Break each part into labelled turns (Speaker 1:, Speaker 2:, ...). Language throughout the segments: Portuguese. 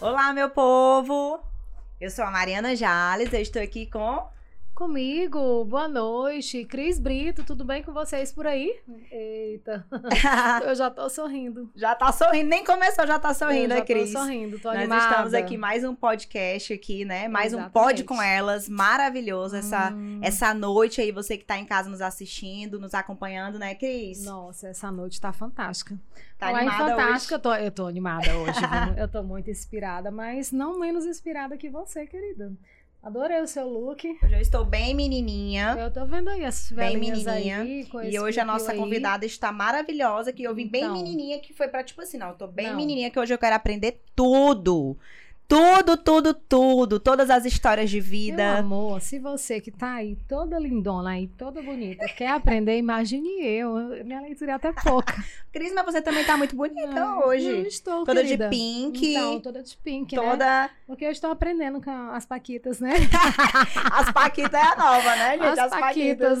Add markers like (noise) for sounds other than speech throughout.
Speaker 1: Olá, meu povo! Eu sou a Mariana Jales, eu estou aqui
Speaker 2: (laughs)
Speaker 1: com.
Speaker 2: Comigo, boa noite. Cris Brito, tudo bem com vocês por aí? Eita, eu já tô sorrindo.
Speaker 1: já tá sorrindo, nem começou, já tá sorrindo,
Speaker 2: eu
Speaker 1: né, Cris?
Speaker 2: Tô sorrindo, tô
Speaker 1: Nós
Speaker 2: animada.
Speaker 1: estamos aqui, mais um podcast aqui, né? Mais um
Speaker 2: Exatamente.
Speaker 1: pod com elas, maravilhoso essa, é
Speaker 2: Hum,
Speaker 1: essa noite aí, você que tá em casa nos assistindo, nos acompanhando, né, Cris?
Speaker 2: Nossa, essa noite tá fantástica.
Speaker 1: Tá
Speaker 2: Falar em
Speaker 1: animada
Speaker 2: é fantástica, eu tô, eu tô animada hoje. viu? (laughs) eu tô muito inspirada, mas não menos inspirada que você, querida. Adorei o seu look.
Speaker 1: hoje? Hoje eu estou bem menininha.
Speaker 2: Eu tô vendo aí essas
Speaker 1: Bem
Speaker 2: velhinhas
Speaker 1: menininha.
Speaker 2: aí. com
Speaker 1: E
Speaker 2: esse
Speaker 1: hoje a
Speaker 2: perfil
Speaker 1: nossa
Speaker 2: aí.
Speaker 1: convidada está maravilhosa, que eu vim bem
Speaker 2: Então.
Speaker 1: menininha, que foi pra tipo assim, não, eu tô bem
Speaker 2: Não.
Speaker 1: menininha, que hoje eu quero aprender tudo. Tudo, tudo, tudo. Todas as histórias de
Speaker 2: Meu
Speaker 1: vida.
Speaker 2: amor, se você que tá aí toda lindona aí, toda bonita, quer aprender, imagine eu. Minha leitura é até
Speaker 1: (laughs)
Speaker 2: pouca.
Speaker 1: Cris, mas você também tá muito bonita
Speaker 2: Ai, Eu
Speaker 1: hoje.
Speaker 2: estou,
Speaker 1: Toda
Speaker 2: querida.
Speaker 1: de pink.
Speaker 2: Então, toda de pink, né?
Speaker 1: toda.
Speaker 2: Porque eu estou aprendendo com as paquitas, né?
Speaker 1: As Paquitas é a nova, né, gente?
Speaker 2: As, paquitas,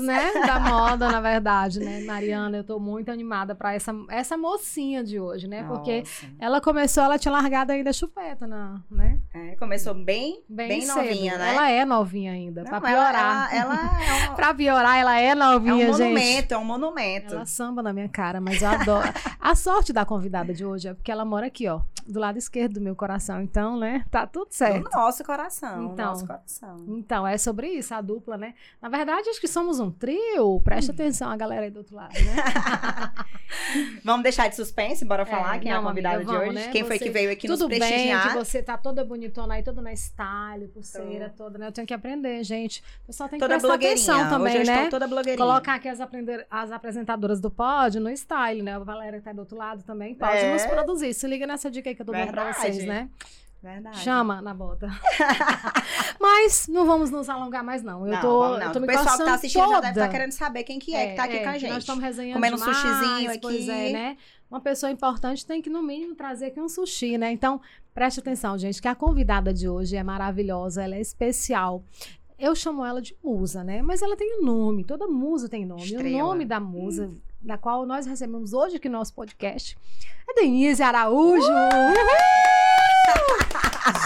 Speaker 1: (laughs)
Speaker 2: né? Da moda, na verdade, né? Mariana, eu tô muito animada pra essa, essa mocinha de hoje, né? Porque
Speaker 1: Nossa.
Speaker 2: ela começou, ela tinha largado ainda a chupeta, na, né?
Speaker 1: É, começou bem, bem,
Speaker 2: cedo.
Speaker 1: novinha, né?
Speaker 2: Ela é novinha ainda, pra
Speaker 1: Não,
Speaker 2: piorar.
Speaker 1: Ela, ela é um,
Speaker 2: (laughs) Pra piorar, ela é
Speaker 1: é um
Speaker 2: novinha, gente.
Speaker 1: monumento, é um monumento.
Speaker 2: Ela samba na minha cara, mas eu adoro. a sorte da convidada de hoje é porque ela mora aqui, ó, do lado esquerdo do meu coração. Então, né? Tá tudo certo.
Speaker 1: Do nosso coração,
Speaker 2: Então.
Speaker 1: nosso coração.
Speaker 2: Então, é sobre isso, a dupla, né? Na verdade, acho que somos um trio. Presta
Speaker 1: Hum.
Speaker 2: atenção a galera aí do outro lado, né?
Speaker 1: Vamos deixar de suspense, bora falar
Speaker 2: É,
Speaker 1: quem é a
Speaker 2: não,
Speaker 1: convidada
Speaker 2: amiga,
Speaker 1: de
Speaker 2: vamos,
Speaker 1: hoje.
Speaker 2: né?
Speaker 1: Quem foi (laughs)
Speaker 2: Você-
Speaker 1: que veio aqui
Speaker 2: Tudo
Speaker 1: nos
Speaker 2: bem que
Speaker 1: prestigiar.
Speaker 2: você tá toda bonitona aí, toda na style, pulseira, toda, né? Eu tenho que aprender, gente. O pessoal tem que
Speaker 1: toda
Speaker 2: prestar
Speaker 1: blogueirinha.
Speaker 2: atenção também,
Speaker 1: hoje eu
Speaker 2: né?
Speaker 1: estou toda blogueirinha.
Speaker 2: Colocar aqui as, aprender- as apresentadoras do pod no style, né? A Valéria que tá do outro lado também pode
Speaker 1: É.
Speaker 2: nos produzir. Se liga nessa dica aí que eu tô dando pra
Speaker 1: Verdade.
Speaker 2: vocês, né?
Speaker 1: Verdade.
Speaker 2: Chama na bota. (laughs) Mas não vamos nos alongar mais, não. Eu
Speaker 1: Não,
Speaker 2: tô,
Speaker 1: vamos não.
Speaker 2: eu tô me
Speaker 1: o pessoal que
Speaker 2: coçando
Speaker 1: tá assistindo já
Speaker 2: toda.
Speaker 1: deve estar querendo saber quem que é, que tá aqui com a
Speaker 2: que Nós
Speaker 1: gente.
Speaker 2: estamos resenhando
Speaker 1: Comendo um
Speaker 2: demais,
Speaker 1: sushizinho
Speaker 2: Pois
Speaker 1: aqui.
Speaker 2: é, né? Uma pessoa importante tem que, no mínimo, trazer aqui um sushi, né? Então, preste atenção, gente, que a convidada de hoje é maravilhosa, ela é especial. Eu chamo ela de musa, né? Mas ela tem um nome, toda musa tem nome.
Speaker 1: Estrela. Hum.
Speaker 2: O nome da musa, da qual nós recebemos hoje aqui no nosso podcast, é Denise Araújo.
Speaker 1: Uh!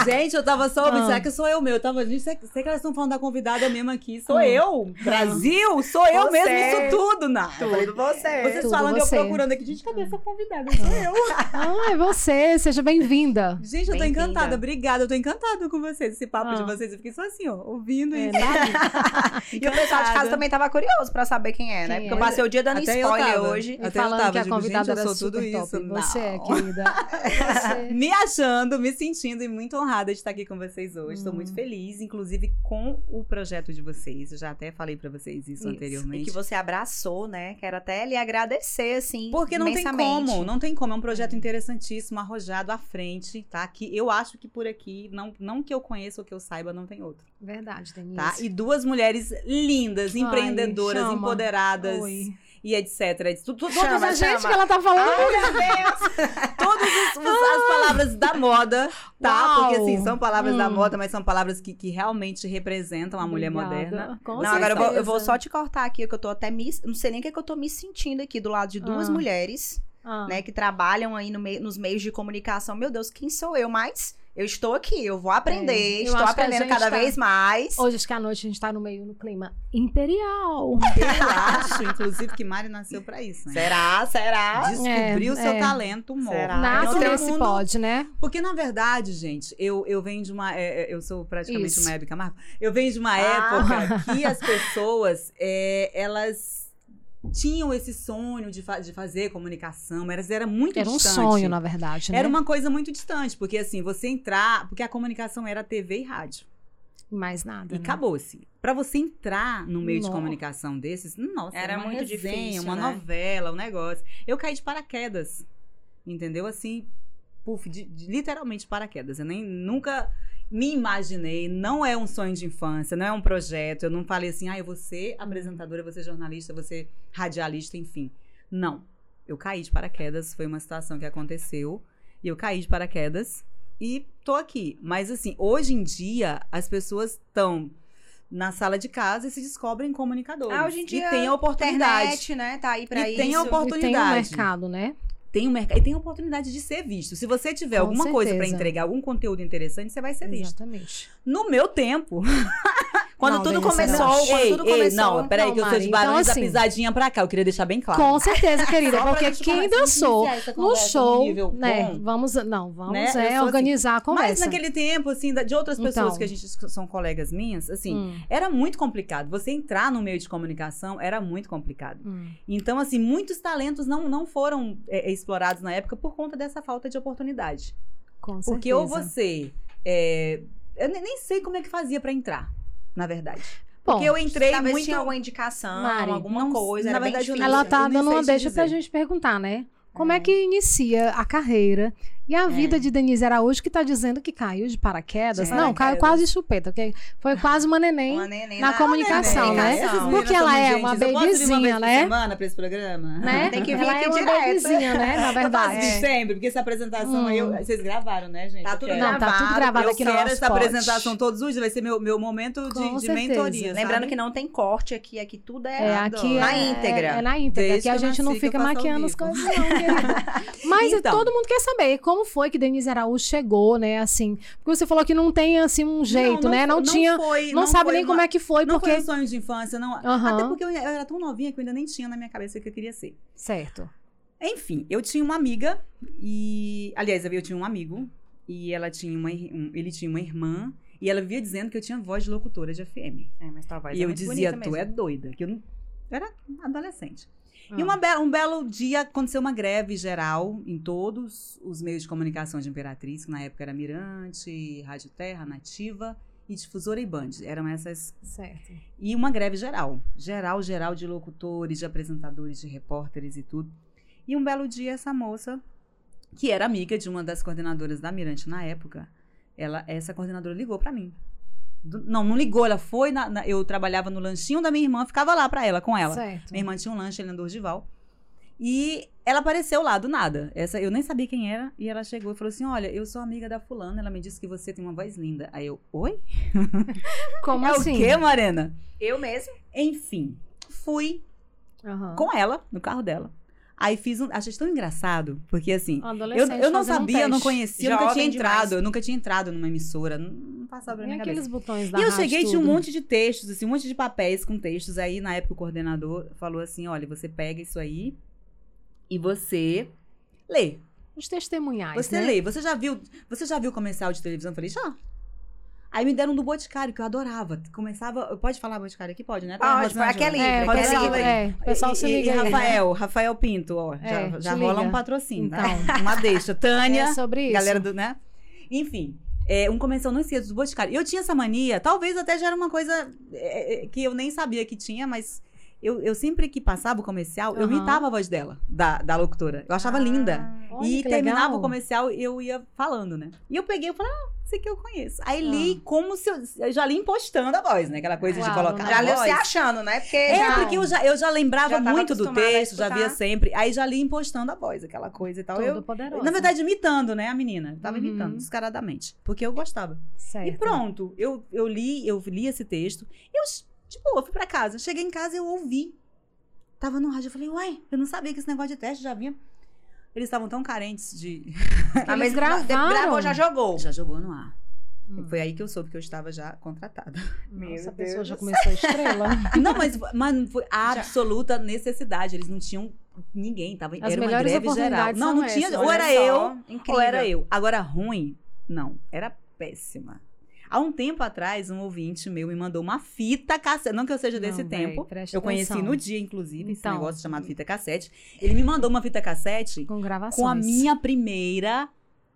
Speaker 3: Gente, eu tava só.
Speaker 2: Ah.
Speaker 3: Será que sou eu meu? Eu tava. Gente, será que será que elas estão falando da convidada mesmo aqui? Sou
Speaker 2: Ah.
Speaker 3: eu? Brasil? Sou eu
Speaker 1: Você.
Speaker 3: mesmo isso tudo, Ná.
Speaker 1: Tudo você.
Speaker 3: Vocês
Speaker 2: Tudo
Speaker 3: falando,
Speaker 2: você.
Speaker 3: eu procurando aqui. Gente, cadê essa convidada? Sou eu.
Speaker 2: Ah, é você, seja bem-vinda.
Speaker 3: Gente, eu tô
Speaker 1: Bem-vinda.
Speaker 3: encantada. Obrigada. Eu tô encantada com vocês. Esse papo
Speaker 2: Ah.
Speaker 3: de vocês. Eu fiquei só assim, ó, ouvindo
Speaker 2: É,
Speaker 3: isso.
Speaker 1: E o pessoal de casa também tava curioso pra saber quem é, né?
Speaker 2: Quem
Speaker 1: Porque eu
Speaker 2: é?
Speaker 1: passei o dia dando
Speaker 3: Até eu
Speaker 1: spoiler
Speaker 3: tava.
Speaker 1: hoje.
Speaker 2: E
Speaker 3: (laughs) Até eu
Speaker 2: falando
Speaker 3: tava,
Speaker 2: que a
Speaker 3: digo, gente,
Speaker 2: convidada
Speaker 3: eu
Speaker 2: era
Speaker 3: sou tudo
Speaker 2: super top.
Speaker 3: isso.
Speaker 2: Você é,
Speaker 3: Não.
Speaker 2: querida. Você. é.
Speaker 3: Me achando, me sentindo e muito honrada de estar aqui com vocês hoje. Estou
Speaker 2: Hum.
Speaker 3: muito feliz, inclusive com o projeto de vocês. Eu já até falei pra vocês isso,
Speaker 2: Isso.
Speaker 3: anteriormente.
Speaker 1: E que você abraçou, né? Quero até lhe agradecer, assim.
Speaker 3: Porque não tem
Speaker 1: imensamente.
Speaker 3: como, não tem como. É um projeto interessantíssimo, arrojado à frente, tá? Que eu acho que por aqui, não, não que eu conheça ou que eu saiba, não tem outro,
Speaker 2: (laughs) Verdade, Denise.
Speaker 3: tá? E duas mulheres lindas,
Speaker 2: Ai,
Speaker 3: empreendedoras,
Speaker 2: chama.
Speaker 3: empoderadas
Speaker 2: Oi.
Speaker 3: e etc. etc. Tu- tu-
Speaker 1: Chama,
Speaker 3: todas
Speaker 2: Toda
Speaker 3: as,
Speaker 2: gente
Speaker 1: chama.
Speaker 2: que ela tá falando.
Speaker 3: todas as, as palavras da moda, tá?
Speaker 2: Uau.
Speaker 3: Porque assim, são palavras da
Speaker 2: Hum.
Speaker 3: moda, mas são palavras que, que realmente representam a Ah,
Speaker 2: (laughs)
Speaker 3: mulher moderna.
Speaker 2: Com
Speaker 1: Não, agora eu vou, eu vou
Speaker 2: certeza.
Speaker 1: só te cortar aqui, que eu tô até me. Não sei nem o que, é que eu tô me sentindo aqui do lado de duas
Speaker 2: Ah.
Speaker 1: mulheres.
Speaker 2: Ah,
Speaker 1: né, que trabalham aí no meio- nos meios de comunicação. Meu Deus, quem sou eu? Mas eu estou aqui, eu vou aprender,
Speaker 2: É, eu
Speaker 1: estou
Speaker 2: acho que a
Speaker 1: aprendendo
Speaker 2: gente
Speaker 1: cada
Speaker 2: tá-
Speaker 1: vez mais.
Speaker 2: Hoje acho que à noite a gente tá no meio no clima imperial.
Speaker 3: Eu acho, inclusive, que Mari nasceu pra isso, né?
Speaker 1: Será? Será?
Speaker 3: Descobriu
Speaker 2: É,
Speaker 3: seu
Speaker 2: é.
Speaker 3: talento, mora.
Speaker 1: Será? Ah,
Speaker 2: Nasce
Speaker 1: então tem
Speaker 2: nesse pod, né?
Speaker 3: Porque, na verdade, gente, eu, eu venho de uma. é, é, eu sou praticamente
Speaker 2: Isso.
Speaker 3: uma Hebe Camargo. Eu venho de uma
Speaker 1: Ah.
Speaker 2: (laughs)
Speaker 3: época que as pessoas, é, elas tinham esse sonho de, fa- de fazer comunicação. Era, era muito
Speaker 2: Era um
Speaker 3: distante.
Speaker 2: sonho, na verdade, né?
Speaker 3: Era uma coisa muito distante, porque assim, você entrar. Porque a comunicação era TV e rádio.
Speaker 2: Mais nada,
Speaker 3: E
Speaker 2: né?
Speaker 3: acabou-se. Pra você entrar no meio de
Speaker 2: Nossa.
Speaker 3: comunicação desses, nossa,
Speaker 1: Era
Speaker 3: era, uma
Speaker 1: muito
Speaker 3: resenha,
Speaker 1: difícil,
Speaker 3: uma
Speaker 1: né?
Speaker 3: novela, um negócio. Eu caí de paraquedas, entendeu? Assim, puf, de- de- literalmente paraquedas. Eu nem nunca me imaginei. Não é um sonho de infância, não é um projeto. Eu não falei assim, ah, eu vou ser apresentadora, eu vou ser jornalista, eu vou ser radialista, enfim. Não. Eu caí de paraquedas, foi uma situação que aconteceu. E eu caí de paraquedas e tô aqui. Mas assim, hoje em dia, as pessoas estão na sala de casa e se descobrem comunicadores.
Speaker 1: Ah, hoje em dia,
Speaker 3: e tem a oportunidade.
Speaker 1: Internet, né? Tá aí pra
Speaker 3: E
Speaker 1: isso.
Speaker 3: tem a opor-
Speaker 2: E tem um
Speaker 3: oportunidade.
Speaker 2: mercado, né?
Speaker 3: tem um mercado e tem a oportunidade de ser visto. Se você tiver
Speaker 2: Com
Speaker 3: alguma coisa para
Speaker 2: certeza.
Speaker 3: entregar, algum conteúdo interessante, você vai ser visto.
Speaker 2: Exatamente.
Speaker 3: No meu tempo, quando
Speaker 1: Não,
Speaker 3: tudo
Speaker 1: Denise,
Speaker 3: começou,
Speaker 1: não.
Speaker 3: ei,
Speaker 1: Quando tudo
Speaker 3: ei,
Speaker 1: começou,
Speaker 3: não, peraí
Speaker 2: não,
Speaker 3: que eu sou
Speaker 2: Mari,
Speaker 3: de
Speaker 2: então,
Speaker 3: Barões
Speaker 2: assim,
Speaker 3: da pisadinha pra cá, eu queria deixar bem claro.
Speaker 2: Com certeza, querida,
Speaker 3: (laughs) Só pra
Speaker 2: porque
Speaker 3: gente
Speaker 2: quem
Speaker 3: começar a
Speaker 2: dançou
Speaker 3: iniciar essa
Speaker 2: no
Speaker 3: conversa
Speaker 2: show,
Speaker 3: num nível
Speaker 2: né?
Speaker 3: bom.
Speaker 2: Vamos, não, vamos
Speaker 3: Né? Eu sou
Speaker 2: é
Speaker 3: assim.
Speaker 2: organizar a conversa.
Speaker 3: Mas naquele tempo, assim, da- de outras pessoas
Speaker 2: Então.
Speaker 3: que a gente são colegas minhas, assim,
Speaker 2: Hum,
Speaker 3: era muito complicado. Você entrar no meio de comunicação era muito complicado.
Speaker 2: hum.
Speaker 3: Então, assim, muitos talentos não, não foram é, é, explorados na época por conta dessa falta de oportunidade.
Speaker 2: Com
Speaker 3: Porque
Speaker 2: certeza.
Speaker 3: ou você. é, eu ne- nem sei como é que fazia pra entrar, na verdade.
Speaker 2: Bom,
Speaker 3: Porque eu entrei
Speaker 1: Talvez
Speaker 3: muito. É,
Speaker 1: tinha alguma indicação,
Speaker 2: Mari,
Speaker 1: alguma
Speaker 3: um não-
Speaker 1: coisa.
Speaker 3: na
Speaker 1: era bem
Speaker 3: verdade, eu não
Speaker 1: difícil.
Speaker 2: ela tá
Speaker 3: eu nem
Speaker 2: dando
Speaker 3: sei
Speaker 2: uma
Speaker 3: te
Speaker 2: deixa pra
Speaker 3: dizer.
Speaker 2: gente perguntar, né? Como é
Speaker 1: É.
Speaker 2: que inicia a carreira e a
Speaker 3: É.
Speaker 2: vida de Denise Araújo, que tá dizendo que caiu de paraquedas?
Speaker 1: De
Speaker 2: Não, caiu
Speaker 3: paraquedas.
Speaker 2: quase de chupeta, ok? Foi quase uma neném.
Speaker 1: Uma neném
Speaker 2: na comunicação, né?
Speaker 3: Essas
Speaker 1: comunicação.
Speaker 3: meninas
Speaker 2: Porque ela
Speaker 3: são
Speaker 2: é
Speaker 3: gente.
Speaker 2: uma
Speaker 3: Eu posso vir uma
Speaker 2: babyzinha,
Speaker 3: vez por
Speaker 2: né?
Speaker 3: semana pra esse programa?
Speaker 2: Né?
Speaker 1: Tem que vir
Speaker 2: Ela
Speaker 1: aqui
Speaker 2: é uma
Speaker 1: direto.
Speaker 2: bebezinha, né? Na
Speaker 3: (laughs) Eu faço
Speaker 2: verdade.
Speaker 3: de sempre, porque essa apresentação aí, eu-
Speaker 2: Hum.
Speaker 3: vocês gravaram, né, gente?
Speaker 1: Tá
Speaker 3: Eu
Speaker 1: tudo
Speaker 3: quero.
Speaker 1: gravado.
Speaker 2: Não, tá tudo gravado
Speaker 3: Eu
Speaker 2: aqui no
Speaker 3: quero
Speaker 2: nosso
Speaker 3: essa
Speaker 2: pod.
Speaker 3: apresentação todos os dias, vai ser meu, meu momento de,
Speaker 2: Com
Speaker 3: de
Speaker 2: certeza.
Speaker 3: mentoria.
Speaker 1: Lembrando
Speaker 3: sabe?
Speaker 1: que não tem corte aqui, aqui tudo é,
Speaker 2: É, aqui
Speaker 1: na
Speaker 2: é,
Speaker 1: íntegra.
Speaker 2: É, na íntegra,
Speaker 3: Desde
Speaker 2: que a
Speaker 3: que eu
Speaker 2: gente não
Speaker 3: nasci que eu
Speaker 2: fica
Speaker 3: faço ao
Speaker 2: maquiando as
Speaker 3: vivo.
Speaker 2: coisas, não, querida.
Speaker 3: (laughs)
Speaker 2: Mas
Speaker 3: Então.
Speaker 2: todo mundo quer saber como foi que Denise Araújo chegou, né? Assim, porque você falou que não tem assim um jeito, né? Não, tinha,
Speaker 3: foi-
Speaker 2: não, sabe
Speaker 3: foi
Speaker 2: nem
Speaker 3: uma-
Speaker 2: como é que foi,
Speaker 3: Não
Speaker 2: porque
Speaker 3: foi um sonho de infância, não.
Speaker 2: Aham.
Speaker 3: Até porque eu, eu era tão novinha que eu ainda nem tinha na minha cabeça o que eu queria ser.
Speaker 2: certo.
Speaker 3: Enfim, eu tinha uma amiga e. Aliás, eu tinha um amigo e ela tinha uma, ir- um- ele tinha uma irmã e ela vivia dizendo que eu tinha voz de locutora de FM.
Speaker 1: É, mas tua voz
Speaker 3: e
Speaker 1: é
Speaker 3: eu
Speaker 1: muito
Speaker 3: dizia,
Speaker 1: bonita
Speaker 3: tu é
Speaker 1: mesmo.
Speaker 3: doida. Que eu não. eu era adolescente.
Speaker 2: Ah.
Speaker 3: E uma be- um belo dia aconteceu uma greve geral em todos os meios de comunicação de Imperatriz, que na época era Mirante, Rádio Terra, Nativa e Difusora e Band. Eram essas
Speaker 2: Certo.
Speaker 3: e uma greve geral. Geral, geral de locutores, de apresentadores, de repórteres e tudo. E um belo dia, essa moça, que era amiga de uma das coordenadoras da Mirante na época, ela, essa coordenadora ligou pra mim. Do- não, não ligou, ela foi. na- na- eu trabalhava no lanchinho da minha irmã, ficava lá pra ela, com ela.
Speaker 2: Certo.
Speaker 3: Minha irmã tinha um lanche ali no Dordival. E ela apareceu lá do nada. Essa, eu nem sabia quem era. E ela chegou e falou assim: Olha, eu sou amiga da fulana. Ela me disse que você tem uma voz linda. Aí eu, oi?
Speaker 2: Como
Speaker 3: é
Speaker 2: assim?
Speaker 3: o quê, Marena?
Speaker 1: Eu mesmo?
Speaker 3: Enfim, fui
Speaker 2: Aham.
Speaker 3: com ela no carro dela. Aí fiz um. Achei tão engraçado, porque assim. Eu,
Speaker 2: Adolescente
Speaker 3: eu
Speaker 2: fazendo
Speaker 3: não
Speaker 2: um
Speaker 3: sabia, eu não
Speaker 2: teste.
Speaker 3: conhecia, eu nunca
Speaker 1: Jovem
Speaker 3: tinha entrado,
Speaker 1: demais.
Speaker 3: eu nunca tinha entrado numa emissora, não, não passava pra
Speaker 2: E
Speaker 3: minha
Speaker 2: aqueles
Speaker 3: cabeça.
Speaker 2: botões da
Speaker 3: E eu
Speaker 2: rádio,
Speaker 3: cheguei, tinha um
Speaker 2: tudo.
Speaker 3: monte de textos, assim, um monte de papéis com textos. Aí, na época, o coordenador falou assim: olha, você pega isso aí e você lê.
Speaker 2: Os testemunhais,
Speaker 3: Você
Speaker 2: né?
Speaker 3: lê, você já viu, você já viu comercial de televisão? Eu falei, já. Aí me deram um do Boticário, que eu adorava. Começava. Pode falar Boticário aqui? Pode, né? Tá,
Speaker 1: Pode,
Speaker 3: Rosângela?
Speaker 1: aqui é livre,
Speaker 2: É,
Speaker 1: aqui Pode
Speaker 2: pessoal,
Speaker 1: ler.
Speaker 2: é, pessoal se
Speaker 3: E- e-
Speaker 2: liga
Speaker 3: E
Speaker 2: aí.
Speaker 3: Rafael, Rafael Pinto, ó,
Speaker 2: É,
Speaker 3: já,
Speaker 2: se
Speaker 3: já rola
Speaker 2: liga.
Speaker 3: um patrocínio, tá?
Speaker 2: Então.
Speaker 3: (laughs) Uma deixa. Tânia,
Speaker 2: É sobre isso.
Speaker 3: galera do, né? Enfim, é, um comercial não esqueça dos Boticário. Eu tinha essa mania, talvez até já era uma coisa é, é, que eu nem sabia que tinha, mas eu, eu sempre que passava o comercial, eu
Speaker 2: Aham. Ah,
Speaker 3: imitava a voz dela, da, da locutora. Eu achava
Speaker 1: Ah.
Speaker 3: linda.
Speaker 2: Olha
Speaker 3: e
Speaker 2: que
Speaker 3: terminava
Speaker 2: legal.
Speaker 3: o comercial e eu ia falando, né? E eu peguei e falei, ah, isso aqui eu conheço. Aí
Speaker 2: Ah.
Speaker 3: li como se eu, eu já li impostando a voz, né? Aquela coisa de
Speaker 2: Claro,
Speaker 3: colocar
Speaker 2: né?
Speaker 3: a
Speaker 1: Já leu
Speaker 3: voz.
Speaker 1: se achando, né? Porque
Speaker 3: É,
Speaker 1: já...
Speaker 3: porque eu já, eu já lembrava
Speaker 1: já tava
Speaker 3: muito do
Speaker 1: acostumada a
Speaker 3: texto, já via
Speaker 1: escutar.
Speaker 3: sempre. Aí já li impostando a voz, aquela coisa e tal.
Speaker 2: Toda
Speaker 3: Eu,
Speaker 2: poderosa.
Speaker 3: na verdade, imitando, né, a menina. Eu Tava
Speaker 2: Uhum.
Speaker 3: imitando, descaradamente. Porque eu gostava.
Speaker 2: Certo.
Speaker 3: E pronto, eu, eu li, eu li esse texto. Eu, de boa, fui pra casa. Cheguei em casa, eu ouvi. Tava no rádio, eu falei, uai, eu não sabia que esse negócio de teste já vinha. Eles estavam tão carentes de. (laughs)
Speaker 1: Ah, mas
Speaker 2: Eles
Speaker 1: já-
Speaker 2: gravaram.
Speaker 1: gravou, já jogou.
Speaker 3: Já jogou no ar.
Speaker 2: Hum.
Speaker 3: Foi aí que eu soube que eu estava já contratada. Meu
Speaker 2: Nossa, a pessoa
Speaker 3: Deus.
Speaker 2: já começou a
Speaker 3: (laughs)
Speaker 2: estrela.
Speaker 3: Não, mas, mas foi a absoluta necessidade. Eles não tinham ninguém. Tava,
Speaker 2: As
Speaker 3: era uma
Speaker 2: melhores
Speaker 3: greve geral.
Speaker 2: oportunidades
Speaker 3: Não,
Speaker 2: são
Speaker 3: não tinha.
Speaker 2: essas,
Speaker 3: Ou
Speaker 1: Olha
Speaker 3: era
Speaker 1: só,
Speaker 3: eu,
Speaker 1: Incrível.
Speaker 3: ou era eu. Agora, ruim, não. Era péssima. Há um tempo atrás, um ouvinte meu me mandou uma fita cassete. Não que eu seja desse
Speaker 2: né? Não, véi,
Speaker 3: tempo.
Speaker 2: preste
Speaker 3: eu conheci
Speaker 2: atenção.
Speaker 3: no dia, inclusive, esse
Speaker 2: Então.
Speaker 3: negócio chamado fita cassete. Ele me mandou uma fita cassete
Speaker 2: Com gravações.
Speaker 3: com a minha primeira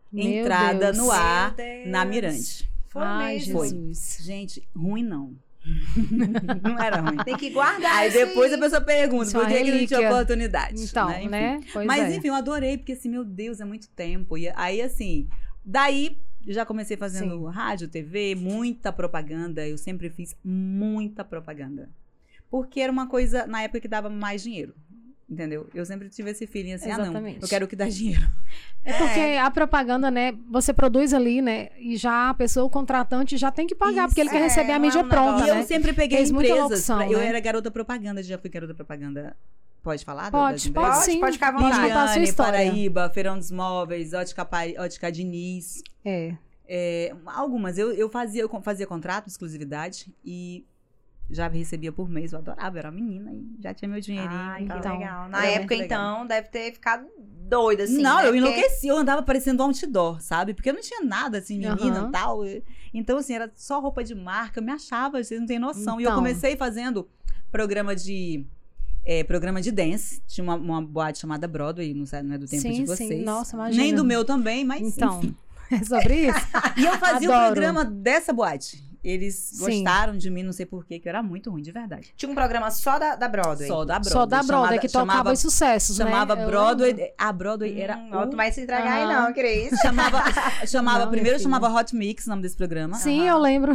Speaker 2: Meu
Speaker 3: entrada
Speaker 2: Deus.
Speaker 3: no ar
Speaker 1: Meu Deus.
Speaker 3: na Mirante.
Speaker 1: Foi
Speaker 2: Ai,
Speaker 1: mesmo.
Speaker 2: Jesus.
Speaker 3: Gente, ruim não. (laughs) não era ruim.
Speaker 1: Tem que guardar
Speaker 3: Aí
Speaker 1: isso
Speaker 3: depois
Speaker 1: aí.
Speaker 3: a pessoa pergunta,
Speaker 2: Isso é
Speaker 3: por que, que não tinha
Speaker 2: relíquia.
Speaker 3: oportunidade?
Speaker 2: Então,
Speaker 3: Enfim.
Speaker 2: né? Pois
Speaker 3: Mas
Speaker 2: é.
Speaker 3: enfim, eu adorei, porque assim, meu Deus, é muito tempo. E aí, assim, daí já comecei fazendo rádio, TV, muita propaganda. Eu sempre fiz muita propaganda. Porque era uma coisa, na época, que dava mais dinheiro. Entendeu? Eu sempre tive esse feeling assim, ah,
Speaker 2: Exatamente.
Speaker 3: não, eu quero o que dá dinheiro.
Speaker 2: É porque a propaganda, né? Você produz ali, né? E já a pessoa, o contratante, já tem que pagar,
Speaker 3: Isso,
Speaker 2: porque ele quer
Speaker 1: é,
Speaker 2: receber a
Speaker 1: não
Speaker 2: mídia
Speaker 1: é um
Speaker 2: pronta,
Speaker 3: E
Speaker 1: negócio-
Speaker 2: né?
Speaker 3: eu sempre peguei
Speaker 2: Fez muita
Speaker 3: empresas.
Speaker 2: locução,
Speaker 3: eu
Speaker 2: né?
Speaker 3: era garota propaganda, já fui garota propaganda Pode falar? da-
Speaker 2: Pode,
Speaker 3: das
Speaker 2: pode,
Speaker 3: empresas?
Speaker 2: sim.
Speaker 1: pode ficar à vontade.
Speaker 2: Pode contar a sua
Speaker 3: Liane,
Speaker 2: história.
Speaker 3: Paraíba, Feirão dos Móveis, Ótica, Pari- Ótica Diniz.
Speaker 2: É.
Speaker 3: É, algumas. Eu, eu fazia, eu con- fazia contrato, exclusividade, e já recebia por mês. Eu adorava, eu era menina e já tinha meu dinheirinho.
Speaker 1: Ai,
Speaker 3: e
Speaker 1: que
Speaker 3: tal.
Speaker 2: então.
Speaker 1: legal. Na
Speaker 3: Era muito
Speaker 1: época,
Speaker 3: legal.
Speaker 1: então, deve ter ficado doida, assim.
Speaker 3: não,
Speaker 1: né?
Speaker 3: eu
Speaker 1: Porque-
Speaker 3: enlouqueci, eu andava parecendo um outdoor, sabe? Porque eu não tinha nada assim, menina
Speaker 2: Aham.
Speaker 3: e tal. E- Então, assim, era só roupa de marca, eu me achava, vocês não têm noção. E eu
Speaker 2: Então.
Speaker 3: comecei fazendo programa de. é, programa de dance. Tinha uma, uma boate chamada Broadway, não, sei, não é do tempo
Speaker 2: sim,
Speaker 3: de vocês.
Speaker 2: sim. Nossa, imagina.
Speaker 3: Nem do meu também, mas
Speaker 2: Então,
Speaker 3: enfim.
Speaker 2: é sobre isso?
Speaker 3: (laughs) E eu fazia o
Speaker 2: adoro.
Speaker 3: programa dessa boate. Eles
Speaker 2: Sim.
Speaker 3: gostaram de mim, não sei porquê, que eu era muito ruim, de verdade.
Speaker 1: Tinha um programa só da, da Broadway.
Speaker 3: Só da Broadway.
Speaker 2: Só da Broadway,
Speaker 3: chamada-
Speaker 2: que tocava
Speaker 3: chamava,
Speaker 2: os sucessos,
Speaker 3: chamava
Speaker 2: né? Eu lembro.
Speaker 3: Broadway. A Broadway
Speaker 1: Hum,
Speaker 3: era
Speaker 1: ó, tu
Speaker 3: o Ah.
Speaker 1: vai se entregar aí
Speaker 2: Aham.
Speaker 1: não, Cris. (laughs) É
Speaker 3: chamava, chamava
Speaker 2: Não, minha
Speaker 3: primeiro
Speaker 2: filha.
Speaker 3: chamava Hot Mix, o nome desse programa.
Speaker 2: Sim,
Speaker 1: Aham.
Speaker 2: eu lembro.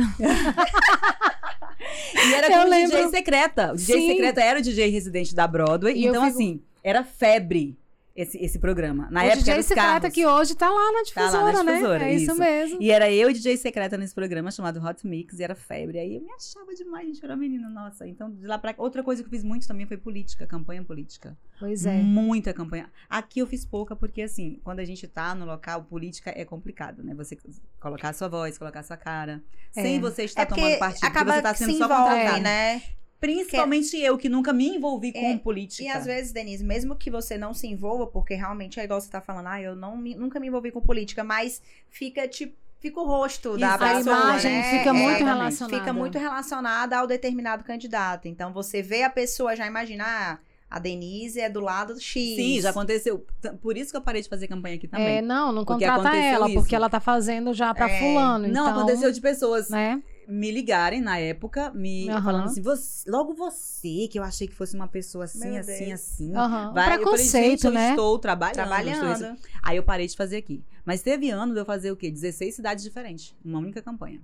Speaker 3: E era
Speaker 2: eu
Speaker 3: com o DJ
Speaker 2: lembro.
Speaker 3: Secreta. O DJ
Speaker 2: Sim.
Speaker 3: Secreta era o DJ residente da Broadway.
Speaker 2: E eu
Speaker 3: então,
Speaker 2: fico-
Speaker 3: assim, era febre esse, esse programa. Na
Speaker 2: o
Speaker 3: época
Speaker 2: DJ
Speaker 3: era os
Speaker 2: Secreta
Speaker 3: carros.
Speaker 2: que hoje tá lá na
Speaker 3: Tá lá
Speaker 2: difusora,
Speaker 3: na difusora,
Speaker 2: né? É isso,
Speaker 3: isso.
Speaker 2: mesmo.
Speaker 3: E era eu e DJ Secreta nesse programa chamado Hot Mix, e era febre. Aí eu me achava demais, gente, eu era menina, nossa. Então, de lá pra cá. Outra coisa que eu fiz muito também foi política, campanha política.
Speaker 2: Pois é.
Speaker 3: Muita campanha. Aqui eu fiz pouca, porque assim, quando a gente tá no local, política é complicado, né? Você colocar sua voz, colocar sua cara.
Speaker 2: É.
Speaker 3: Sem você estar
Speaker 1: É porque
Speaker 3: tomando partido, porque
Speaker 1: acaba
Speaker 3: você tá
Speaker 1: que
Speaker 3: sendo
Speaker 1: se
Speaker 3: só
Speaker 1: envolve,
Speaker 3: contratada.
Speaker 1: né?
Speaker 3: Principalmente eu, que nunca me envolvi
Speaker 1: É,
Speaker 3: com política.
Speaker 1: E às vezes, Denise, mesmo que você não se envolva, porque realmente é igual você tá falando, ah, eu não me- nunca me envolvi com política, mas fica tipo. Fica o rosto da
Speaker 3: Isso, a
Speaker 1: pessoa,
Speaker 3: imagem
Speaker 1: né?
Speaker 3: fica muito
Speaker 1: exatamente.
Speaker 2: relacionada.
Speaker 1: Fica muito relacionada ao determinado candidato. Então você vê a pessoa já imaginar, a Denise é do lado do X.
Speaker 3: Sim, já aconteceu. T- Por isso que eu parei de fazer campanha aqui
Speaker 2: É,
Speaker 3: também.
Speaker 2: não, não
Speaker 3: Porque
Speaker 2: contrata
Speaker 3: aconteceu
Speaker 2: ela,
Speaker 3: isso.
Speaker 2: porque ela tá fazendo já pra
Speaker 1: É.
Speaker 2: fulano.
Speaker 3: Não,
Speaker 2: então,
Speaker 3: aconteceu de pessoas
Speaker 2: Né?
Speaker 3: me ligarem na época, me
Speaker 2: Aham.
Speaker 3: falando assim, "Você- logo você, que eu achei que fosse uma pessoa assim,
Speaker 1: Meu
Speaker 3: assim,
Speaker 1: Deus.
Speaker 3: assim.
Speaker 2: Aham. Um
Speaker 3: Vai, eu falei,
Speaker 2: Preconceito,
Speaker 3: "Gente,
Speaker 2: né?
Speaker 3: Eu estou trabalhando. eu estou isso."
Speaker 1: trabalhando.
Speaker 3: Aí eu parei de fazer aqui. Mas teve ano de eu fazer o quê? 16 cidades diferentes. Uma única campanha.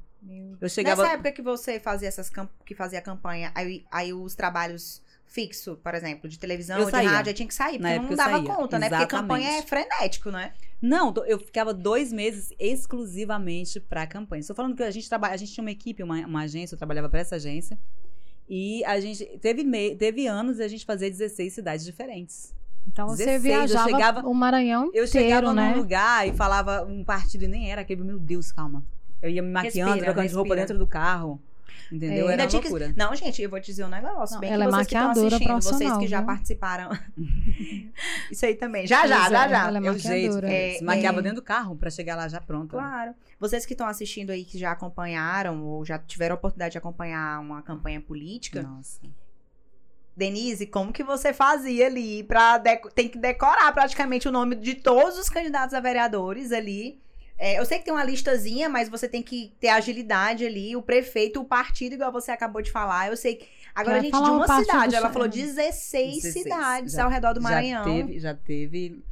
Speaker 3: Eu chegava.
Speaker 1: Nessa época que você fazia essas camp- que fazia campanha, aí, aí os trabalhos fixo, por exemplo, de televisão,
Speaker 3: Eu
Speaker 1: de
Speaker 3: saía.
Speaker 1: rádio, aí tinha que sair,
Speaker 3: Na
Speaker 1: porque
Speaker 3: época
Speaker 1: não
Speaker 3: eu
Speaker 1: dava
Speaker 3: saía,
Speaker 1: conta, né? Porque campanha é
Speaker 3: exatamente.
Speaker 1: frenético, né?
Speaker 3: Não, do- eu ficava dois meses exclusivamente pra campanha. Estou falando que a gente trabalha, a gente tinha uma equipe, uma, uma agência, eu trabalhava pra essa agência. E a gente teve, mei- teve anos e a gente fazia 16 cidades diferentes.
Speaker 2: Então você
Speaker 3: 16, eu
Speaker 2: viajava
Speaker 3: chegava-
Speaker 2: o Maranhão inteiro,
Speaker 3: Eu chegava
Speaker 2: né?
Speaker 3: num lugar e falava um partido e nem era aquele, meu Deus, calma. Eu ia me maquiando,
Speaker 1: Respira,
Speaker 3: trocando de roupa
Speaker 1: respira.
Speaker 3: dentro do carro. Entendeu?
Speaker 2: É.
Speaker 3: Era
Speaker 1: Ainda
Speaker 3: uma
Speaker 1: tinha que-
Speaker 3: loucura.
Speaker 1: Não, gente, eu vou te dizer um negócio.
Speaker 2: Não,
Speaker 1: bem que
Speaker 2: ela é
Speaker 1: vocês que estão
Speaker 2: maquiadora
Speaker 1: assistindo, vocês que
Speaker 2: profissional,
Speaker 1: já
Speaker 2: viu?
Speaker 1: participaram. (laughs) Isso aí também. Já, já,
Speaker 2: Pois
Speaker 1: já,
Speaker 2: é,
Speaker 1: já.
Speaker 2: Ela é
Speaker 3: É o jeito.
Speaker 2: maquiadora.
Speaker 1: É,
Speaker 3: se maquiava
Speaker 2: é.
Speaker 3: dentro do carro pra chegar lá já pronta. né?
Speaker 1: Claro. Vocês que estão assistindo aí, que já acompanharam ou já tiveram a oportunidade de acompanhar uma campanha política,
Speaker 3: Nossa.
Speaker 1: Denise, como que você fazia ali para tem que decorar praticamente o nome de todos os candidatos a vereadores ali? É, eu sei que tem uma listazinha, mas você tem que ter agilidade ali, o prefeito, o partido, igual você acabou de falar. Eu sei que. Agora,
Speaker 2: Vai
Speaker 1: gente,
Speaker 2: falar
Speaker 1: de
Speaker 2: um
Speaker 1: uma
Speaker 2: partido
Speaker 1: cidade, ela
Speaker 2: só,
Speaker 1: falou
Speaker 2: é.
Speaker 1: 16,
Speaker 3: 16,
Speaker 1: cidades
Speaker 3: já-
Speaker 1: ao redor do Maranhão.
Speaker 3: Já teve, já teve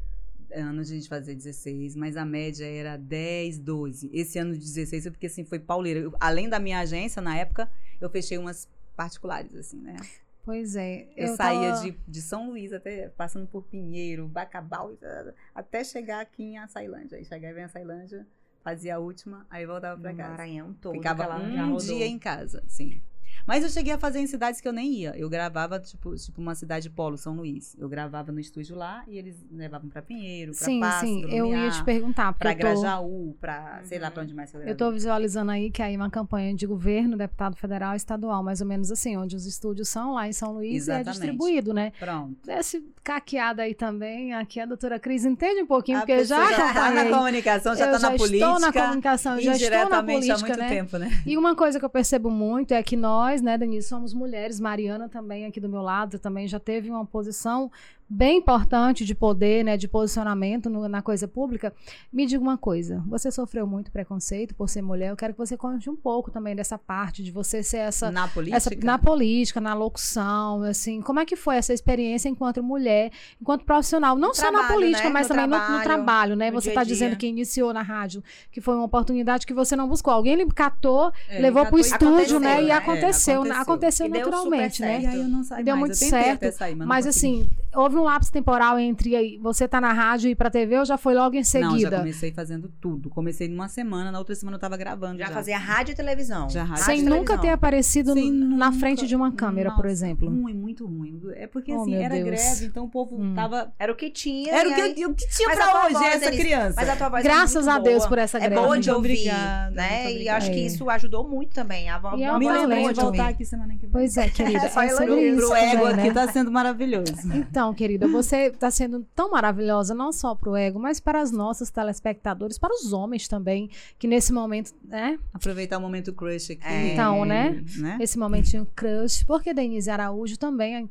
Speaker 3: anos de a gente fazer 16, mas a média era 10, 12. Esse ano de 16 é porque assim foi pauleira. Eu- além da minha agência, na época, eu fechei umas particulares, assim, né?
Speaker 2: Pois é.
Speaker 3: Eu, saía
Speaker 2: tava-
Speaker 3: de, de São Luís até passando por Pinheiro, Bacabal, e tal, até chegar aqui em Açailândia. Aí chegava em Açailândia, fazia a última, aí voltava pra
Speaker 1: No
Speaker 3: casa.
Speaker 1: Maranhão todo.
Speaker 3: Ficava
Speaker 1: que ela já
Speaker 3: um
Speaker 1: rodou.
Speaker 3: dia em casa, sim. Mas eu cheguei a fazer em cidades que eu nem ia. Eu gravava, tipo, tipo uma cidade polo, São Luís. Eu gravava no estúdio lá e eles levavam pra Pinheiro, pra
Speaker 2: Sim,
Speaker 3: Passo,
Speaker 2: sim.
Speaker 3: pra
Speaker 2: Eu ia
Speaker 3: Lumiar,
Speaker 2: te perguntar, porque
Speaker 3: pra
Speaker 2: eu tô-
Speaker 3: Grajaú, pra sei lá
Speaker 1: Uhum.
Speaker 3: pra onde mais eu
Speaker 2: Eu
Speaker 3: gravei.
Speaker 2: estou visualizando aí que é aí uma campanha de governo, deputado federal, estadual, mais ou menos assim, onde os estúdios são lá em São Luís e é
Speaker 3: Exatamente.
Speaker 2: distribuído, né?
Speaker 3: Pronto.
Speaker 2: Esse caqueado aí também, aqui a doutora Cris entende um pouquinho,
Speaker 3: A
Speaker 2: porque já
Speaker 3: pessoa (laughs) tá na
Speaker 2: acompanhei.
Speaker 3: comunicação, já
Speaker 2: eu
Speaker 3: tá
Speaker 2: já
Speaker 3: na
Speaker 2: estou na
Speaker 3: política.
Speaker 2: comunicação, eu já estou na
Speaker 3: indiretamente
Speaker 2: política,
Speaker 3: há muito
Speaker 2: né?
Speaker 3: tempo, né?
Speaker 2: E uma coisa que eu percebo muito é que nós, né, Denise, somos mulheres. Mariana também aqui do meu lado também já teve uma posição bem importante de poder, né, de posicionamento no- na coisa pública. Me diga uma coisa, você sofreu muito preconceito por ser mulher. Eu quero que você conte um pouco também dessa parte de você ser essa
Speaker 3: na política.
Speaker 2: essa- na política, na locução, assim, como é que foi essa experiência enquanto mulher, enquanto profissional, não só na
Speaker 1: trabalho,
Speaker 2: política,
Speaker 1: né?
Speaker 2: mas
Speaker 1: No
Speaker 2: também no- no,
Speaker 1: trabalho,
Speaker 2: trabalho, né?
Speaker 1: no
Speaker 2: Você
Speaker 1: dia
Speaker 2: está
Speaker 1: a dia.
Speaker 2: dizendo que iniciou na rádio, que foi uma oportunidade que você não buscou. Alguém lhe catou,
Speaker 3: É,
Speaker 2: levou pro
Speaker 3: já tô- É,
Speaker 2: estúdio,
Speaker 1: aconteceu,
Speaker 2: né? E
Speaker 1: né?
Speaker 2: aconteceu, né? aconteceu,
Speaker 1: E deu super
Speaker 2: naturalmente, né?
Speaker 1: certo.
Speaker 3: E aí eu não saí
Speaker 2: Deu
Speaker 3: mais.
Speaker 2: muito
Speaker 3: eu tentei
Speaker 2: certo,
Speaker 3: até sair, mas não
Speaker 2: Mas
Speaker 3: consegui.
Speaker 2: assim, houve um lapso temporal entre aí, você tá na rádio e ir pra TV ou já foi logo em
Speaker 3: Não, já
Speaker 2: seguida?
Speaker 3: comecei fazendo tudo. Comecei numa semana, na outra semana eu tava gravando. Já,
Speaker 1: Já fazia rádio e televisão.
Speaker 3: Já rádio.
Speaker 2: Sem
Speaker 1: e
Speaker 2: nunca ter
Speaker 1: televisão.
Speaker 2: aparecido
Speaker 3: Sem
Speaker 2: um na
Speaker 3: nunca.
Speaker 2: frente de uma câmera, por
Speaker 3: Nossa,
Speaker 2: exemplo.
Speaker 3: Ruim, muito ruim. É porque
Speaker 2: Oh,
Speaker 3: assim,
Speaker 2: meu
Speaker 3: era
Speaker 2: Deus.
Speaker 3: greve, então o povo
Speaker 2: Hum.
Speaker 3: tava.
Speaker 1: Era o que tinha.
Speaker 3: Era
Speaker 1: e
Speaker 3: o que,
Speaker 1: aí-
Speaker 3: o que tinha
Speaker 1: Mas a
Speaker 3: pra
Speaker 1: tua
Speaker 3: hoje,
Speaker 1: voz,
Speaker 3: essa
Speaker 1: Denise,
Speaker 3: criança.
Speaker 1: Mas a tua voz é
Speaker 2: Graças
Speaker 1: muito
Speaker 2: a Deus
Speaker 1: boa.
Speaker 2: por essa
Speaker 1: É
Speaker 2: greve.
Speaker 1: boa de
Speaker 3: Muito
Speaker 1: ouvir,
Speaker 3: obrigada,
Speaker 1: né?
Speaker 3: muito
Speaker 1: E acho que
Speaker 2: obrigada.
Speaker 1: isso ajudou muito também. A voz
Speaker 2: E é
Speaker 1: a
Speaker 2: uma
Speaker 3: Me
Speaker 1: voz é
Speaker 3: lembrei
Speaker 1: boa
Speaker 3: né, de
Speaker 2: talento,
Speaker 1: ouvir.
Speaker 3: voltar aqui semana que vem.
Speaker 2: Pois é, querida.
Speaker 1: É
Speaker 2: É
Speaker 1: só
Speaker 2: sobre
Speaker 1: elogio
Speaker 2: isso.
Speaker 3: Pro ego
Speaker 2: também,
Speaker 3: aqui
Speaker 2: né?
Speaker 3: tá sendo maravilhoso.
Speaker 2: Então, querida, você está sendo tão maravilhosa, não só para o ego, mas para as nossas telespectadores, para os homens também, que nesse momento, né?
Speaker 3: Aproveitar o momento crush aqui.
Speaker 1: É.
Speaker 2: Então, né? Esse momentinho crush, porque Denise Araújo também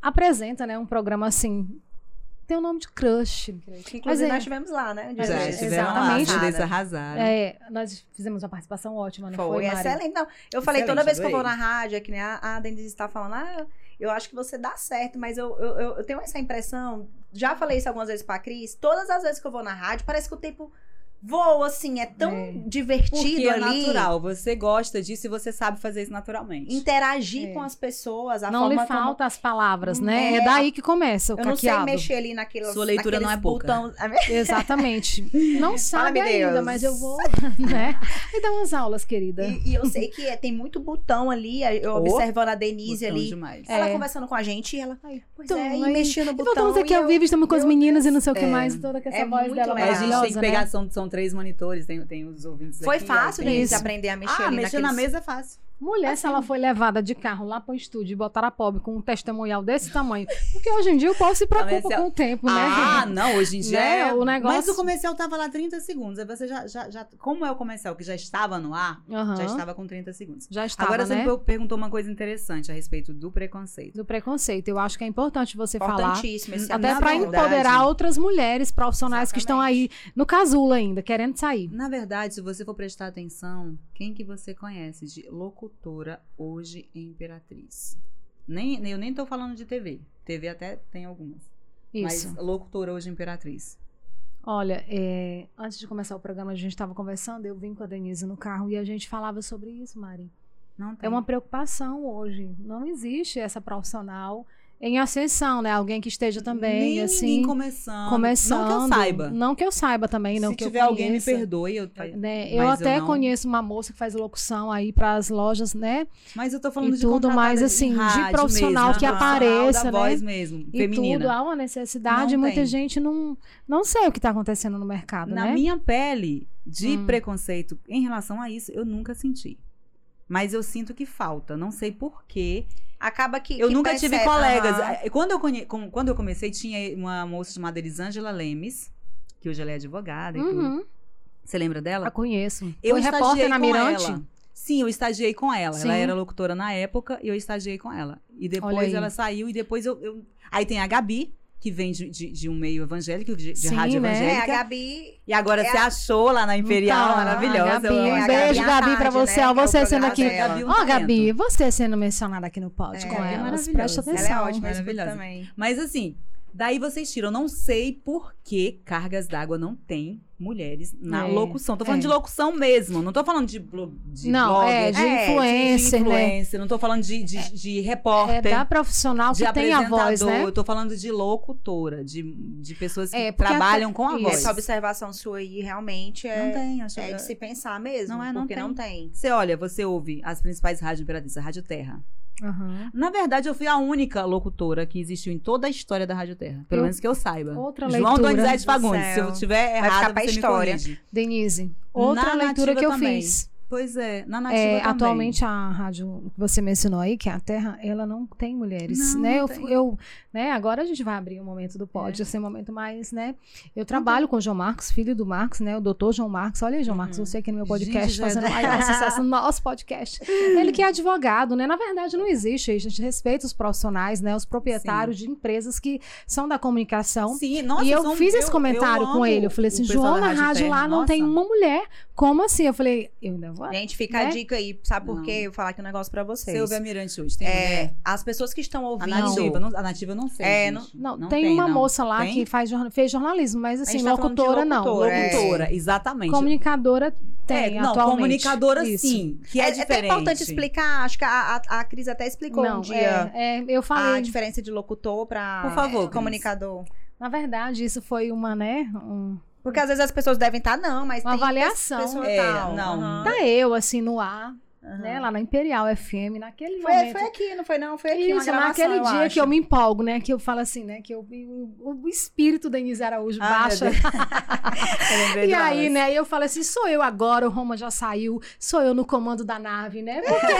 Speaker 2: apresenta, né, um programa assim, tem o nome de crush.
Speaker 1: Que, Inclusive,
Speaker 2: Mas é-
Speaker 1: nós estivemos lá, né?
Speaker 2: Pois
Speaker 3: Já
Speaker 2: é,
Speaker 3: estiveram lá,
Speaker 2: exatamente.
Speaker 3: vocês arrasaram.
Speaker 2: É, nós fizemos uma participação ótima, não
Speaker 1: Foi,
Speaker 2: foi, Mari?
Speaker 1: excelente. Não, eu falei toda
Speaker 3: Excelente,
Speaker 1: vez que eu vou na
Speaker 3: adorei.
Speaker 1: rádio, é que nem a, a Denise está falando, ah, eu acho que você dá certo, mas eu, eu, eu- eu tenho essa impressão, já falei isso algumas vezes pra Cris, todas as vezes que eu vou na rádio, parece que o tempo voa, assim, é tão
Speaker 2: É.
Speaker 1: divertido
Speaker 3: Porque é
Speaker 1: ali.
Speaker 3: natural, você gosta disso e você sabe fazer isso naturalmente.
Speaker 1: Interagir
Speaker 2: É.
Speaker 1: com as pessoas, a
Speaker 2: Não
Speaker 1: forma
Speaker 2: lhe
Speaker 1: como-
Speaker 2: faltam as palavras, né? É,
Speaker 1: É.
Speaker 2: daí que começa o
Speaker 1: Eu não sei
Speaker 2: caqueado.
Speaker 1: mexer ali naqueles
Speaker 3: Sua leitura não é
Speaker 1: naqueles
Speaker 3: pouca.
Speaker 1: botão-
Speaker 2: Exatamente.
Speaker 1: (laughs)
Speaker 2: Não
Speaker 1: Fala-me
Speaker 2: sabe ainda,
Speaker 1: Deus.
Speaker 2: mas eu vou, (laughs) né? E dá umas aulas, querida.
Speaker 1: E, e eu sei que é- tem muito botão ali, eu
Speaker 3: Oh,
Speaker 1: observando a Denise
Speaker 3: Botão
Speaker 1: ali.
Speaker 3: demais.
Speaker 1: Ela
Speaker 2: É.
Speaker 1: conversando com a gente e ela,
Speaker 2: Ai,
Speaker 1: pois
Speaker 2: então,
Speaker 1: é, e
Speaker 2: aí-
Speaker 1: mexendo no
Speaker 2: E
Speaker 1: botão.
Speaker 2: voltamos aqui
Speaker 1: e
Speaker 2: ao
Speaker 1: eu-
Speaker 2: vivo, estamos com as
Speaker 1: meu
Speaker 2: meninas e não sei o que
Speaker 3: É.
Speaker 2: mais, toda com essa
Speaker 1: É
Speaker 2: voz
Speaker 1: muito
Speaker 2: dela
Speaker 1: legal.
Speaker 3: Mas a gente tem
Speaker 2: maravilhosa,
Speaker 3: que
Speaker 2: né?
Speaker 3: pegar, são, são três monitores, tem, tem os ouvintes
Speaker 1: Foi
Speaker 3: aqui, ó,
Speaker 1: fácil,
Speaker 3: tem
Speaker 1: Denise,
Speaker 3: esse.
Speaker 1: aprender a mexer
Speaker 3: Ah,
Speaker 1: ali
Speaker 3: mexer
Speaker 1: naqueles-
Speaker 3: na mesa é fácil.
Speaker 2: Mulher, se
Speaker 3: assim.
Speaker 2: ela foi levada de carro lá para o estúdio e botar a pobre com um testemunhal desse tamanho, porque hoje em dia o povo se preocupa
Speaker 3: esse é-
Speaker 2: com o tempo, né?
Speaker 3: Ah, não, hoje em dia
Speaker 2: Né?
Speaker 3: é-
Speaker 2: O negócio-
Speaker 3: Mas o comercial tava lá 30 segundos, aí você já, já, já... Como é o comercial que já estava no ar,
Speaker 2: Aham.
Speaker 3: já estava com 30 segundos.
Speaker 2: Já estava,
Speaker 3: Agora
Speaker 2: né?
Speaker 3: você me perguntou uma coisa interessante a respeito do preconceito.
Speaker 2: Do preconceito. Eu acho que é importante você falar.
Speaker 1: Importantíssimo esse
Speaker 2: Até
Speaker 1: assunto.
Speaker 2: para
Speaker 3: verdade.
Speaker 2: empoderar outras mulheres profissionais que estão aí no casulo ainda, querendo sair.
Speaker 3: Na verdade, se você for prestar atenção, quem que você conhece de locutora hoje em Imperatriz? Nem, nem- eu nem tô falando de TV. TV até tem algumas.
Speaker 2: Isso.
Speaker 3: Mas locutora hoje em Imperatriz.
Speaker 2: Olha, é, antes de começar o programa, a gente estava conversando, eu vim com a Denise no carro e a gente falava sobre isso, Mari.
Speaker 3: Não tem.
Speaker 2: É uma preocupação hoje. Não existe essa profissional em ascensão, né? Alguém que esteja também,
Speaker 3: nem,
Speaker 2: assim,
Speaker 3: nem começando.
Speaker 2: começando.
Speaker 3: Não que eu saiba.
Speaker 2: Não que eu saiba também, não
Speaker 3: se
Speaker 2: que
Speaker 3: tiver
Speaker 2: eu conheça.
Speaker 3: alguém, me perdoe. Eu, tá-
Speaker 2: Né?
Speaker 3: mas
Speaker 2: Eu até
Speaker 3: não-
Speaker 2: conheço uma moça que faz locução aí para as lojas, né?
Speaker 3: Mas eu tô falando
Speaker 2: e
Speaker 3: de
Speaker 2: tudo,
Speaker 3: contratada
Speaker 2: mas,
Speaker 3: em
Speaker 2: assim, de
Speaker 3: rádio
Speaker 2: profissional
Speaker 3: mesmo,
Speaker 1: que
Speaker 3: de profissional
Speaker 2: apareça,
Speaker 3: da
Speaker 2: né?
Speaker 3: voz mesmo,
Speaker 2: E
Speaker 3: feminina.
Speaker 2: tudo há uma necessidade,
Speaker 3: Não
Speaker 2: muita
Speaker 3: tem.
Speaker 2: gente não, não sei o que está acontecendo no mercado,
Speaker 3: Na
Speaker 2: né?
Speaker 3: minha pele, de
Speaker 2: Hum.
Speaker 3: preconceito em relação a isso, eu nunca senti. Mas eu sinto que falta, não sei porquê.
Speaker 1: Acaba que.
Speaker 3: Eu
Speaker 1: que
Speaker 3: nunca
Speaker 1: percebe,
Speaker 3: tive colegas.
Speaker 1: aham.
Speaker 3: Eh, Quando eu, conhe- com- quando eu comecei, tinha uma moça chamada Elisângela Lemes, que hoje ela é advogada e tudo.
Speaker 2: Uhum,
Speaker 3: Você lembra dela?
Speaker 2: a conheço.
Speaker 3: Eu
Speaker 2: Foi
Speaker 3: estagiei
Speaker 2: repórter na
Speaker 3: com
Speaker 2: Mirante?
Speaker 3: ela. Sim, eu estagiei com ela.
Speaker 2: Sim.
Speaker 3: Ela era locutora na época e eu estagiei com ela. E
Speaker 2: Olha aí.
Speaker 3: depois ela saiu e depois eu. eu- Aí tem a Gabi, que vem de, de- de um meio evangélico, de, de
Speaker 2: Sim,
Speaker 3: rádio
Speaker 2: né?
Speaker 1: É, a
Speaker 3: evangélica.
Speaker 1: Gabi.
Speaker 3: E agora
Speaker 1: É
Speaker 3: você achou lá na Imperial,
Speaker 2: Então,
Speaker 3: maravilhosa.
Speaker 2: Gabi,
Speaker 3: eu amo
Speaker 2: um
Speaker 3: a
Speaker 2: beijo,
Speaker 1: à
Speaker 2: Gabi, pra
Speaker 1: tarde,
Speaker 2: você, ó,
Speaker 1: que é o
Speaker 2: você sendo
Speaker 1: programa
Speaker 2: aqui.
Speaker 1: dela.
Speaker 3: Gabi, um
Speaker 2: Ó,
Speaker 3: talento.
Speaker 2: Gabi, você sendo mencionada aqui no pod
Speaker 1: É,
Speaker 2: com
Speaker 1: Gabi é
Speaker 2: elas,
Speaker 3: maravilhosa.
Speaker 2: preste atenção.
Speaker 1: Ela é ótima, esse
Speaker 3: Maravilhosa.
Speaker 1: também.
Speaker 3: Mas assim, daí vocês tiram. Eu não sei por que cargas d'água não tem mulheres na
Speaker 2: É,
Speaker 3: locução. Tô falando
Speaker 2: é.
Speaker 3: de locução mesmo. Não tô falando de, blo de
Speaker 2: não,
Speaker 3: blogger,
Speaker 2: é,
Speaker 3: de,
Speaker 2: de
Speaker 1: é, de
Speaker 2: influencer, né?
Speaker 3: influencer. Não tô falando de, de, de
Speaker 2: É
Speaker 3: repórter.
Speaker 2: da profissional
Speaker 3: de
Speaker 2: que tem a
Speaker 3: apresentador,
Speaker 2: voz, né?
Speaker 3: eu tô falando de locutora, de, de pessoas que
Speaker 2: É, porque
Speaker 3: trabalham com a
Speaker 2: isso. É,
Speaker 3: voz.
Speaker 1: Essa observação sua aí realmente
Speaker 3: Não
Speaker 1: é,
Speaker 3: tem, acho
Speaker 1: é de se pensar mesmo.
Speaker 3: Não é, não
Speaker 1: porque
Speaker 3: tem.
Speaker 1: não tem.
Speaker 3: Você olha, você ouve as principais rádios imperatriz, a Rádio Terra.
Speaker 2: Aham.
Speaker 3: Na verdade, eu fui a única locutora que existiu em toda a história da Rádio Terra. Pelo
Speaker 2: Eu-
Speaker 3: menos que eu saiba.
Speaker 2: Outra
Speaker 3: João
Speaker 2: leitura
Speaker 3: Donizete
Speaker 1: do
Speaker 3: Fagundes. Se
Speaker 1: céu.
Speaker 3: eu tiver
Speaker 1: Vai
Speaker 3: errado,
Speaker 1: ficar pra
Speaker 3: você
Speaker 1: história.
Speaker 3: me corrige.
Speaker 2: Denise, outra
Speaker 3: Na
Speaker 2: leitura
Speaker 3: nativa
Speaker 2: que eu
Speaker 3: também.
Speaker 2: fiz.
Speaker 3: Pois é, na nativa
Speaker 2: É,
Speaker 3: também.
Speaker 2: atualmente a rádio que você mencionou aí, que é a Terra, ela não tem mulheres,
Speaker 3: Não,
Speaker 2: né?
Speaker 3: não
Speaker 2: eu,
Speaker 3: tem.
Speaker 2: eu- né? Agora a gente vai abrir o momento do pódio, esse é o momento mais, né? Eu trabalho com o João Marcos, filho do Marcos, né? O doutor João Marcos. Olha aí, João Marcos,
Speaker 3: Uhum.
Speaker 2: você aqui no meu
Speaker 3: Gente,
Speaker 2: podcast
Speaker 3: já é
Speaker 2: fazendo
Speaker 3: da-
Speaker 2: o maior sucesso no nosso
Speaker 3: (laughs)
Speaker 2: podcast. Ele que é advogado, né? Na verdade, não existe. A gente respeita os profissionais, né? Os proprietários de empresas que são da comunicação
Speaker 3: Sim, nossa,
Speaker 2: e eu
Speaker 3: são-
Speaker 2: fiz
Speaker 3: eu-
Speaker 2: esse
Speaker 3: eu
Speaker 2: comentário com
Speaker 3: amo
Speaker 2: ele. Eu falei assim,
Speaker 3: o pessoal
Speaker 2: João,
Speaker 3: da
Speaker 2: na rádio
Speaker 3: Terra,
Speaker 2: lá não tem
Speaker 3: nossa.
Speaker 2: uma mulher. Como assim? Eu falei, eu ainda vou-
Speaker 1: Gente, fica a
Speaker 2: Né?
Speaker 1: dica aí, sabe por
Speaker 3: Não.
Speaker 1: quê? Eu vou falar aqui um negócio pra vocês.
Speaker 3: Silvia Mirante hoje, tem
Speaker 1: É,
Speaker 3: mulher?
Speaker 1: as pessoas que estão
Speaker 3: A
Speaker 1: ouvindo.
Speaker 3: nativa, não, a nativa eu não sei.
Speaker 1: É,
Speaker 3: gente.
Speaker 2: Não, tem, uma
Speaker 3: não.
Speaker 2: moça lá
Speaker 3: Tem?
Speaker 2: que faz, jorna- fez jornalismo, mas assim,
Speaker 1: gente tá falando de
Speaker 2: locutora não.
Speaker 1: locutora, é.
Speaker 3: Locutora, exatamente.
Speaker 2: Comunicadora tem,
Speaker 3: é, não,
Speaker 2: atualmente.
Speaker 3: comunicadora
Speaker 2: Isso.
Speaker 3: sim, que
Speaker 1: É,
Speaker 3: é,
Speaker 1: é
Speaker 3: diferente.
Speaker 1: até importante explicar, acho que a, a, a Cris até explicou
Speaker 2: Não,
Speaker 1: um dia
Speaker 2: é, é, eu
Speaker 1: a
Speaker 2: falei.
Speaker 1: diferença de locutor pra
Speaker 3: Por favor, Cris.
Speaker 1: comunicador.
Speaker 2: Na verdade, isso foi uma, né? um-
Speaker 1: Porque às vezes as pessoas devem estar, não, mas
Speaker 2: Uma
Speaker 1: tem
Speaker 2: avaliação.
Speaker 1: pessoa
Speaker 3: É,
Speaker 1: tal.
Speaker 3: não.
Speaker 1: Aham.
Speaker 2: Tá eu, assim, no ar,
Speaker 1: Aham.
Speaker 2: né? Lá na Imperial FM, naquele
Speaker 1: Foi,
Speaker 2: Tá momento.
Speaker 1: foi aqui, não foi não? Foi aqui uma
Speaker 2: Isso,
Speaker 1: gravação,
Speaker 2: naquele
Speaker 1: eu
Speaker 2: dia
Speaker 1: acho.
Speaker 2: que eu me empolgo, né? Que eu falo assim, né? Que eu, o, o espírito da Denise Araújo
Speaker 3: Ah,
Speaker 2: baixa.
Speaker 3: meu Eu lembrei
Speaker 2: E
Speaker 3: delas.
Speaker 2: aí, né? Eu falo assim, sou eu agora, o Roma já saiu, sou eu no comando da nave, né? Porque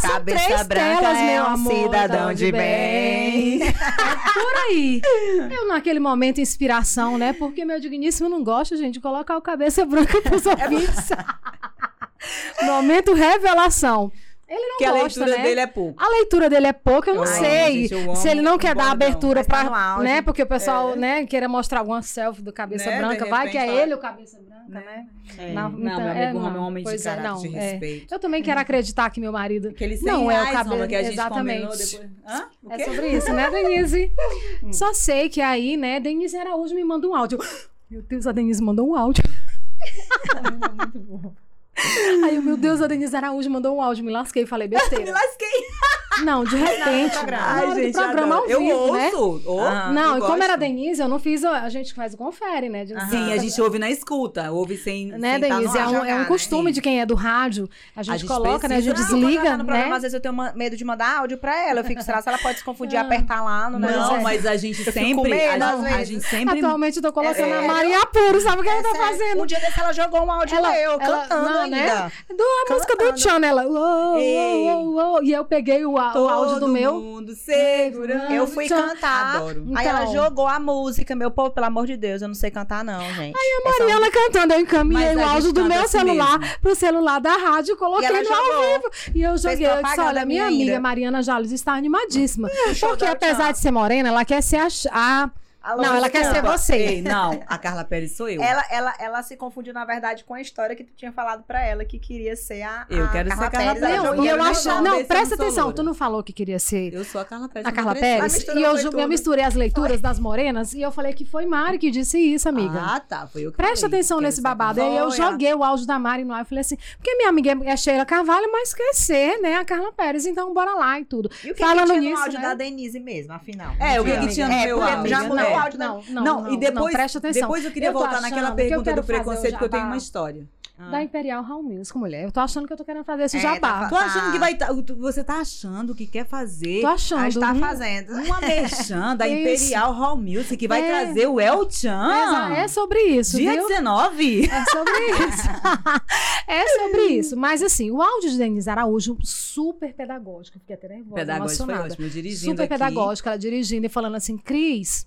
Speaker 2: são
Speaker 1: Cabeça
Speaker 2: três
Speaker 1: branca
Speaker 2: telas,
Speaker 1: é
Speaker 2: meu
Speaker 1: um
Speaker 2: amor. tá
Speaker 1: cidadão de bem.
Speaker 2: (laughs) É por aí. Eu, naquele momento, inspiração, né? Porque meu digníssimo não gosta, gente, de colocar o cabeça branca pros ouvintes. momento revelação. Ele não
Speaker 3: Porque a
Speaker 2: gosta,
Speaker 3: leitura
Speaker 2: né?
Speaker 3: dele é pouco.
Speaker 2: A leitura dele é pouca, eu não
Speaker 3: Eu amo,
Speaker 2: sei.
Speaker 3: gente, eu
Speaker 2: se
Speaker 3: amo
Speaker 2: ele não
Speaker 3: o
Speaker 2: quer dar
Speaker 3: bordão,
Speaker 2: abertura
Speaker 1: mas tá
Speaker 2: pra.
Speaker 1: no auge.
Speaker 2: né? Porque o pessoal, né, queira mostrar alguma selfie do cabeça
Speaker 3: Né, de
Speaker 2: branca, vai
Speaker 3: repente
Speaker 2: que é
Speaker 3: fala-
Speaker 2: ele o cabeça branca,
Speaker 3: Né?
Speaker 2: né?
Speaker 3: É.
Speaker 2: Não,
Speaker 3: Não,
Speaker 2: então,
Speaker 3: meu
Speaker 2: é,
Speaker 3: amigo Roma é um
Speaker 2: não.
Speaker 3: homem de
Speaker 2: Pois é,
Speaker 3: caráter,
Speaker 2: não,
Speaker 3: de
Speaker 2: é.
Speaker 3: respeito.
Speaker 2: Eu também quero acreditar que meu marido.
Speaker 3: Aquele 100
Speaker 2: Não, é o
Speaker 3: reais, Roma,
Speaker 2: cabelo-
Speaker 3: que a gente combinou
Speaker 2: exatamente.
Speaker 3: depois... Hã? O
Speaker 2: É
Speaker 3: quê? (laughs) Hum.
Speaker 2: sobre isso, né, Denise? Só sei que aí, né, Denise Araújo me manda um áudio. Meu Deus, a Denise mandou um
Speaker 3: (laughs)
Speaker 2: áudio. Aí, eu, meu Deus, a Denise Araújo mandou um áudio, me lasquei, falei
Speaker 3: Me
Speaker 2: besteira.
Speaker 3: (laughs) lasquei.
Speaker 2: Não, de repente. na hora do programa
Speaker 3: adoro.
Speaker 2: ao
Speaker 3: eu
Speaker 2: vivo, né?
Speaker 3: ouço. ou-
Speaker 1: Aham.
Speaker 2: Não,
Speaker 3: eu
Speaker 2: e como era a
Speaker 3: gosto.
Speaker 2: Denise, eu não fiz, a a gente faz o confere, né? de-
Speaker 3: Sim, a gente ouve na escuta, ouve sem.
Speaker 2: Né,
Speaker 3: sem tá no
Speaker 2: Denise?
Speaker 3: ar.
Speaker 2: É um, é um
Speaker 1: jogar,
Speaker 2: costume
Speaker 3: né?
Speaker 2: de quem é do rádio. A gente,
Speaker 3: gente
Speaker 2: coloca, né? A gente
Speaker 3: precisa-
Speaker 1: Não, quando ela
Speaker 2: desliga,
Speaker 1: tá no programa,
Speaker 2: né?
Speaker 1: Às vezes eu tenho ma- medo de mandar áudio pra ela. Eu fico, será se ela pode se
Speaker 2: Ah.
Speaker 1: confundir, apertar lá
Speaker 3: um
Speaker 1: no negócio?
Speaker 3: Não, mas a gente
Speaker 1: fico
Speaker 3: sempre.
Speaker 1: com medo,
Speaker 3: a,
Speaker 1: às
Speaker 3: a
Speaker 1: vezes.
Speaker 3: gente sempre.
Speaker 2: Atualmente eu tô colocando
Speaker 1: É
Speaker 2: a Maria Puro, sabe o que ela tá
Speaker 1: Sério,
Speaker 2: fazendo?
Speaker 1: Um dia desse ela jogou um áudio
Speaker 2: Ela-
Speaker 1: meu,
Speaker 2: ela-
Speaker 1: cantando
Speaker 2: não,
Speaker 1: ainda.
Speaker 2: né? Do, a música do Tchan, ela. uou,
Speaker 3: Ei.
Speaker 2: uou, uou, E eu peguei o, á- o áudio do
Speaker 3: Todo
Speaker 2: meu.
Speaker 3: Mundo segurando.
Speaker 1: Eu fui
Speaker 2: Tchan.
Speaker 1: cantar.
Speaker 3: Adoro.
Speaker 1: Aí ela
Speaker 2: Então.
Speaker 1: jogou a música, meu povo, pelo amor de Deus, eu não sei cantar não, gente. Aí
Speaker 2: E ela cantando, eu encaminhei
Speaker 3: Mas a
Speaker 2: é o
Speaker 3: gente
Speaker 2: áudio do
Speaker 3: canta
Speaker 2: meu
Speaker 3: assim
Speaker 2: celular
Speaker 3: mesmo.
Speaker 2: pro celular da rádio, coloquei
Speaker 1: E ela
Speaker 2: no ao vivo.
Speaker 1: jogou.
Speaker 2: E eu joguei. Eu disse:
Speaker 1: propaganda
Speaker 2: olha, minha
Speaker 1: minha
Speaker 2: amiga
Speaker 1: ainda.
Speaker 2: Mariana Jales está animadíssima.
Speaker 1: show
Speaker 2: Porque
Speaker 1: dela,
Speaker 2: apesar
Speaker 1: tchau.
Speaker 2: de ser morena, ela quer ser a. a- Não, ela quer ser você.
Speaker 3: Ei, não, a Carla Pérez sou eu.
Speaker 1: Ela, ela, ela se confundiu, na verdade, com a história que tu tinha falado pra ela, que queria ser a.
Speaker 3: Eu
Speaker 1: a
Speaker 3: quero ser
Speaker 1: Carla
Speaker 3: a Carla
Speaker 1: Pérez,
Speaker 3: Pérez.
Speaker 1: ela
Speaker 2: Não,
Speaker 1: jogou
Speaker 2: e eu
Speaker 1: no meu
Speaker 2: acho.
Speaker 1: nome.
Speaker 3: nome
Speaker 2: Não,
Speaker 3: desse
Speaker 2: presta
Speaker 3: absoluto.
Speaker 2: atenção, tu não falou que queria ser
Speaker 3: Eu sou a Carla Pérez.
Speaker 2: a
Speaker 3: não
Speaker 2: Carla
Speaker 3: cresci.
Speaker 1: A
Speaker 2: Pérez?
Speaker 1: um Ah, mistura
Speaker 2: E eu,
Speaker 1: foi
Speaker 2: ju- eu
Speaker 1: tudo.
Speaker 2: misturei as leituras das morenas e eu falei que foi Mari que disse isso, amiga.
Speaker 3: Ah, tá. Foi eu que
Speaker 2: Presta
Speaker 3: falei.
Speaker 2: atenção
Speaker 3: Quero
Speaker 2: nesse
Speaker 3: ser a Carla
Speaker 2: babado. Aí eu
Speaker 1: Olha.
Speaker 2: joguei o áudio da Mari no ar e falei assim: porque minha amiga é Sheila Carvalho, mas quer ser, né? A Carla Pérez, então bora lá e tudo.
Speaker 1: E o que,
Speaker 2: Falando
Speaker 1: que tinha
Speaker 2: nisso,
Speaker 1: no áudio
Speaker 2: né?
Speaker 1: da Denise mesmo, afinal?
Speaker 3: É, o que
Speaker 1: Não.
Speaker 3: que tinha no
Speaker 1: É,
Speaker 3: meu
Speaker 1: porque
Speaker 3: áudio?
Speaker 1: Já mudou
Speaker 3: É.
Speaker 1: o áudio, né?
Speaker 2: Não,
Speaker 3: não, e depois,
Speaker 2: presta atenção.
Speaker 3: depois eu queria
Speaker 2: Eu tô
Speaker 3: voltar naquela
Speaker 2: achando que eu
Speaker 3: pergunta
Speaker 2: quero
Speaker 3: do
Speaker 2: fazer o
Speaker 3: preconceito, que eu tenho
Speaker 2: jabá.
Speaker 3: uma história.
Speaker 2: Da Imperial Hall Music, mulher. Eu tô achando que eu tô querendo fazer esse
Speaker 1: É,
Speaker 2: jabá.
Speaker 1: tá
Speaker 3: Tô achando
Speaker 1: Tá.
Speaker 3: que vai tá- tu- Você tá achando que quer fazer
Speaker 2: Tô achando.
Speaker 1: A gente tá
Speaker 2: hum.
Speaker 1: fazendo.
Speaker 3: uma merchan
Speaker 2: (laughs)
Speaker 3: da
Speaker 2: Isso.
Speaker 3: Imperial Hall Music que vai
Speaker 2: É.
Speaker 3: trazer o El
Speaker 2: Mas,
Speaker 3: Chan.
Speaker 2: ah, é sobre isso,
Speaker 3: Dia
Speaker 2: viu?
Speaker 3: 19.
Speaker 2: É sobre isso.
Speaker 3: (laughs)
Speaker 2: é sobre isso. Mas assim, o áudio de Denise Araújo, super pedagógico. eu Fiquei até nervosa,
Speaker 3: Pedagógico foi
Speaker 2: emocionada.
Speaker 3: ótimo. Eu dirigindo
Speaker 2: super
Speaker 3: aqui.
Speaker 2: pedagógica, ela dirigindo e falando assim: Cris,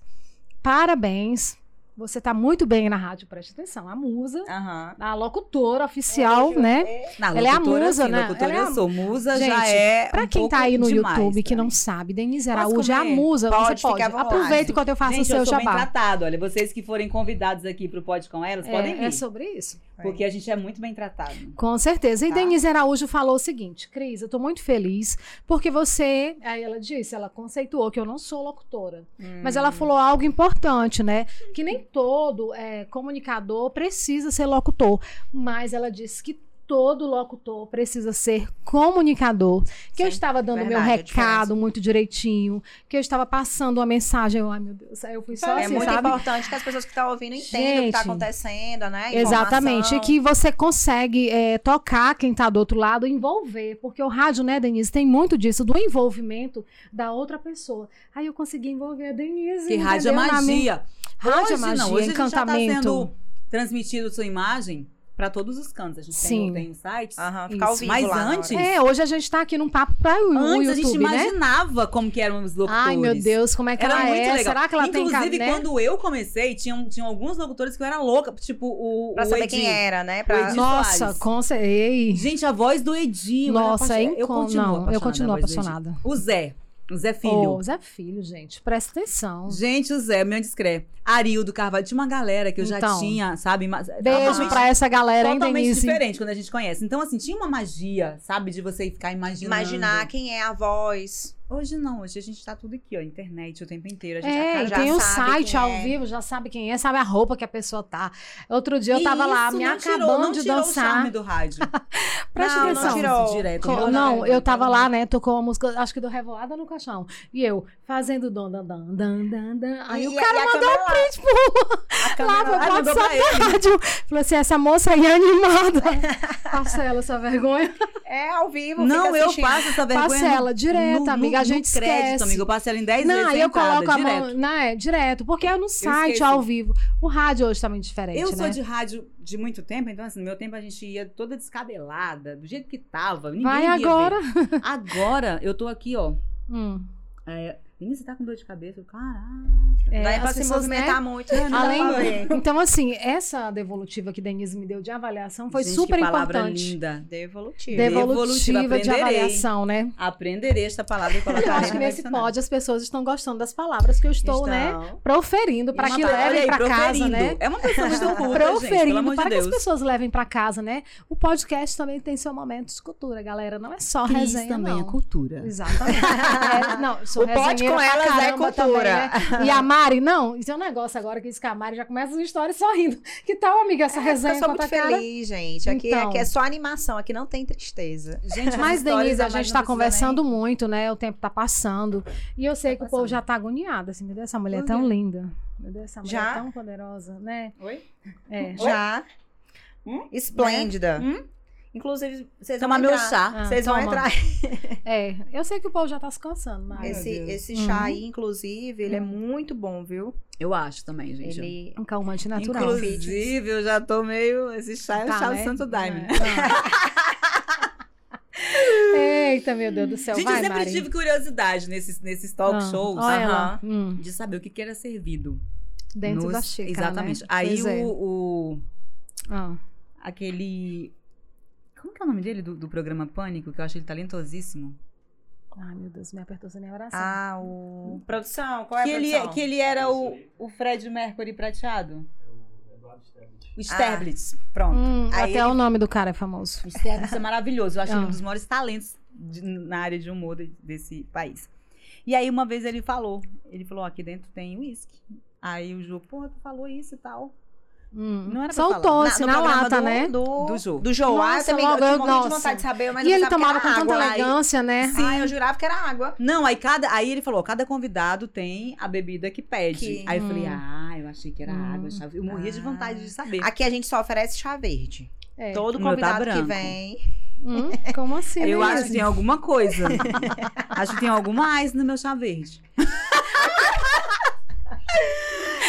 Speaker 2: parabéns. Você tá muito bem na rádio, presta atenção. A musa,
Speaker 3: Aham.
Speaker 2: a locutora oficial, né?
Speaker 3: Na
Speaker 2: Ela é a
Speaker 3: locutora,
Speaker 2: musa,
Speaker 3: sim,
Speaker 2: né?
Speaker 3: Locutora,
Speaker 2: Ela é a-
Speaker 3: eu sou musa, já
Speaker 2: Gente,
Speaker 3: é.
Speaker 2: Pra
Speaker 3: um
Speaker 2: quem tá
Speaker 3: pouco
Speaker 2: aí no
Speaker 3: demais né?
Speaker 2: YouTube que
Speaker 3: pra
Speaker 2: não
Speaker 3: mim.
Speaker 2: sabe, Denise
Speaker 3: Posso
Speaker 2: Araújo é a
Speaker 3: comer?
Speaker 2: musa.
Speaker 1: Pode,
Speaker 2: você pode.
Speaker 1: fica à vontade.
Speaker 2: Aproveita enquanto eu faço
Speaker 3: Gente,
Speaker 2: o seu
Speaker 3: eu sou bem
Speaker 2: jabá.
Speaker 3: tratada. Olha, vocês que forem convidados aqui pro Pode Com Elas, podem
Speaker 2: É,
Speaker 3: vir.
Speaker 2: é sobre isso.
Speaker 3: Porque a gente é muito bem tratado.
Speaker 2: Com certeza. E
Speaker 1: Tá?
Speaker 2: Denise Araújo falou o seguinte: Cris, eu tô muito feliz porque você. Aí ela disse, ela conceituou que eu não sou locutora. Mas
Speaker 1: Hum.
Speaker 2: ela falou algo importante, né? Que nem todo é, comunicador precisa ser locutor. Mas ela disse que todo locutor precisa ser comunicador. Que eu
Speaker 1: Sim,
Speaker 2: estava dando meu
Speaker 1: verdade, é
Speaker 2: recado muito direitinho. Que eu estava passando uma mensagem. Eu, ai, meu Deus, aí eu fui só
Speaker 1: É
Speaker 2: assim,
Speaker 1: muito
Speaker 2: sabe?
Speaker 1: importante que as pessoas que estão ouvindo entendam o que está
Speaker 2: Gente.
Speaker 1: acontecendo, né? A
Speaker 2: Exatamente,
Speaker 1: informação.
Speaker 2: e que você consegue é, tocar quem tá do outro lado, envolver, porque o rádio, né, Denise, tem muito disso, do envolvimento da outra pessoa. Aí eu consegui envolver a Denise.
Speaker 3: Que rádio é
Speaker 2: entendeu? Na minha-
Speaker 3: magia.
Speaker 2: Rádio é
Speaker 3: Hoje
Speaker 2: magia,
Speaker 3: não, hoje a gente já tá
Speaker 2: encantamento.
Speaker 3: sendo transmitido sua imagem pra todos os cantos. A gente
Speaker 2: Sim. Ah.
Speaker 3: tem, tem sites.
Speaker 1: Aham, ficar
Speaker 2: Isso.
Speaker 1: ao vivo
Speaker 3: Mas
Speaker 1: lá na hora.
Speaker 3: antes-
Speaker 2: É, hoje a gente tá aqui num papo pra o, o
Speaker 3: Antes a gente
Speaker 2: YouTube, né?
Speaker 3: imaginava como que eram os locutores.
Speaker 2: Ai, meu Deus, como é que
Speaker 3: Era
Speaker 2: ela
Speaker 3: muito
Speaker 2: é?
Speaker 3: legal.
Speaker 2: Será que ela
Speaker 3: Inclusive,
Speaker 2: tem caderno?
Speaker 3: quando eu comecei, tinham, tinham alguns locutores que eu era louca. Tipo, o.
Speaker 1: Pra
Speaker 3: o
Speaker 1: saber
Speaker 3: Edi.
Speaker 2: é.
Speaker 1: quem era, né? Pra...
Speaker 3: Edi-
Speaker 2: Nossa,
Speaker 3: Soares.
Speaker 2: com certeza. Ei.
Speaker 3: Gente, a voz do Edir.
Speaker 2: Nossa, hein?
Speaker 3: Eu
Speaker 2: com-
Speaker 3: continuo
Speaker 2: não, eu
Speaker 3: apaixonada
Speaker 2: continuo
Speaker 3: da voz do Edir.
Speaker 2: apaixonada.
Speaker 3: O Zé. O Zé Filho.
Speaker 2: Ô, Zé Filho, gente, presta atenção.
Speaker 3: Gente, o Zé, me discré. Arildo Carvalho, tinha uma galera que eu já
Speaker 2: Então.
Speaker 3: tinha, sabe? mas-
Speaker 2: Beijo
Speaker 3: totalmente-
Speaker 2: pra essa galera, hein,
Speaker 3: Totalmente
Speaker 2: Denise?
Speaker 3: diferente quando a gente conhece. Então, assim, tinha uma magia, sabe? De você ficar imaginando.
Speaker 1: Imaginar quem é a voz.
Speaker 3: Hoje não, hoje a gente tá tudo aqui, ó, internet o tempo inteiro. A gente tá
Speaker 2: É,
Speaker 3: acaba-
Speaker 2: e
Speaker 1: já
Speaker 2: tem o
Speaker 1: sabe
Speaker 2: site
Speaker 1: quem
Speaker 2: ao
Speaker 1: é.
Speaker 2: vivo, já sabe quem é, sabe a roupa que a pessoa tá. Outro dia eu
Speaker 3: E
Speaker 2: tava lá,
Speaker 3: isso
Speaker 2: me
Speaker 3: não
Speaker 2: acabando
Speaker 3: tirou, não
Speaker 2: de
Speaker 3: tirou O charme
Speaker 2: dançar.
Speaker 3: do rádio.
Speaker 2: Presta
Speaker 1: Não, não
Speaker 2: atenção.
Speaker 1: tirou.
Speaker 3: direto.
Speaker 2: Co-
Speaker 1: Tirou,
Speaker 2: não,
Speaker 1: né?
Speaker 2: eu tava lá, né? Tocou uma música, acho que do Revoada no Caixão. E eu, fazendo dom, dan, dan, dan, dan, dan. Aí
Speaker 1: E-
Speaker 2: o
Speaker 1: e-
Speaker 2: cara
Speaker 1: e a
Speaker 2: mandou
Speaker 1: câmera
Speaker 2: um
Speaker 1: lá.
Speaker 2: print pro
Speaker 1: A câmera
Speaker 2: lá pro
Speaker 1: lá.
Speaker 3: Ah, mandou pra
Speaker 2: WhatsApp da rádio. Falou assim: essa moça aí é animada.
Speaker 3: (laughs)
Speaker 2: Parcela essa vergonha.
Speaker 1: É ao vivo.
Speaker 3: Não,
Speaker 1: fica
Speaker 3: eu
Speaker 1: assistindo.
Speaker 3: passo essa vergonha.
Speaker 2: Parcela,
Speaker 3: no-
Speaker 2: direto,
Speaker 3: no-
Speaker 2: amiga, a
Speaker 3: no
Speaker 2: gente
Speaker 3: crédito,
Speaker 2: esquece.
Speaker 3: amigo. Eu passo ela em 10
Speaker 2: Não,
Speaker 3: vezes.
Speaker 2: aí eu
Speaker 3: entrada,
Speaker 2: coloco a
Speaker 3: direto.
Speaker 2: mão. Não, é, direto. Porque é no site, ao vivo. O rádio hoje tá muito diferente.
Speaker 3: Eu sou
Speaker 2: né?
Speaker 3: de rádio de muito tempo, então assim, no meu tempo a gente ia toda descabelada, do jeito que tava. Ninguém
Speaker 2: Vai
Speaker 3: ia
Speaker 2: agora.
Speaker 3: ver. Agora eu tô aqui, ó.
Speaker 2: Hum.
Speaker 3: É, Menina, você tá com dor de cabeça? Eu, Caraca.
Speaker 2: É,
Speaker 1: Não é
Speaker 2: as
Speaker 3: assim,
Speaker 1: pra se
Speaker 2: pessoas, né?
Speaker 1: movimentar muito.
Speaker 3: É, não dá
Speaker 2: Além-
Speaker 3: pra ver.
Speaker 2: (laughs) Então, assim, essa devolutiva que Denise me deu de avaliação foi
Speaker 3: Gente,
Speaker 2: super
Speaker 3: que palavra
Speaker 2: importante.
Speaker 3: linda.
Speaker 1: Devolutivo.
Speaker 3: Devolutiva,
Speaker 2: Devolutiva de
Speaker 3: aprenderei. tá
Speaker 2: avaliação, né?
Speaker 3: Aprenderei esta palavra e colocarei
Speaker 2: Eu acho que
Speaker 3: no
Speaker 2: nesse
Speaker 3: dicionário.
Speaker 2: pod as pessoas estão gostando das palavras que eu estou, né? Proferindo para
Speaker 3: Uma
Speaker 2: que
Speaker 3: palavra-
Speaker 2: levem
Speaker 3: olha aí,
Speaker 2: para casa,
Speaker 3: proferindo.
Speaker 2: né?
Speaker 3: É uma pessoa muito culta, gente, pelo
Speaker 2: Proferindo
Speaker 3: amor de
Speaker 2: para que as
Speaker 3: Deus.
Speaker 2: pessoas levem para casa, né? O podcast também tem seu momento de cultura, galera. Não é só
Speaker 3: Cris
Speaker 2: resenha,
Speaker 3: também
Speaker 2: não.
Speaker 3: é cultura.
Speaker 2: Exatamente. É, não, sou
Speaker 1: O pod
Speaker 2: resenheira
Speaker 1: com
Speaker 2: pra
Speaker 1: elas é
Speaker 2: caramba
Speaker 1: cultura.
Speaker 2: Também, né? E a Mari, não. Isso é um negócio agora que diz que a Mari já começa as histórias sorrindo. Que tal, amiga,
Speaker 3: É,
Speaker 2: essa resenha
Speaker 1: Eu sou
Speaker 2: com a
Speaker 1: muito
Speaker 2: tua cara?
Speaker 1: feliz, gente. Aqui,
Speaker 2: Então.
Speaker 1: aqui é só animação, aqui não tem tristeza.
Speaker 3: Gente,
Speaker 2: Mas,
Speaker 3: as histórias
Speaker 2: Denise, a
Speaker 3: mais
Speaker 2: gente está
Speaker 3: não precisa
Speaker 2: conversando muito, né? O tempo tá passando. E eu sei
Speaker 3: Tá
Speaker 2: que o povo
Speaker 3: passando.
Speaker 2: já tá agoniado, assim, meu Deus, essa mulher é
Speaker 3: Por
Speaker 2: tão
Speaker 3: quê?
Speaker 2: linda. Meu Deus, essa mulher
Speaker 1: Já?
Speaker 2: é tão poderosa, né?
Speaker 3: nem- Oi?
Speaker 2: É.
Speaker 1: Já.
Speaker 3: Hum?
Speaker 1: Esplêndida.
Speaker 3: Hum?
Speaker 1: Inclusive, vocês
Speaker 3: Tomar
Speaker 1: vão
Speaker 3: meu
Speaker 1: entrar.
Speaker 3: chá.
Speaker 2: Ah,
Speaker 1: Vocês vão
Speaker 2: toma.
Speaker 1: entrar.
Speaker 2: É. Eu sei que o povo já tá se cansando, mas.
Speaker 1: Esse,
Speaker 3: Deus.
Speaker 1: esse
Speaker 2: Uhum.
Speaker 1: chá aí, inclusive, ele é
Speaker 2: Hum.
Speaker 1: muito bom, viu?
Speaker 3: Eu acho também, gente.
Speaker 1: Ele.
Speaker 2: Um calmante natural.
Speaker 3: Inclusive, eu já tô meio... Esse chá é o
Speaker 2: Tá,
Speaker 3: chá do
Speaker 2: né?
Speaker 3: Santo Daime.
Speaker 2: É. Tá. (laughs) Eita, meu Deus do céu.
Speaker 3: Gente,
Speaker 2: Então Vai,
Speaker 3: eu sempre
Speaker 2: Mari.
Speaker 3: tive curiosidade nesses, nesses talk
Speaker 2: Ah,
Speaker 3: shows
Speaker 2: Olha lá.
Speaker 1: Aham.
Speaker 2: Hum,
Speaker 3: de saber o que, que era servido.
Speaker 2: dentro
Speaker 3: Nos-
Speaker 2: da xícara.
Speaker 3: Exatamente.
Speaker 2: Né?
Speaker 3: Aí
Speaker 2: Pois
Speaker 3: o,
Speaker 2: é.
Speaker 3: o-
Speaker 2: Ah,
Speaker 3: Aquele... Como que é o nome dele do, do programa Pânico? Que eu acho ele talentosíssimo.
Speaker 2: Ai, meu Deus, me apertou essa minha oração.
Speaker 1: Ah, o. Produção, qual
Speaker 3: que, ele, é- que ele era o,
Speaker 4: Esse
Speaker 3: o Fred Mercury prateado.
Speaker 4: É o Eduardo Sterblitz.
Speaker 3: O Sterblitz. Pronto.
Speaker 2: Hum,
Speaker 3: Aí
Speaker 2: até
Speaker 3: ele-
Speaker 2: o nome do cara é famoso.
Speaker 3: O Sterblitz é maravilhoso. Eu acho ele
Speaker 2: Ah.
Speaker 3: um dos maiores talentos de- na área de humor de- desse país. E aí, uma vez ele falou. Ele falou, "Ó, aqui dentro tem uísque. Aí o Ju, porra, tu falou isso e tal.
Speaker 2: Hum.
Speaker 3: Não era pra
Speaker 2: Soltou
Speaker 3: falar.
Speaker 2: assim na lata, né?
Speaker 1: Do,
Speaker 3: Do Jô.
Speaker 1: Do Jô. Ah, eu
Speaker 2: Nossa,
Speaker 1: também
Speaker 2: logo
Speaker 1: eu tinha
Speaker 2: eu-
Speaker 1: um monte de
Speaker 2: nossa.
Speaker 1: vontade de saber, mas
Speaker 2: e
Speaker 1: eu
Speaker 2: ele
Speaker 1: pensava
Speaker 2: tomava
Speaker 1: que
Speaker 2: com
Speaker 1: era
Speaker 2: tanta
Speaker 1: água.
Speaker 2: elegância, né?
Speaker 1: Sim, eu jurava que era água.
Speaker 3: Não, aí cada. Aí ele falou, cada convidado tem a bebida que pede.
Speaker 1: Que-
Speaker 3: Aí eu falei,
Speaker 2: Hum.
Speaker 3: ah, eu achei que era
Speaker 2: Hum.
Speaker 3: água. chá." Eu morria de
Speaker 1: Ah.
Speaker 3: vontade de saber.
Speaker 1: Aqui a gente só oferece chá verde.
Speaker 2: É.
Speaker 1: Todo
Speaker 3: O meu tá
Speaker 1: convidado que
Speaker 3: branco.
Speaker 1: vem.
Speaker 2: Hum, como assim?
Speaker 3: eu
Speaker 2: né?
Speaker 3: acho que tem alguma coisa. acho que tem alguma ice no meu chá verde.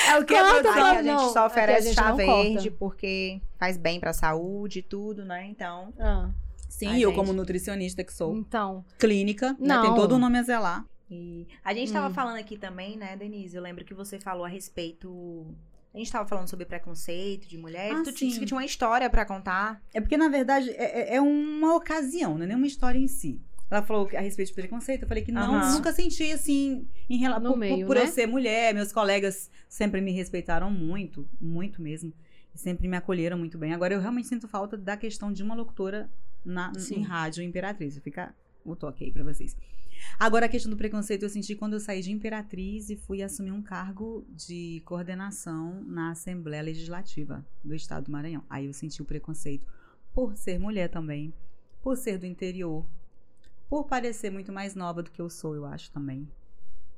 Speaker 1: É o
Speaker 2: que eu
Speaker 1: Aqui
Speaker 2: tô falando,
Speaker 1: a gente
Speaker 2: não.
Speaker 1: só
Speaker 2: Aqui a
Speaker 1: oferece
Speaker 2: gente
Speaker 1: chá
Speaker 2: não
Speaker 1: verde porque faz bem pra saúde e tudo, né? Então.
Speaker 2: Ah,
Speaker 3: Sim,
Speaker 1: Ai,
Speaker 3: eu
Speaker 1: gente.
Speaker 3: como nutricionista que sou
Speaker 2: então,
Speaker 3: clínica, né,
Speaker 2: Não.
Speaker 3: tem todo o nome a zelar.
Speaker 1: E a gente estava
Speaker 2: Hum.
Speaker 1: falando aqui também, né, Denise? Eu lembro que você falou a respeito. A gente estava falando sobre preconceito de mulheres.
Speaker 3: Ah,
Speaker 1: tu
Speaker 3: sim.
Speaker 1: disse que tinha uma história pra contar.
Speaker 3: É porque, na verdade, é, é- é uma ocasião, não é nenhuma história em si. Ela falou a respeito de preconceito, eu falei que não,
Speaker 1: Aham.
Speaker 3: nunca senti assim, em
Speaker 2: No
Speaker 3: relação por,
Speaker 2: meio,
Speaker 3: por
Speaker 2: né?
Speaker 3: eu ser mulher, meus colegas sempre me respeitaram muito, muito mesmo, sempre me acolheram muito bem. Agora eu realmente sinto falta da questão de uma locutora na,
Speaker 2: Sim.
Speaker 3: em rádio Imperatriz, fica o toque aí pra vocês. Agora a questão do preconceito eu senti quando eu saí de Imperatriz e fui assumir um cargo de coordenação na Assembleia Legislativa do Estado do Maranhão. Aí eu senti o preconceito por ser mulher também, por ser do interior, por parecer muito mais nova do que eu sou, eu acho também.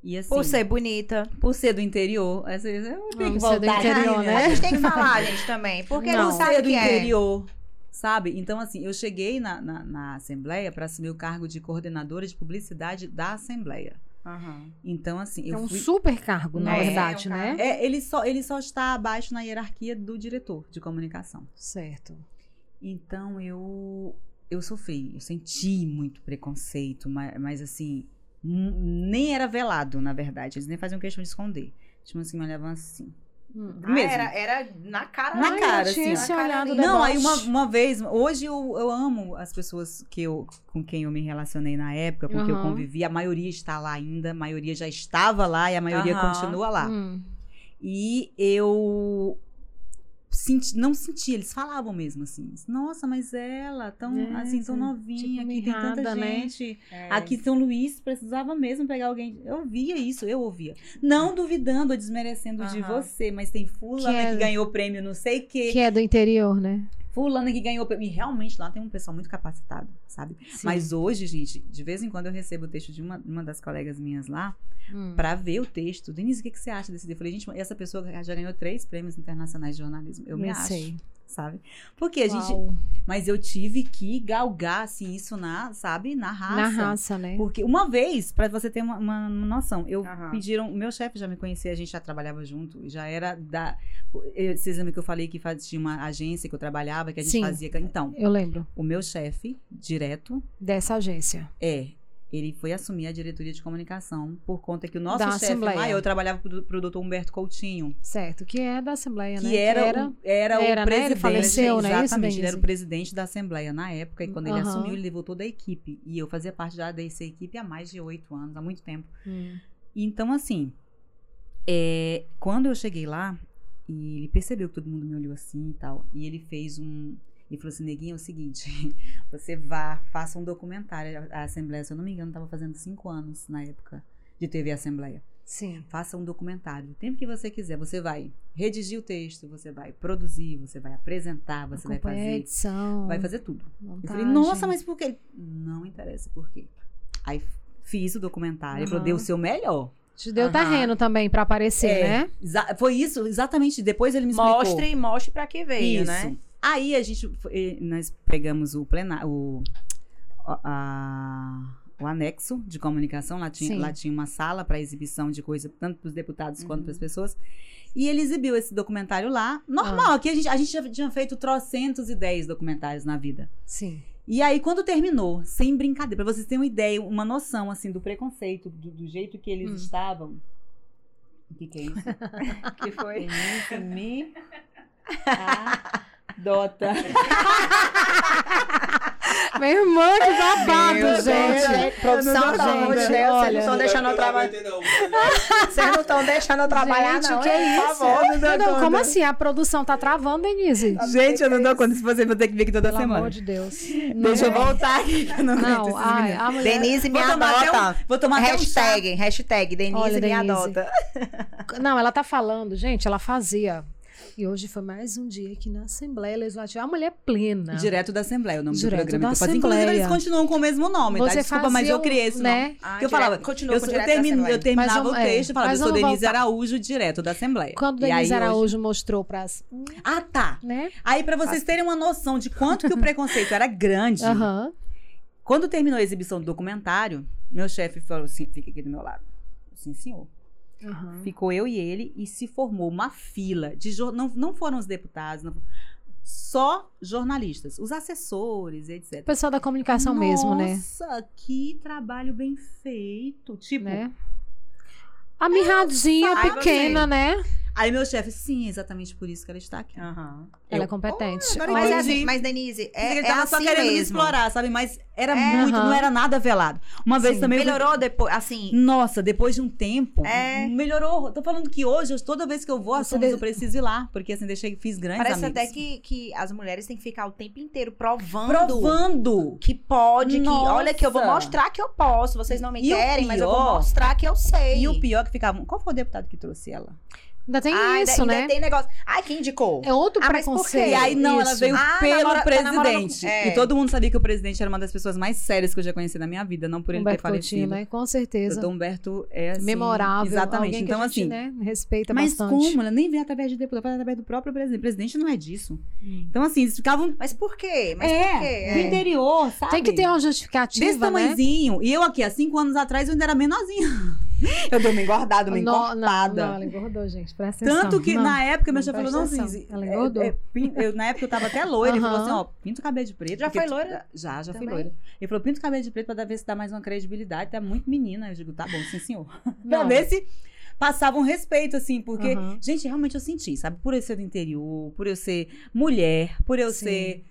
Speaker 3: E assim,
Speaker 1: Por ser bonita.
Speaker 3: por ser do interior, às vezes eu tenho que
Speaker 2: Vamos ser
Speaker 3: voltar
Speaker 2: do
Speaker 3: aqui,
Speaker 2: interior, né?
Speaker 1: A gente tem que falar,
Speaker 3: (laughs)
Speaker 1: gente, também. Porque
Speaker 2: Não.
Speaker 1: não,
Speaker 3: Por
Speaker 1: sabe
Speaker 3: ser
Speaker 1: o
Speaker 3: do
Speaker 1: que é.
Speaker 3: interior, sabe? Então, assim, eu cheguei na, na, na Assembleia para assumir o cargo de coordenadora de publicidade da Assembleia.
Speaker 1: Aham.
Speaker 3: Então, assim,
Speaker 2: é
Speaker 3: eu
Speaker 2: um
Speaker 3: fui...
Speaker 2: super cargo, na
Speaker 1: É,
Speaker 2: verdade,
Speaker 1: é um
Speaker 2: né?
Speaker 1: cargo.
Speaker 3: É, ele só, ele só está abaixo na hierarquia do diretor de comunicação.
Speaker 2: Certo.
Speaker 3: Então eu eu sofri, eu senti muito preconceito, ma- mas, assim, n- nem era velado, na verdade. Eles nem faziam questão de esconder. Tipo assim, me olhavam assim.
Speaker 1: Ah,
Speaker 3: Mesmo.
Speaker 1: era, era na cara.
Speaker 3: Na
Speaker 1: né?
Speaker 3: cara,
Speaker 2: tinha
Speaker 3: assim,
Speaker 2: esse
Speaker 1: na cara
Speaker 2: olhado
Speaker 1: ali.
Speaker 2: do
Speaker 3: Não,
Speaker 2: deboche.
Speaker 3: aí uma, uma vez, hoje eu, eu amo as pessoas que eu, com quem eu me relacionei na época, com quem eu
Speaker 2: Aham.
Speaker 3: convivi. A maioria está lá ainda, a maioria já estava lá e a maioria
Speaker 1: Aham.
Speaker 3: continua lá.
Speaker 2: Hum.
Speaker 3: E eu senti- não senti, eles falavam mesmo assim. Nossa, mas ela, tão,
Speaker 2: É,
Speaker 3: assim, tão
Speaker 2: tipo,
Speaker 3: novinha, aqui tem
Speaker 2: mirrada,
Speaker 3: tanta
Speaker 2: né?
Speaker 3: gente.
Speaker 1: É.
Speaker 3: Aqui em São Luís precisava mesmo pegar alguém. Eu via isso, eu ouvia. Não duvidando ou desmerecendo de
Speaker 1: Aham.
Speaker 3: você, mas tem fulana
Speaker 2: Que
Speaker 3: que,
Speaker 2: é-
Speaker 3: ganhou prêmio não sei o quê.
Speaker 2: Que é do interior, né?
Speaker 3: Fulana que ganhou prêmio. E realmente lá tem um pessoal muito capacitado, sabe?
Speaker 2: Sim.
Speaker 3: Mas hoje, gente, de vez em quando eu recebo o texto de uma, uma das colegas minhas lá,
Speaker 2: Hum.
Speaker 3: pra ver o texto. Denise, o que, que você acha desse livro? Eu falei, gente, essa pessoa já ganhou três prêmios internacionais de jornalismo. Eu me acho,
Speaker 2: sei.
Speaker 3: sabe? Porque a gente.
Speaker 2: Uau.
Speaker 3: Mas eu tive que galgar, assim, isso na, sabe, na raça.
Speaker 2: Na raça, né?
Speaker 3: Porque uma vez, pra você ter uma, uma noção, eu
Speaker 1: Aham.
Speaker 3: pediram, meu chefe já me conhecia, a gente já trabalhava junto, já era da. Vocês lembram que eu falei que faz- tinha uma agência que eu trabalhava, que a gente
Speaker 2: Sim.
Speaker 3: fazia. Então,
Speaker 2: Eu lembro
Speaker 3: o meu chefe, direto,
Speaker 2: dessa agência.
Speaker 3: é, ele foi assumir a diretoria de comunicação por conta que o nosso
Speaker 2: Da
Speaker 3: chefe
Speaker 2: Assembleia.
Speaker 3: lá, eu trabalhava pro, pro doutor Humberto Coutinho,
Speaker 2: Certo, que é da Assembleia, né?
Speaker 3: que era, o, era,
Speaker 2: era, né?
Speaker 3: o
Speaker 2: Ele
Speaker 3: presidente.
Speaker 2: faleceu, né? Isso,
Speaker 3: Exatamente, ele
Speaker 2: Denise?
Speaker 3: era o presidente da Assembleia na época, e quando ele
Speaker 2: Aham.
Speaker 3: assumiu, ele levou toda a equipe. E eu fazia parte já dessa equipe há mais de oito anos, há muito tempo.
Speaker 2: Hum.
Speaker 3: Então, assim, é, quando eu cheguei lá, e ele percebeu que todo mundo me olhou assim e tal, e ele fez um. Ele falou assim: Neguinho, é o seguinte, (laughs) você vá, faça um documentário. A a Assembleia, se eu não me engano, estava fazendo cinco anos na época de TV Assembleia.
Speaker 2: Sim.
Speaker 3: Faça um documentário, o tempo que você quiser. Você vai redigir o texto, você vai produzir, você vai apresentar, você vai
Speaker 2: Acompanha a
Speaker 3: fazer.
Speaker 2: edição.
Speaker 3: Vai fazer tudo. Eu
Speaker 2: montagem.
Speaker 3: falei, nossa, mas por quê? Não interessa por quê. Aí f- fiz o documentário, ele falou,
Speaker 2: Aham.
Speaker 3: dê o seu melhor.
Speaker 2: Te deu
Speaker 1: Aham.
Speaker 2: terreno também pra aparecer,
Speaker 3: É.
Speaker 2: né?
Speaker 3: Exa- foi isso, exatamente. Depois ele me explicou.
Speaker 1: Mostre e mostre pra que veio,
Speaker 3: isso.
Speaker 1: né?
Speaker 3: Aí a gente, foi- eh, nós pegamos o plenário, o, a- a- o anexo de comunicação. Lá tinha,
Speaker 2: Sim.
Speaker 3: lá tinha uma sala para exibição de coisa, tanto para os deputados quanto
Speaker 1: Uhum.
Speaker 3: para as pessoas. E ele exibiu esse documentário lá. Normal,
Speaker 1: Ah.
Speaker 3: aqui a gente, a gente já tinha feito trocentos e dez documentários na vida.
Speaker 2: Sim.
Speaker 3: E aí, quando terminou, sem brincadeira, pra vocês terem uma ideia, uma noção, assim, do preconceito, do, do jeito que eles
Speaker 2: Hum.
Speaker 3: estavam. O que, que é isso?
Speaker 2: (laughs)
Speaker 1: Que foi.
Speaker 3: Denise me adota.
Speaker 2: Meu irmão, que babado,
Speaker 1: Meu Deus,
Speaker 3: é.
Speaker 2: gente.
Speaker 1: gente. Produção,
Speaker 2: Eu não tô
Speaker 1: pelo amor de
Speaker 2: vendo.
Speaker 1: Deus, vocês
Speaker 2: Olha.
Speaker 1: não estão deixando eu trabalhar. Vocês não estão deixando eu trabalhar,
Speaker 2: gente,
Speaker 1: não. né,
Speaker 2: o que
Speaker 1: hein?
Speaker 2: é
Speaker 1: Por
Speaker 2: isso?
Speaker 1: favor, não dá
Speaker 2: Não,
Speaker 1: conta.
Speaker 2: como assim? A produção tá travando, Denise?
Speaker 3: (laughs) Gente, eu não dou conta. Se você for ter que vir aqui toda
Speaker 2: Pelo
Speaker 3: semana.
Speaker 2: amor de Deus.
Speaker 3: Deixa eu
Speaker 2: Não.
Speaker 3: voltar aqui. que Eu não, aguento
Speaker 2: Não,
Speaker 3: esses
Speaker 2: ai,
Speaker 3: meninos.
Speaker 2: a mulher...
Speaker 1: Denise me
Speaker 3: Vou tomar até
Speaker 1: adota.
Speaker 3: Vou tomar até um chá.
Speaker 1: Hashtag, hashtag, Denise
Speaker 2: Olha,
Speaker 1: me
Speaker 2: Denise.
Speaker 1: adota.
Speaker 2: Não, ela tá falando, gente, ela fazia. E hoje foi mais um dia aqui na Assembleia Legislativa. A mulher é plena.
Speaker 3: Direto da Assembleia, o nome
Speaker 2: Direto
Speaker 3: do programa.
Speaker 2: da
Speaker 3: que eu fazia. Inclusive,
Speaker 2: Assembleia.
Speaker 3: eles continuam com o mesmo nome, tá? Desculpa, mas
Speaker 2: fazia
Speaker 3: eu criei esse
Speaker 2: o-
Speaker 3: nome.
Speaker 2: né?
Speaker 1: Ah,
Speaker 3: (laughs) Porque eu
Speaker 1: direto-
Speaker 3: falava,
Speaker 1: continua
Speaker 3: Eu,
Speaker 1: com
Speaker 3: sou- eu
Speaker 1: direto da
Speaker 3: termino- eu
Speaker 1: Assembleia.
Speaker 3: terminava
Speaker 2: Mas
Speaker 3: o
Speaker 2: vamos-
Speaker 3: texto
Speaker 2: é,
Speaker 3: e falava, eu
Speaker 2: mas
Speaker 3: sou
Speaker 2: vamos
Speaker 3: Denise
Speaker 2: voltar.
Speaker 3: Araújo, direto da Assembleia.
Speaker 2: Quando
Speaker 3: E aí
Speaker 2: Denise
Speaker 3: hoje-
Speaker 2: Araújo mostrou pras.
Speaker 3: Ah, tá.
Speaker 2: Né?
Speaker 3: Aí, pra vocês terem uma noção de quanto
Speaker 2: (laughs)
Speaker 3: que o preconceito era grande,
Speaker 2: Aham.
Speaker 3: quando terminou a exibição do documentário, meu chefe falou assim, fica aqui do meu lado. Eu, Sim, senhor.
Speaker 2: Aham.
Speaker 3: Ficou eu e ele e se formou uma fila de jor- não, não foram os deputados, não- só jornalistas, os assessores, etc.
Speaker 2: O pessoal da comunicação mesmo, né?
Speaker 3: Nossa, que trabalho bem feito. Tipo,
Speaker 2: né? A mirradinha
Speaker 3: Ai,
Speaker 2: pequena, né?
Speaker 3: aí meu chefe, sim, é exatamente por isso que ela está aqui.
Speaker 1: Aham.
Speaker 2: Ela é
Speaker 3: Eu-
Speaker 2: competente.
Speaker 3: Oh, agora
Speaker 1: Mas,
Speaker 2: Olha,
Speaker 1: é
Speaker 3: entendi.
Speaker 1: assim, mas, Denise, é,
Speaker 3: ele
Speaker 1: é
Speaker 3: tava só
Speaker 1: assim
Speaker 3: querendo me
Speaker 1: mesmo.
Speaker 3: explorar, sabe? Mas era
Speaker 1: É.
Speaker 3: muito,
Speaker 2: Aham.
Speaker 3: não era nada velado. Uma vez
Speaker 2: Sim.
Speaker 3: também. eu-
Speaker 1: Melhorou depois, assim...
Speaker 3: Nossa, depois de um tempo,
Speaker 1: É.
Speaker 3: melhorou. Tô falando que hoje, eu- toda vez que eu vou, a
Speaker 2: Você
Speaker 3: Somos,
Speaker 2: de-
Speaker 3: eu preciso ir lá. Porque assim, deixei, fiz
Speaker 2: Né,
Speaker 3: grandes
Speaker 1: Parece
Speaker 3: amigos.
Speaker 1: até que, que as mulheres têm que ficar o tempo inteiro provando...
Speaker 3: Provando.
Speaker 1: Que pode, que
Speaker 3: Nossa.
Speaker 1: olha que eu vou mostrar que eu posso. Vocês não me
Speaker 3: E o
Speaker 1: querem, mas eu vou
Speaker 3: pior-
Speaker 1: mostrar que eu sei.
Speaker 3: E o pior é que ficava. Qual foi o deputado que trouxe ela?
Speaker 2: é, Ainda tem
Speaker 1: Ah, ainda-
Speaker 2: isso,
Speaker 1: ainda
Speaker 2: né?
Speaker 1: tem negócio. Ai, quem indicou?
Speaker 2: É outro
Speaker 1: Ah, mas por
Speaker 2: preconceito.
Speaker 1: quê?
Speaker 3: E aí, não, ela
Speaker 2: isso. Um
Speaker 3: veio
Speaker 1: Ah,
Speaker 3: pelo
Speaker 1: namora- tá namorando
Speaker 3: presidente.
Speaker 1: com- é.
Speaker 3: E todo mundo sabia que o presidente era uma das pessoas mais sérias que eu já conheci na minha vida, não por ele
Speaker 2: Humberto
Speaker 3: ter falecido.
Speaker 2: Coutinho, né? Com certeza.
Speaker 3: Doutor Humberto é assim,
Speaker 2: Memorável.
Speaker 3: Exatamente.
Speaker 2: Alguém que
Speaker 3: Então,
Speaker 2: a gente,
Speaker 3: assim.
Speaker 2: né, respeita
Speaker 3: Mas
Speaker 2: bastante.
Speaker 3: como? Ela nem veio através de deputado, foi através do próprio presidente. O presidente não é disso.
Speaker 2: Hum.
Speaker 3: Então, assim, eles ficavam
Speaker 1: Mas por quê? Mas
Speaker 3: É,
Speaker 1: por quê?
Speaker 3: do
Speaker 1: É.
Speaker 3: interior, sabe?
Speaker 2: Tem que ter uma justificativa,
Speaker 3: Desse
Speaker 2: né?
Speaker 3: tamanhozinho. E eu aqui, há cinco anos atrás, eu ainda era menorzinha. Eu dei uma engordada, uma
Speaker 2: No- (laughs) não, não,
Speaker 3: encorpada.
Speaker 2: ela engordou, gente. Presta atenção.
Speaker 3: Tanto que
Speaker 2: Não.
Speaker 3: na época meu
Speaker 2: não,
Speaker 3: chefe falou,
Speaker 2: presta
Speaker 3: não,
Speaker 2: atenção.
Speaker 3: Zizi.
Speaker 2: Ela
Speaker 3: é-
Speaker 2: engordou.
Speaker 3: é, pin- eu- na época eu tava até loira. Ele falou assim,
Speaker 2: Aham.
Speaker 3: ó, pinta o cabelo de preto.
Speaker 1: Já
Speaker 3: porque
Speaker 1: foi
Speaker 3: tu-
Speaker 1: loira?
Speaker 3: Já, já fui
Speaker 1: Também?
Speaker 3: loira. Ele falou, é pinta o cabelo de preto pra dar- ver se dá mais uma credibilidade. Tá muito menina. Eu digo, tá bom, sim senhor.
Speaker 2: Não.
Speaker 3: Pra ver se... passavam respeito, assim, porque,
Speaker 2: Aham.
Speaker 3: gente, realmente eu senti, sabe? Por eu ser do interior, por eu ser mulher, por eu
Speaker 2: Sim.
Speaker 3: ser.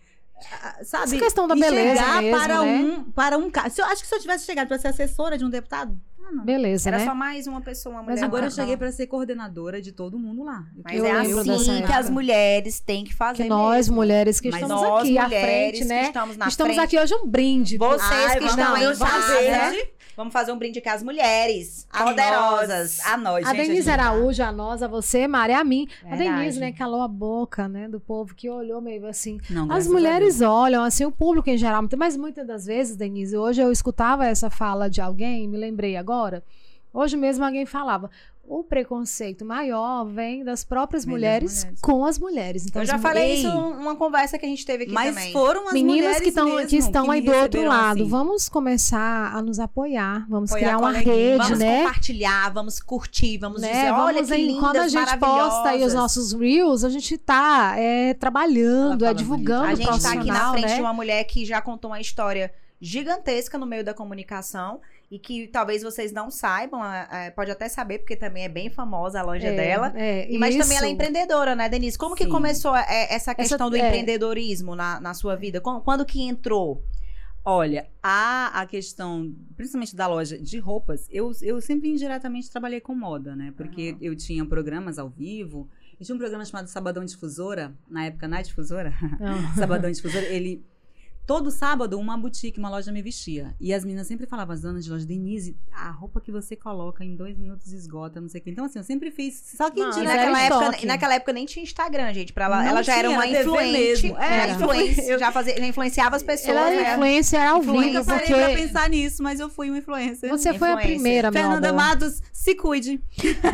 Speaker 3: ah, Sabe?
Speaker 2: Essa questão da beleza
Speaker 3: enxergar
Speaker 2: mesmo,
Speaker 3: para
Speaker 2: né?
Speaker 3: um para um ca- Se eu acho que se eu tivesse chegado para ser assessora de um deputado, ah, não.
Speaker 2: Beleza,
Speaker 1: Era
Speaker 2: né?
Speaker 1: só mais uma pessoa, uma
Speaker 2: Mas
Speaker 1: mulher.
Speaker 3: Agora eu
Speaker 1: pra-
Speaker 3: cheguei para ser coordenadora de todo mundo lá. Eu
Speaker 1: Mas
Speaker 2: Eu
Speaker 1: é
Speaker 2: lembro dessa
Speaker 1: assim que
Speaker 2: época.
Speaker 1: as mulheres têm que fazer.
Speaker 2: Que nós,
Speaker 1: mesmo.
Speaker 2: mulheres que
Speaker 3: Mas
Speaker 2: estamos
Speaker 1: nós,
Speaker 2: aqui à
Speaker 1: mulheres
Speaker 2: frente, né?
Speaker 1: Que estamos na
Speaker 2: estamos
Speaker 1: frente.
Speaker 2: aqui hoje um brinde.
Speaker 1: Vocês
Speaker 3: Ai,
Speaker 1: que
Speaker 3: vamos
Speaker 1: estão
Speaker 3: lá,
Speaker 1: aí né? no
Speaker 3: vamos
Speaker 1: chá
Speaker 3: fazer,
Speaker 2: né?
Speaker 1: verde, vamos fazer um brinde com as mulheres
Speaker 3: A
Speaker 1: poderosas.
Speaker 3: nós, A nós,
Speaker 2: a
Speaker 3: gente, tá
Speaker 2: Denise
Speaker 3: gente-
Speaker 2: Araújo, a nós, a você, Maria, a mim. A
Speaker 1: Verdade.
Speaker 2: Denise, né, calou a boca, né, do povo que olhou meio assim.
Speaker 3: Não,
Speaker 2: As
Speaker 3: graças a
Speaker 2: mulheres olham, assim, o público em geral, mas muitas das vezes, Denise, hoje eu escutava essa fala de alguém, me lembrei agora, hoje mesmo alguém falava, o preconceito maior vem das próprias
Speaker 3: Vem das
Speaker 2: mulheres,
Speaker 3: mulheres.
Speaker 2: com as mulheres. Então,
Speaker 1: Eu
Speaker 2: as
Speaker 1: já
Speaker 2: mu-
Speaker 1: falei
Speaker 3: Ei.
Speaker 1: isso numa conversa que a gente teve aqui
Speaker 3: Mas
Speaker 1: também.
Speaker 3: foram as
Speaker 2: Meninas
Speaker 3: mulheres
Speaker 2: que, tão,
Speaker 3: mesmo
Speaker 2: que estão aí
Speaker 3: me
Speaker 2: do outro
Speaker 3: receberam
Speaker 2: lado,
Speaker 3: assim.
Speaker 2: vamos começar a nos apoiar, vamos
Speaker 3: Apoiar
Speaker 2: criar
Speaker 3: a
Speaker 2: uma
Speaker 3: coleguinha.
Speaker 2: rede,
Speaker 1: Vamos
Speaker 2: né?
Speaker 1: compartilhar, vamos curtir, vamos
Speaker 2: né?
Speaker 1: dizer, olha
Speaker 2: Vamos
Speaker 1: que
Speaker 2: em-
Speaker 1: lindas,
Speaker 2: quando a gente posta aí os
Speaker 1: maravilhosas.
Speaker 2: nossos reels, a gente tá é, trabalhando,
Speaker 3: Ela
Speaker 2: é
Speaker 3: fala
Speaker 2: divulgando
Speaker 1: A
Speaker 2: o
Speaker 3: bonito.
Speaker 1: gente tá
Speaker 2: profissional,
Speaker 1: aqui na frente
Speaker 2: né?
Speaker 1: de uma mulher que já contou uma história gigantesca no meio da comunicação e que talvez vocês não saibam, é, é, pode até saber, porque também é bem famosa a loja
Speaker 2: É,
Speaker 1: dela.
Speaker 2: é,
Speaker 1: E- Mas também ela é
Speaker 2: isso.
Speaker 1: empreendedora, né, Denise? Como que
Speaker 3: Sim.
Speaker 1: começou é, essa questão do
Speaker 2: é.
Speaker 1: empreendedorismo na, na sua vida? Como- Quando, que entrou?
Speaker 3: Olha, a, a questão, principalmente da loja de roupas, eu, eu sempre indiretamente trabalhei com moda, né? Porque
Speaker 1: Aham.
Speaker 3: eu tinha programas ao vivo. E tinha um programa chamado Sabadão Difusora, na época na Difusora.
Speaker 2: Ah.
Speaker 3: (laughs) Sabadão Difusora, ele. Todo sábado, uma boutique, uma loja me vestia. E as meninas sempre falavam, as donas de loja, Denise, a roupa que você coloca em dois minutos esgota, não sei o quê. Então, assim, eu sempre fiz. Só que
Speaker 2: Não,
Speaker 1: E
Speaker 2: Mas é
Speaker 3: indiretamente.
Speaker 2: era
Speaker 1: naquela, época,
Speaker 2: estoque.
Speaker 1: e naquela época nem tinha Instagram, gente. Pra ela,
Speaker 3: Não
Speaker 1: ela já era
Speaker 3: tinha,
Speaker 1: uma
Speaker 3: era TV
Speaker 1: influente.
Speaker 3: mesmo.
Speaker 1: Era
Speaker 3: Era.
Speaker 1: influência, já, fazia, já influenciava as pessoas,
Speaker 2: Ela é
Speaker 1: né?
Speaker 2: influencer ao
Speaker 1: Influencer,
Speaker 2: vivo,
Speaker 3: Nunca parei pra
Speaker 2: porque
Speaker 3: pensar nisso, mas eu fui uma influencer.
Speaker 2: você é foi a
Speaker 1: influencer.
Speaker 2: primeira, meu
Speaker 3: Fernanda
Speaker 2: amor.
Speaker 3: Matos, se cuide.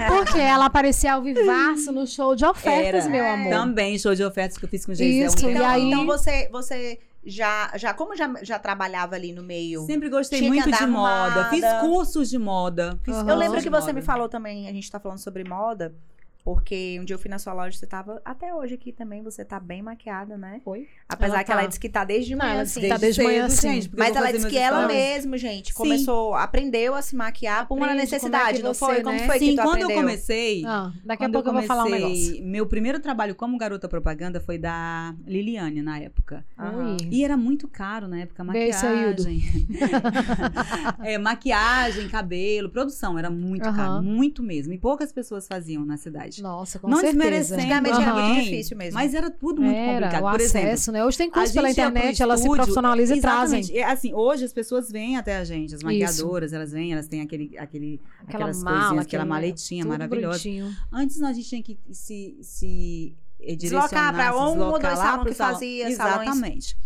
Speaker 2: Porque ela aparecia ao vivaço no show de ofertas,
Speaker 3: Era.
Speaker 2: meu amor.
Speaker 3: Também show de ofertas que eu fiz com o um Gisele.
Speaker 2: Isso,
Speaker 1: Então,
Speaker 2: E aí-
Speaker 1: então você, você já, já. Como já, já trabalhava ali no meio?
Speaker 3: Sempre gostei
Speaker 1: Então, Tinha que
Speaker 3: muito de
Speaker 1: andar
Speaker 3: moda. Fiz
Speaker 1: arrumada.
Speaker 3: cursos de moda. Fiz
Speaker 2: Aham.
Speaker 1: Eu
Speaker 3: cursos
Speaker 1: lembro
Speaker 3: de
Speaker 1: que você
Speaker 3: moda.
Speaker 1: me falou também, a gente tá falando sobre moda, porque um dia eu fui na sua loja, você tava até hoje aqui também, você tá bem maquiada, né?
Speaker 3: Foi.
Speaker 1: Apesar
Speaker 2: Ela
Speaker 1: que ela
Speaker 2: tá.
Speaker 1: disse que tá desde
Speaker 2: Não,
Speaker 1: manhã,
Speaker 2: ela
Speaker 1: assim.
Speaker 2: disse que tá
Speaker 1: desde-
Speaker 2: desde manhã,
Speaker 3: cedo,
Speaker 2: sim.
Speaker 3: gente, porque eu
Speaker 1: Mas
Speaker 3: vou
Speaker 1: ela
Speaker 3: fazer
Speaker 1: disse
Speaker 3: meus
Speaker 1: que ela
Speaker 3: stories.
Speaker 1: mesma, gente,
Speaker 3: Sim.
Speaker 1: começou, aprendeu a se maquiar por uma
Speaker 2: Aprende como é
Speaker 1: necessidade,
Speaker 2: que
Speaker 1: não
Speaker 2: você,
Speaker 1: foi? Como
Speaker 2: né?
Speaker 1: foi
Speaker 3: Sim,
Speaker 1: que tu
Speaker 3: quando
Speaker 1: aprendeu?
Speaker 3: eu comecei.
Speaker 2: Ah, daqui a
Speaker 3: quando
Speaker 2: pouco eu vou falar um negócio.
Speaker 3: comecei, Meu primeiro trabalho como garota propaganda foi da Liliane na época.
Speaker 1: Aham.
Speaker 2: Ui.
Speaker 3: E era muito caro na época,
Speaker 2: Beijo, Aildo.
Speaker 3: maquiagem.
Speaker 2: (laughs)
Speaker 3: (laughs) é, maquiagem, cabelo, produção, era muito
Speaker 2: Aham.
Speaker 3: caro, muito mesmo. E poucas pessoas faziam na cidade.
Speaker 2: Nossa, com
Speaker 3: não
Speaker 2: certeza.
Speaker 3: desmerecendo.
Speaker 1: Antigamente era é muito
Speaker 3: ninguém,
Speaker 1: difícil mesmo.
Speaker 3: Mas era tudo muito
Speaker 2: Era,
Speaker 3: complicado.
Speaker 2: o
Speaker 3: Por
Speaker 2: acesso,
Speaker 3: exemplo,
Speaker 2: né? Hoje tem curso
Speaker 3: a
Speaker 2: pela
Speaker 3: gente ia pro
Speaker 2: internet, elas se
Speaker 3: estúdio,
Speaker 2: profissionalizam e trazem.
Speaker 3: Exatamente. É assim, hoje as pessoas vêm até a gente, as maquiadoras, elas vêm, elas têm aquele, aquele,
Speaker 2: Aquela
Speaker 3: aquelas
Speaker 2: mala, aquele-
Speaker 3: coisinhas, aquela maletinha
Speaker 2: Tudo
Speaker 3: maravilhosa.
Speaker 2: bonitinho.
Speaker 3: Antes nós a gente tinha que se, se eh, direcionar,
Speaker 1: Deslocar pra um
Speaker 3: se
Speaker 1: ou
Speaker 3: deslocar
Speaker 1: dois
Speaker 3: lá
Speaker 1: salão
Speaker 3: pro
Speaker 1: que fazia, salões.
Speaker 3: Exatamente.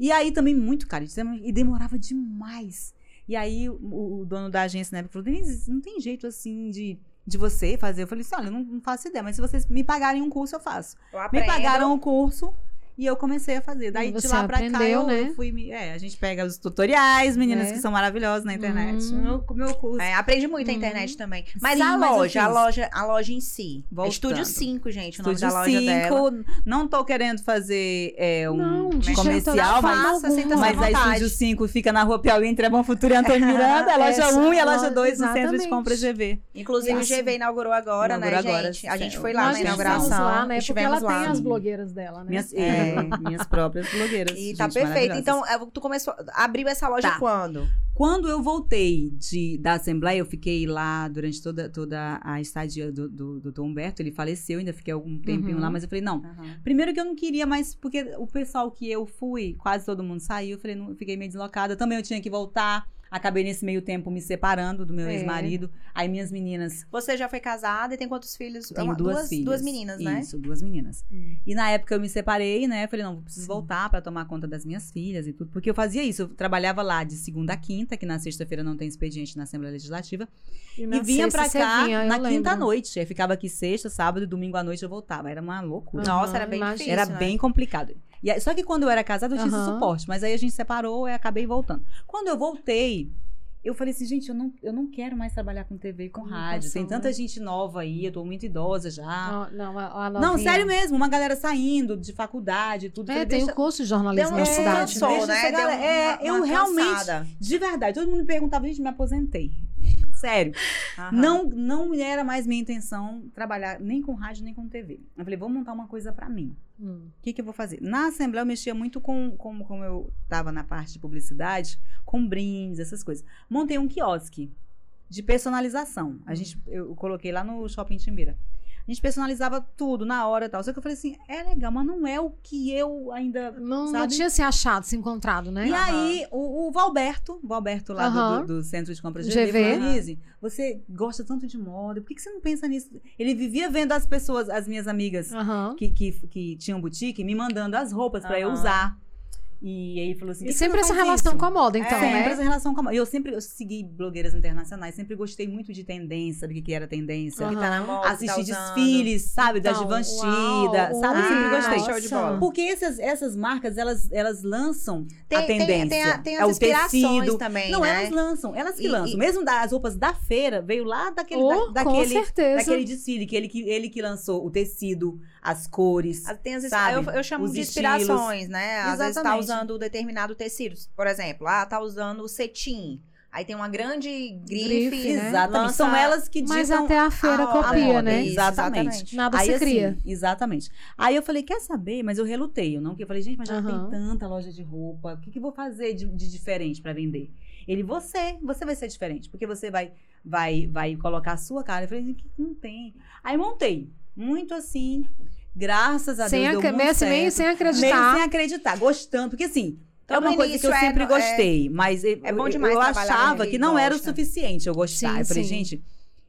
Speaker 3: E aí também muito caro, e demorava demais. E aí o, o dono da agência na época falou, Denise, não tem jeito assim de, de você fazer. Eu falei assim, olha, eu não, não faço ideia, mas se vocês me pagarem um curso, eu faço.
Speaker 1: Eu
Speaker 3: Me
Speaker 1: aprendo.
Speaker 3: pagaram o curso e eu comecei a fazer. Daí
Speaker 2: você
Speaker 3: de lá pra cá
Speaker 2: aprendeu,
Speaker 3: eu,
Speaker 2: né?
Speaker 3: eu fui. me- É, a gente pega os tutoriais, meninas
Speaker 2: É.
Speaker 3: que são maravilhosas na internet.
Speaker 2: Hum.
Speaker 3: Meu, meu curso.
Speaker 1: É, aprende muito a
Speaker 2: Uhum.
Speaker 1: internet também. Mas
Speaker 3: Sim,
Speaker 1: a
Speaker 3: mas eu
Speaker 1: loja, a
Speaker 3: fiz.
Speaker 1: loja, a loja em si. É
Speaker 3: Voltando.
Speaker 1: Estúdio 5, gente, o nome
Speaker 3: Estúdio
Speaker 1: da loja dela.
Speaker 3: 5. Não tô querendo fazer é, um
Speaker 2: Não, de jeito
Speaker 3: comercial,
Speaker 2: nenhum.
Speaker 3: mas.
Speaker 1: Faça, senta à
Speaker 3: Mas a
Speaker 1: vontade.
Speaker 3: Estúdio 5 fica na Rua Piauí, entre a Bom Futuro
Speaker 2: (laughs)
Speaker 3: e Antônio Miranda, a loja
Speaker 2: É, Essa
Speaker 3: 1 e a
Speaker 2: loja,
Speaker 3: loja 2 no Centro de
Speaker 2: exatamente.
Speaker 3: Compra GV.
Speaker 1: Inclusive,
Speaker 2: Isso.
Speaker 1: o GV inaugurou agora,
Speaker 3: Inaugurou
Speaker 1: né,
Speaker 3: agora,
Speaker 1: gente? A gente
Speaker 3: sim.
Speaker 1: foi lá
Speaker 2: Nós
Speaker 1: na
Speaker 2: estivemos
Speaker 1: inauguração.
Speaker 2: lá, né? Porque ela
Speaker 1: estivemos lá.
Speaker 2: tem as blogueiras dela, né?
Speaker 3: Minhas,
Speaker 1: É.
Speaker 3: é, minhas próprias blogueiras.
Speaker 1: E tá
Speaker 3: gente,
Speaker 1: perfeito.
Speaker 3: maravilhosas.
Speaker 1: Então, é, tu começou. Abriu essa loja
Speaker 3: Tá.
Speaker 1: quando?
Speaker 3: Quando eu voltei de- da Assembleia, eu fiquei lá durante toda, toda a estadia do, do, do Dom Humberto. Ele faleceu, ainda fiquei algum tempinho
Speaker 2: Uhum.
Speaker 3: lá, mas eu falei, não. Primeiro que eu não queria mais, porque o pessoal que eu fui, quase todo mundo saiu. Eu falei, não, eu fiquei meio deslocada. Também eu tinha que voltar. Acabei nesse meio tempo me separando do meu
Speaker 2: É.
Speaker 3: ex-marido. Aí minhas meninas.
Speaker 1: Você já foi casada e tem quantos filhos? É
Speaker 3: Tenho
Speaker 1: Uma-
Speaker 3: duas, filhas.
Speaker 1: Então, Duas meninas, né?
Speaker 3: Isso, duas meninas.
Speaker 2: Hum.
Speaker 3: E na época eu me separei, né? Falei, não, preciso voltar pra tomar conta das minhas filhas e tudo. Porque eu fazia isso. Eu trabalhava lá de segunda a quinta, que na sexta-feira não tem expediente na Assembleia Legislativa.
Speaker 2: na
Speaker 3: E vinha
Speaker 2: sexta
Speaker 3: pra
Speaker 2: você
Speaker 3: cá
Speaker 2: vinha, eu
Speaker 3: na
Speaker 2: lembro.
Speaker 3: quinta-noite. Aí ficava aqui sexta, sábado, e domingo à noite eu voltava. Era uma loucura.
Speaker 1: Nossa,
Speaker 2: Aham,
Speaker 1: era bem
Speaker 2: imagino.
Speaker 1: difícil.
Speaker 3: Era
Speaker 1: né?
Speaker 3: bem complicado. E aí- só que quando eu era casada, eu tinha esse
Speaker 2: Aham.
Speaker 3: suporte. Mas aí a gente separou e acabei voltando. Quando eu voltei, eu falei assim, gente, eu não, eu não quero mais trabalhar com TV e com rádio.
Speaker 2: Comunicação,
Speaker 3: Tem tanta
Speaker 2: né?
Speaker 3: gente nova aí, eu tô muito idosa já.
Speaker 2: Não, não, a, a
Speaker 3: não,
Speaker 2: novinha.
Speaker 3: sério mesmo. Uma galera saindo de faculdade e tudo. Eu
Speaker 2: É,
Speaker 3: falei,
Speaker 2: tem
Speaker 3: deixa-
Speaker 2: o curso de
Speaker 1: Deu
Speaker 2: jornalismo
Speaker 1: uma
Speaker 2: na
Speaker 3: É,
Speaker 2: cidade.
Speaker 1: descansou,
Speaker 2: né?
Speaker 3: deixa
Speaker 1: né?
Speaker 3: essa
Speaker 1: Deu
Speaker 3: galera-
Speaker 1: uma-
Speaker 3: é,
Speaker 1: uma
Speaker 3: eu realmente-
Speaker 1: cansada.
Speaker 3: De verdade, todo mundo me perguntava, gente, me aposentei. Sério.
Speaker 1: Aham.
Speaker 3: Não, não era mais minha intenção trabalhar nem com rádio, nem com TV. Eu falei, vou montar uma coisa pra mim.
Speaker 2: Hum.
Speaker 3: O que, que eu vou fazer? Na Assembleia eu mexia muito com, como, como eu estava na parte de publicidade, com brindes, essas coisas. Montei um quiosque de personalização.
Speaker 2: Hum.
Speaker 3: A gente, eu coloquei lá no Shopping Timbira. A gente personalizava tudo na hora e tal. Só que eu falei assim, é legal, mas não é o que eu ainda...
Speaker 2: Não, não
Speaker 3: Sabe?
Speaker 2: tinha se achado, se encontrado, né?
Speaker 3: E aí, o, o Valberto, o Valberto lá do-
Speaker 2: Aham. né?
Speaker 3: do, do Centro de Compras
Speaker 2: GV.
Speaker 3: GV, falou, Denise, você gosta tanto de moda, por que, que você não pensa nisso? Ele vivia vendo as pessoas, as minhas amigas
Speaker 2: Aham.
Speaker 3: que, que, que tinham boutique me mandando as roupas pra eu
Speaker 1: Aham.
Speaker 3: usar. E aí ele falou assim:
Speaker 2: E sempre essa relação com
Speaker 3: a
Speaker 2: a moda, então,
Speaker 3: É, sempre
Speaker 2: né?
Speaker 3: essa relação com a moda. Eu sempre eu segui blogueiras internacionais, sempre gostei muito de tendência, do que, que era tendência.
Speaker 2: Aham.
Speaker 1: Que tá na moda, tá
Speaker 3: Assisti
Speaker 1: usando.
Speaker 3: desfiles, sabe? da
Speaker 2: Então,
Speaker 3: Givenchy,
Speaker 2: uau,
Speaker 3: da- sabe?
Speaker 2: uau,
Speaker 3: sempre gostei.
Speaker 1: show de bola.
Speaker 3: Porque essas, essas marcas, elas, elas lançam a
Speaker 1: Tem, tem,
Speaker 3: tendência.
Speaker 1: tem, a- tem as
Speaker 3: é o
Speaker 1: inspirações
Speaker 3: tecido.
Speaker 1: também,
Speaker 3: Não, é
Speaker 1: né?
Speaker 3: elas lançam, elas que
Speaker 1: E-
Speaker 3: lançam.
Speaker 1: e-
Speaker 3: Mesmo da- as roupas da feira, veio lá daquele,
Speaker 2: Oh,
Speaker 3: da-
Speaker 2: com
Speaker 3: daquele,
Speaker 2: certeza.
Speaker 3: daquele desfile, que ele, que ele que lançou o tecido, as cores.
Speaker 1: As- Tem as,
Speaker 3: sabe?
Speaker 1: eu, eu chamo
Speaker 3: Os
Speaker 1: de
Speaker 3: estilos.
Speaker 1: inspirações, né? Às vezes tá
Speaker 3: Exatamente.
Speaker 1: usando determinado tecido. Por exemplo, ah, tá usando o cetim. Aí tem uma grande grife.
Speaker 2: Grife, né?
Speaker 3: Exatamente.
Speaker 1: Lança-
Speaker 3: São elas que ditam
Speaker 2: Mas até a feira
Speaker 1: a- a
Speaker 2: copia,
Speaker 1: moda,
Speaker 2: né?
Speaker 1: isso,
Speaker 3: Exatamente.
Speaker 2: Nada
Speaker 3: Aí,
Speaker 2: se
Speaker 3: assim,
Speaker 2: cria.
Speaker 3: exatamente. Aí eu falei, quer saber? Mas eu relutei, eu não. Eu falei, gente, mas já
Speaker 2: Aham.
Speaker 3: tem tanta loja de roupa. O que, que eu vou fazer de, de diferente pra vender? Ele, você, você vai ser diferente, porque você vai, vai, vai colocar a sua cara. Eu falei, gente, que não tem. Aí montei, muito assim, graças a
Speaker 2: Sem
Speaker 3: Deus.
Speaker 2: acre-
Speaker 3: deu muito
Speaker 2: meio, assim, meio
Speaker 3: certo.
Speaker 2: sem
Speaker 3: Meio
Speaker 2: acreditar.
Speaker 3: sem acreditar, gostando, porque assim.
Speaker 1: Então,
Speaker 3: é uma
Speaker 1: no
Speaker 3: coisa que eu
Speaker 1: início é-
Speaker 3: sempre
Speaker 1: é-
Speaker 3: gostei, mas eu-
Speaker 1: é bom demais
Speaker 3: eu
Speaker 1: trabalhar com
Speaker 3: achava
Speaker 1: quem
Speaker 3: que não era o
Speaker 1: gosta.
Speaker 3: suficiente eu gostar.
Speaker 2: Sim,
Speaker 3: eu falei,
Speaker 2: sim.
Speaker 3: gente,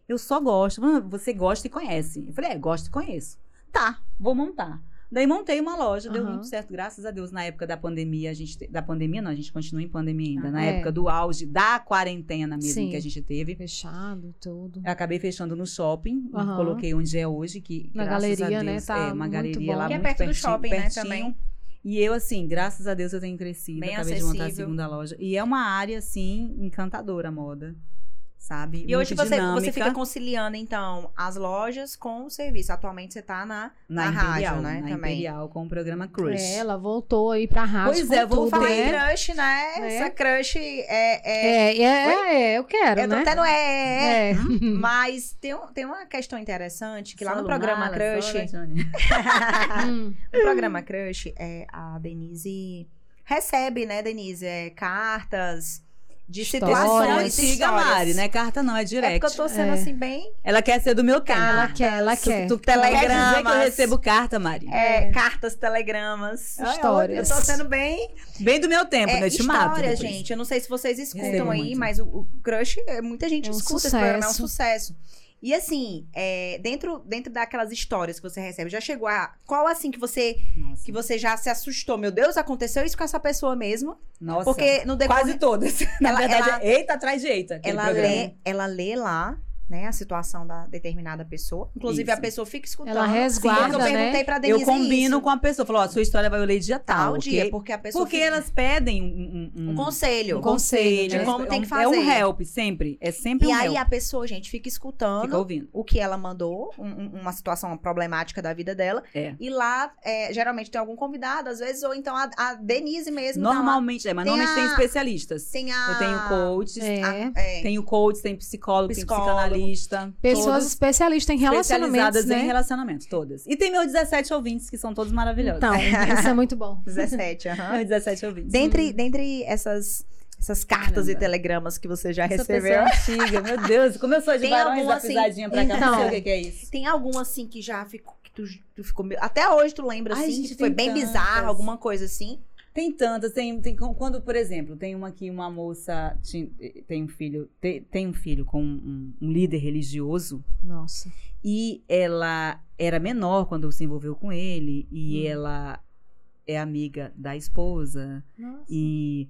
Speaker 3: eu só gosto. Ah, Você gosta e conhece. Eu falei, é, gosto e conheço. Tá, vou montar. Daí montei uma loja, deu
Speaker 2: Aham.
Speaker 3: muito certo, graças a Deus. Na época da pandemia, a gente. te- Da pandemia, não, a gente continua em pandemia ainda.
Speaker 2: Ah,
Speaker 3: na
Speaker 2: é.
Speaker 3: época do auge, da quarentena mesmo
Speaker 2: Sim.
Speaker 3: que a gente teve.
Speaker 2: Fechado, tudo.
Speaker 3: Eu acabei fechando no shopping, e
Speaker 2: Aham.
Speaker 3: coloquei onde é hoje, que
Speaker 2: Na
Speaker 3: graças a
Speaker 2: galeria, né,
Speaker 3: Deus,
Speaker 2: tá
Speaker 3: é uma
Speaker 2: muito
Speaker 3: galeria
Speaker 2: bom.
Speaker 3: lá
Speaker 2: Que é
Speaker 3: muito
Speaker 1: perto do
Speaker 3: pertinho-
Speaker 1: shopping, né,
Speaker 3: pertinho.
Speaker 1: também.
Speaker 3: E eu assim, graças a Deus eu tenho crescido,
Speaker 1: Bem
Speaker 3: acabei de montar a
Speaker 1: acessível.
Speaker 3: segunda loja e é uma área assim encantadora a moda, sabe?
Speaker 1: E hoje
Speaker 3: Muito
Speaker 1: você, você
Speaker 3: dinâmica.
Speaker 1: fica conciliando, então, as lojas com o serviço. Atualmente você tá na.
Speaker 3: na,
Speaker 1: na rádio,
Speaker 3: Imperial,
Speaker 1: né,
Speaker 3: na
Speaker 1: também.
Speaker 3: Imperial com o programa Crush.
Speaker 2: É, ela voltou aí pra rádio.
Speaker 3: Pois
Speaker 2: com
Speaker 3: é, voltou,
Speaker 1: Vou
Speaker 2: tudo,
Speaker 1: falar em
Speaker 2: né?
Speaker 1: crush, né?
Speaker 2: Né?
Speaker 1: Essa crush é. é...
Speaker 2: É, é, é, é, eu quero,
Speaker 1: eu tô
Speaker 2: né?
Speaker 1: até no é, é, é.
Speaker 2: É.
Speaker 1: Mas tem, um- tem uma questão interessante que lá no
Speaker 3: Solo
Speaker 1: programa
Speaker 3: Mala,
Speaker 1: Crush.
Speaker 3: Solo Johnny.
Speaker 2: Hum.
Speaker 1: No programa Crush, é, a Denise recebe, né, Denise, é, cartas de
Speaker 2: Histórias.
Speaker 3: Essa é
Speaker 1: situações.
Speaker 3: antiga
Speaker 1: histórias.
Speaker 3: Mari, não é carta não, é
Speaker 1: É
Speaker 3: direct.
Speaker 1: porque eu tô sendo
Speaker 2: né, É.
Speaker 1: assim bem.
Speaker 3: Ela quer ser do meu tempo.
Speaker 2: Ela
Speaker 1: Cartas.
Speaker 2: quer, ela quer.
Speaker 3: Tu, tu telegrama. Quer dizer que eu
Speaker 1: Telegramas.
Speaker 3: recebo carta, Mari.
Speaker 1: é,
Speaker 2: É.
Speaker 1: cartas, telegramas.
Speaker 2: Histórias.
Speaker 1: Eu tô sendo bem.
Speaker 3: Bem do meu tempo,
Speaker 1: É,
Speaker 3: né? Eu te mato.
Speaker 1: histórias,
Speaker 3: depois.
Speaker 1: gente. Eu não sei se vocês escutam
Speaker 3: Recebo
Speaker 1: aí,
Speaker 3: muito.
Speaker 1: mas o, o Crush, é, muita gente
Speaker 2: É um
Speaker 1: escuta
Speaker 2: sucesso.
Speaker 1: esse programa, é um sucesso. E assim, é, dentro, dentro daquelas histórias que você recebe, já chegou a. Qual assim que você
Speaker 3: Nossa.
Speaker 1: que você já se assustou? Meu Deus, aconteceu isso com essa pessoa mesmo?
Speaker 3: Nossa.
Speaker 1: Porque no decorrer.
Speaker 3: Quase todas. (laughs) Na
Speaker 1: Ela-
Speaker 3: verdade,
Speaker 1: ela-
Speaker 3: é eita atrás de eita. aquele
Speaker 1: ela
Speaker 3: programa.
Speaker 1: lê, ela lê lá, né, a situação da determinada pessoa. Inclusive,
Speaker 3: Isso.
Speaker 1: a pessoa fica escutando.
Speaker 2: Ela resguarda,
Speaker 1: Sim, eu perguntei
Speaker 2: né?
Speaker 1: pra
Speaker 3: Eu
Speaker 1: Denise
Speaker 3: combino
Speaker 1: isso,
Speaker 3: com a pessoa. Falo, ó, sua história vai ler dia
Speaker 1: tal
Speaker 3: tal.
Speaker 1: dia,
Speaker 3: ok?
Speaker 1: porque a pessoa
Speaker 3: Porque
Speaker 1: fica-
Speaker 3: elas pedem um, um- um-
Speaker 1: um conselho.
Speaker 3: um conselho.
Speaker 1: de
Speaker 3: né?
Speaker 1: como
Speaker 3: É
Speaker 1: tem
Speaker 3: um-
Speaker 1: que
Speaker 3: É um
Speaker 1: fazer.
Speaker 3: help, sempre. É sempre
Speaker 1: E
Speaker 3: um
Speaker 1: aí
Speaker 3: help.
Speaker 1: a pessoa, gente, fica escutando
Speaker 3: Fica ouvindo.
Speaker 1: o que ela mandou, um- um- uma situação problemática da vida dela.
Speaker 3: É.
Speaker 1: E lá, é, geralmente tem algum convidado, às vezes, ou então a, a Denise mesmo. tá lá.
Speaker 3: Normalmente, é, mas
Speaker 1: Tem
Speaker 3: normalmente
Speaker 1: a-
Speaker 3: tem especialistas.
Speaker 1: Tem a...
Speaker 3: Eu tenho coaches,
Speaker 2: É.
Speaker 1: É.
Speaker 3: (laughs) tenho coach, tem psicólogo,
Speaker 1: Psicólogo.
Speaker 3: tem psicanalista.
Speaker 2: Pessoas
Speaker 3: todas
Speaker 2: especialistas em relacionamentos,
Speaker 3: especializadas em
Speaker 2: né?
Speaker 3: relacionamentos, todas. E tem meus 17 ouvintes, que são todos maravilhosos.
Speaker 2: Então, isso é muito bom.
Speaker 1: 17, aham.
Speaker 3: Meus 17 ouvintes.
Speaker 1: Dentre, dentre essas, essas cartas e
Speaker 3: Caramba.
Speaker 1: telegramas que você já
Speaker 3: Essa
Speaker 1: recebeu,
Speaker 3: pessoa antiga, meu Deus. Como eu sou de
Speaker 1: Tem
Speaker 3: barões
Speaker 1: algum
Speaker 3: da
Speaker 1: assim-
Speaker 3: pisadinha pra cá, não sei
Speaker 2: Então.
Speaker 3: o que que é isso.
Speaker 1: tem algum assim que já ficou. Que tu, tu ficou meio- Até hoje tu lembra,
Speaker 3: Ai,
Speaker 1: assim,
Speaker 3: gente,
Speaker 1: que foi
Speaker 3: tem
Speaker 1: bem
Speaker 3: tantas.
Speaker 1: bizarro, alguma coisa assim.
Speaker 3: Tem tantas, tem, tem com- quando, por exemplo, tem uma que uma moça ti- tem um filho, te- tem um filho com um, um líder religioso
Speaker 2: Nossa.
Speaker 3: e ela era menor quando se envolveu com ele e
Speaker 2: Hum.
Speaker 3: ela é amiga da esposa
Speaker 2: Nossa.
Speaker 3: e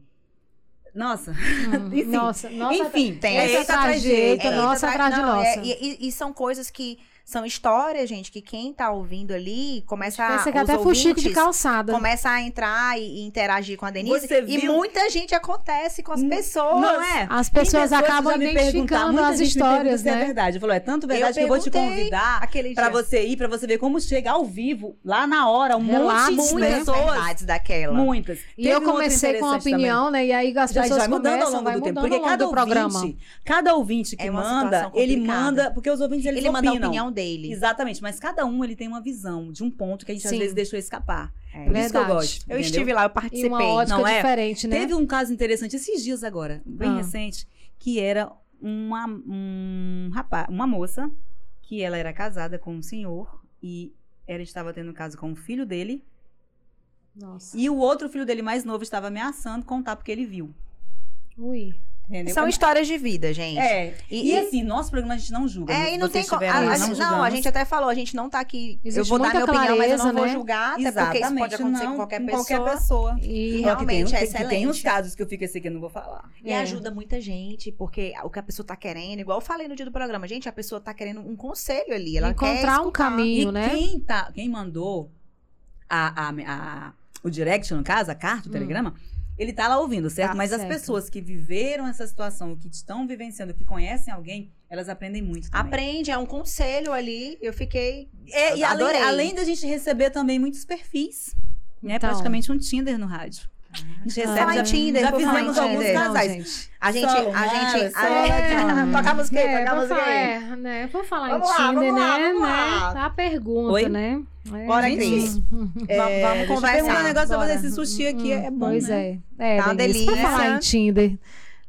Speaker 3: nossa,
Speaker 2: Hum,
Speaker 3: Enfim.
Speaker 2: nossa, nossa.
Speaker 3: enfim,
Speaker 1: Tem
Speaker 3: é
Speaker 2: essa
Speaker 3: eita
Speaker 2: atrás de
Speaker 3: tragédia.
Speaker 2: eita, nossa atrás de
Speaker 1: É, não,
Speaker 2: nossa.
Speaker 1: é- e, e- e são coisas que São histórias, gente, que quem tá ouvindo ali começa a.
Speaker 2: Pensa que
Speaker 3: é
Speaker 2: é
Speaker 1: os
Speaker 2: até foi Chico de
Speaker 1: ouvintes
Speaker 2: calçada.
Speaker 1: Começa a entrar e, e interagir com a Denise.
Speaker 3: Você
Speaker 1: e
Speaker 3: viu?
Speaker 1: muita gente acontece com as
Speaker 3: Não-
Speaker 1: pessoas.
Speaker 3: Hum, Não é?
Speaker 2: As
Speaker 3: Tem
Speaker 2: pessoas
Speaker 3: que
Speaker 2: acabam
Speaker 3: já me perguntaram,
Speaker 2: identificando
Speaker 3: muita
Speaker 2: as
Speaker 3: gente me pergunta
Speaker 2: histórias,
Speaker 3: se É
Speaker 2: né?
Speaker 3: verdade. Eu falo, é tanto verdade
Speaker 1: Eu
Speaker 3: que eu vou te
Speaker 1: perguntei
Speaker 3: convidar
Speaker 1: Aquele
Speaker 3: pra
Speaker 1: dia.
Speaker 2: é
Speaker 3: você ir, pra você ver como chegar ao vivo, lá na hora, um
Speaker 2: Relatos,
Speaker 3: monte de
Speaker 2: né?
Speaker 1: muitas
Speaker 3: pessoas.
Speaker 1: verdades daquela.
Speaker 3: Muitas.
Speaker 2: E
Speaker 3: Teve
Speaker 2: eu
Speaker 3: um outro
Speaker 2: comecei com a
Speaker 3: interessante também.
Speaker 2: opinião, né? E aí as
Speaker 3: Já
Speaker 2: pessoas
Speaker 3: vai mudando ao
Speaker 2: começam,
Speaker 3: longo
Speaker 2: vai
Speaker 3: do tempo.
Speaker 2: mudando
Speaker 3: Porque
Speaker 2: ao longo
Speaker 3: cada
Speaker 2: do programa.
Speaker 3: ouvinte, cada ouvinte que
Speaker 1: É uma
Speaker 3: manda,
Speaker 1: situação
Speaker 3: ele
Speaker 1: complicada.
Speaker 3: manda. Porque os ouvintes eles
Speaker 1: ele manda a
Speaker 3: opinam.
Speaker 1: opinião dele.
Speaker 3: Exatamente, mas cada um ele tem uma visão de um ponto que a gente às
Speaker 2: Sim.
Speaker 3: vezes deixou escapar.
Speaker 1: É.
Speaker 3: Por isso que eu
Speaker 2: Verdade.
Speaker 3: gosto.
Speaker 1: Eu
Speaker 3: entendeu?
Speaker 1: estive lá, eu
Speaker 2: E
Speaker 1: participei.
Speaker 2: uma ótica
Speaker 3: não é?
Speaker 2: diferente, né?
Speaker 3: Teve um caso interessante esses dias agora, bem
Speaker 2: Ah.
Speaker 3: recente, que era uma, um rapaz, uma moça que ela era casada com um senhor e ela estava tendo um caso com o filho dele
Speaker 2: Nossa.
Speaker 3: e o outro filho dele mais novo estava ameaçando contar porque ele viu.
Speaker 2: Ui.
Speaker 3: Entendeu? Então,
Speaker 1: São histórias de vida, gente.
Speaker 3: é. E,
Speaker 1: E, e-
Speaker 3: assim, nosso programa a gente não julga.
Speaker 1: é, e não tem
Speaker 3: Vocês
Speaker 1: como.
Speaker 3: estiveram
Speaker 1: a-
Speaker 3: lá,
Speaker 1: a-
Speaker 2: não
Speaker 1: Não, a
Speaker 3: julgamos.
Speaker 1: gente até falou, a gente não tá aqui. eu
Speaker 2: Existe
Speaker 1: vou dar
Speaker 2: muita
Speaker 1: minha opinião, mas eu não vou
Speaker 2: clareza, né?
Speaker 1: julgar, até porque isso
Speaker 3: Exatamente,
Speaker 1: pode acontecer
Speaker 3: não,
Speaker 1: com qualquer
Speaker 3: com
Speaker 1: pessoa.
Speaker 3: qualquer pessoa.
Speaker 2: E
Speaker 1: E
Speaker 3: Só que tem
Speaker 1: realmente
Speaker 3: um-
Speaker 1: é
Speaker 3: que- que Tem uns
Speaker 1: excelente.
Speaker 3: casos que eu fico esse aqui, eu não vou falar.
Speaker 1: E
Speaker 2: É.
Speaker 1: ajuda muita gente, porque o que a pessoa tá querendo, igual eu falei no dia do programa, gente, a pessoa tá querendo um conselho ali. Ela quer
Speaker 2: encontrar um
Speaker 1: escutar.
Speaker 2: caminho,
Speaker 3: e
Speaker 2: né?
Speaker 3: quem, tá, quem mandou a, a- a- o direct, no caso, a carta, o
Speaker 2: Hum.
Speaker 3: telegrama, ele tá lá ouvindo, certo?
Speaker 2: Tá
Speaker 3: Mas as
Speaker 2: certo.
Speaker 3: pessoas que viveram essa situação, que estão vivenciando, que conhecem alguém, elas aprendem muito também.
Speaker 1: Aprende, é um conselho ali. Eu fiquei.
Speaker 3: É, e além,
Speaker 1: Adorei.
Speaker 3: além da gente receber também muitos perfis, né?
Speaker 2: Então. Ah,
Speaker 3: Praticamente um Tinder no rádio. A gente recebe,
Speaker 1: Fala em
Speaker 3: já,
Speaker 1: Tinder,
Speaker 3: já
Speaker 1: por favor,
Speaker 3: fizemos
Speaker 1: em
Speaker 3: alguns
Speaker 1: Tinder.
Speaker 3: casais.
Speaker 2: Não, gente.
Speaker 1: A gente.
Speaker 3: Solo,
Speaker 1: a
Speaker 3: Mara,
Speaker 1: gente.
Speaker 3: solo,
Speaker 1: a...
Speaker 2: Johnny.
Speaker 1: (laughs) Toca a música aí,
Speaker 2: É,
Speaker 1: toca a
Speaker 2: vamos
Speaker 1: música
Speaker 2: falar,
Speaker 1: aí.
Speaker 2: é, né? Vamos falar
Speaker 1: Vamos
Speaker 2: em
Speaker 1: lá,
Speaker 2: Tinder,
Speaker 1: vamos lá,
Speaker 2: né?
Speaker 1: vamos lá.
Speaker 2: né? Tá a pergunta,
Speaker 3: Oi?
Speaker 2: né? É,
Speaker 1: Bora,
Speaker 2: gente.
Speaker 1: Cris.
Speaker 3: É,
Speaker 1: Vamos- vamos
Speaker 3: deixa eu
Speaker 1: conversar.
Speaker 3: perguntar Um negócio pra
Speaker 2: Bora. Hum,
Speaker 3: fazer esse sushi aqui é bom,
Speaker 2: Pois
Speaker 3: né?
Speaker 2: é. É,
Speaker 1: Tá uma
Speaker 2: Denise, pra
Speaker 1: delícia.
Speaker 2: falar em Tinder.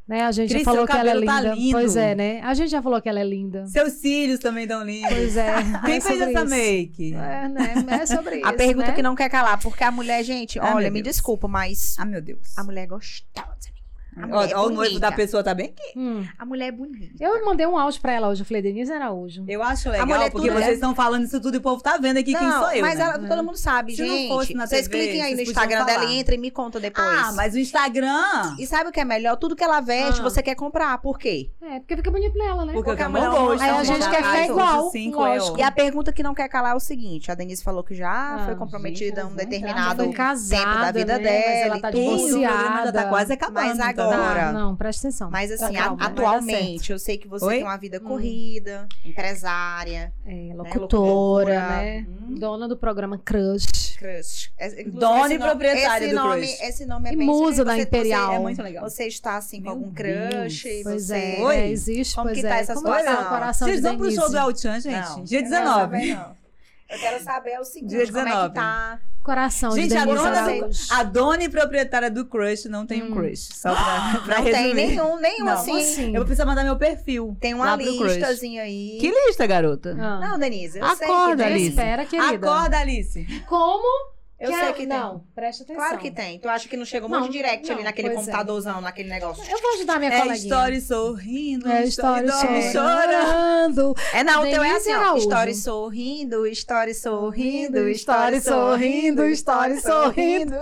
Speaker 2: Né? A gente
Speaker 3: Cris,
Speaker 2: já falou
Speaker 3: seu
Speaker 2: que ela é
Speaker 3: cabelo tá
Speaker 2: linda.
Speaker 3: lindo.
Speaker 2: Pois é, né? A gente já falou que ela é linda.
Speaker 3: Seus cílios também dão lindo.
Speaker 2: Pois
Speaker 3: (laughs)
Speaker 2: é.
Speaker 3: Quem
Speaker 2: é
Speaker 3: fez
Speaker 2: sobre
Speaker 3: essa
Speaker 2: isso.
Speaker 3: make?
Speaker 2: É, né? É
Speaker 3: (laughs)
Speaker 2: sobre isso.
Speaker 1: A pergunta
Speaker 2: né?
Speaker 1: que não quer calar, porque a mulher, gente,
Speaker 3: Ah,
Speaker 1: olha,
Speaker 3: meu
Speaker 1: me
Speaker 3: Deus.
Speaker 1: desculpa, mas
Speaker 3: Ah, meu Deus.
Speaker 1: a mulher é gostosa. A mulher
Speaker 3: Ó, ó, o noivo
Speaker 1: bonita.
Speaker 3: da pessoa tá bem aqui.
Speaker 2: Hum.
Speaker 1: A mulher é bonita.
Speaker 2: Eu mandei um áudio pra ela hoje. Eu falei, Denise Araújo.
Speaker 3: Eu acho legal,
Speaker 1: mulher
Speaker 3: porque
Speaker 1: tudo-
Speaker 3: vocês estão falando isso tudo e o povo tá vendo aqui quem
Speaker 1: Não,
Speaker 3: sou eu.
Speaker 1: Mas
Speaker 3: né?
Speaker 1: ela- todo mundo sabe,
Speaker 3: Se não
Speaker 1: gente.
Speaker 3: fosse na
Speaker 1: vocês
Speaker 3: TV,
Speaker 1: cliquem aí no
Speaker 3: vocês
Speaker 1: Instagram
Speaker 3: podiam
Speaker 1: dela
Speaker 3: falar.
Speaker 1: e entrem e me contam depois.
Speaker 3: Ah, mas o Instagram.
Speaker 1: E sabe o que é melhor? Tudo que ela veste,
Speaker 2: Ah.
Speaker 1: você quer comprar. Por quê?
Speaker 2: É, porque fica bonito nela, né?
Speaker 3: Porque
Speaker 1: Porque
Speaker 3: eu
Speaker 1: a mulher
Speaker 3: não gosto.
Speaker 1: não
Speaker 2: Aí a
Speaker 1: gosta
Speaker 2: gente quer
Speaker 1: mais, todos
Speaker 2: ficar igual.
Speaker 3: os cinco,
Speaker 2: lógico.
Speaker 1: E a pergunta que não quer calar é o seguinte: a Denise falou que já
Speaker 2: Ah,
Speaker 1: foi
Speaker 2: gente,
Speaker 1: comprometida a
Speaker 2: elas
Speaker 1: um
Speaker 2: vão entrar,
Speaker 1: determinado
Speaker 2: mas foi casada,
Speaker 1: tempo da vida
Speaker 2: né? Mas
Speaker 1: dela.
Speaker 2: ela
Speaker 1: e
Speaker 2: tá
Speaker 1: tudo.
Speaker 2: divorciada.
Speaker 3: o programa já tá quase acabando.
Speaker 1: Mas
Speaker 3: tá
Speaker 1: agora-
Speaker 3: vendo?
Speaker 2: Ah, não, presta atenção.
Speaker 1: Mas assim, a-
Speaker 2: Calma, vai dar
Speaker 1: atualmente, eu sei que você
Speaker 3: Oi?
Speaker 1: tem uma vida
Speaker 2: Hum.
Speaker 1: corrida, empresária,
Speaker 2: É,
Speaker 1: locutora,
Speaker 2: locutora, né?
Speaker 3: Hum.
Speaker 2: Dona do programa Crush.
Speaker 1: crush. É, inclusive,
Speaker 3: Dona
Speaker 1: esse
Speaker 3: e
Speaker 1: no-
Speaker 3: proprietária
Speaker 1: esse
Speaker 3: do
Speaker 1: nome,
Speaker 3: crush.
Speaker 1: Esse nome é
Speaker 2: E
Speaker 1: bem
Speaker 2: musa
Speaker 1: você-
Speaker 2: da
Speaker 1: você-
Speaker 2: Imperial.
Speaker 3: É muito legal.
Speaker 1: Você está assim com
Speaker 3: Meu
Speaker 1: algum
Speaker 3: Deus.
Speaker 1: crush? e
Speaker 2: Pois
Speaker 1: você...
Speaker 2: é,
Speaker 3: Oi?
Speaker 2: é, existe,
Speaker 1: Como
Speaker 2: pois
Speaker 1: que
Speaker 2: é.
Speaker 1: tá essa
Speaker 2: Como é que tá
Speaker 1: situação?
Speaker 2: o coração
Speaker 3: Vocês
Speaker 2: de
Speaker 3: vão pro
Speaker 2: Denise?
Speaker 3: show do El Chan, gente?
Speaker 1: Não,
Speaker 3: Dia
Speaker 1: não quero
Speaker 3: 19.
Speaker 1: saber, não. Eu quero saber é o seguinte,
Speaker 3: Dia
Speaker 1: como é
Speaker 3: 19.
Speaker 1: que tá?
Speaker 2: Coração
Speaker 3: Gente,
Speaker 2: de
Speaker 3: a
Speaker 2: Denise
Speaker 3: dona, do,
Speaker 2: Araújo.
Speaker 3: a dona e proprietária do crush não tem um
Speaker 2: Hum.
Speaker 3: crush. Só pra, pra
Speaker 1: (gasps) Não
Speaker 3: resumir.
Speaker 1: tem nenhum, nenhum
Speaker 3: Não,
Speaker 1: assim.
Speaker 2: assim.
Speaker 3: Eu vou precisar mandar meu perfil.
Speaker 1: Tem uma
Speaker 3: lá pro crush.
Speaker 1: listazinha aí.
Speaker 3: Que lista, garota?
Speaker 2: Ah.
Speaker 1: Não, Denise, eu
Speaker 3: Acorda,
Speaker 1: sei que
Speaker 3: Alice.
Speaker 1: tem.
Speaker 2: Espera, querida.
Speaker 3: Acorda, Alice.
Speaker 2: Como?
Speaker 1: Eu
Speaker 2: que
Speaker 1: sei
Speaker 2: a-
Speaker 1: que
Speaker 2: Não, presta
Speaker 1: tem.
Speaker 2: atenção.
Speaker 1: Claro que tem. Tu acha que não chegou um
Speaker 2: Não,
Speaker 1: monte de direct
Speaker 2: não,
Speaker 1: ali naquele
Speaker 2: pois é.
Speaker 1: computadorzão, naquele negócio?
Speaker 2: Eu vou ajudar minha
Speaker 3: É
Speaker 2: coleguinha.
Speaker 3: story sorrindo,
Speaker 2: É
Speaker 3: story
Speaker 2: história
Speaker 3: dorme, chorando.
Speaker 2: chorando.
Speaker 1: É, não, o teu é
Speaker 2: Denise
Speaker 1: assim, ó.
Speaker 2: Araújo.
Speaker 1: Story sorrindo, story sorrindo,
Speaker 2: História
Speaker 1: story sorrindo, story sorrindo.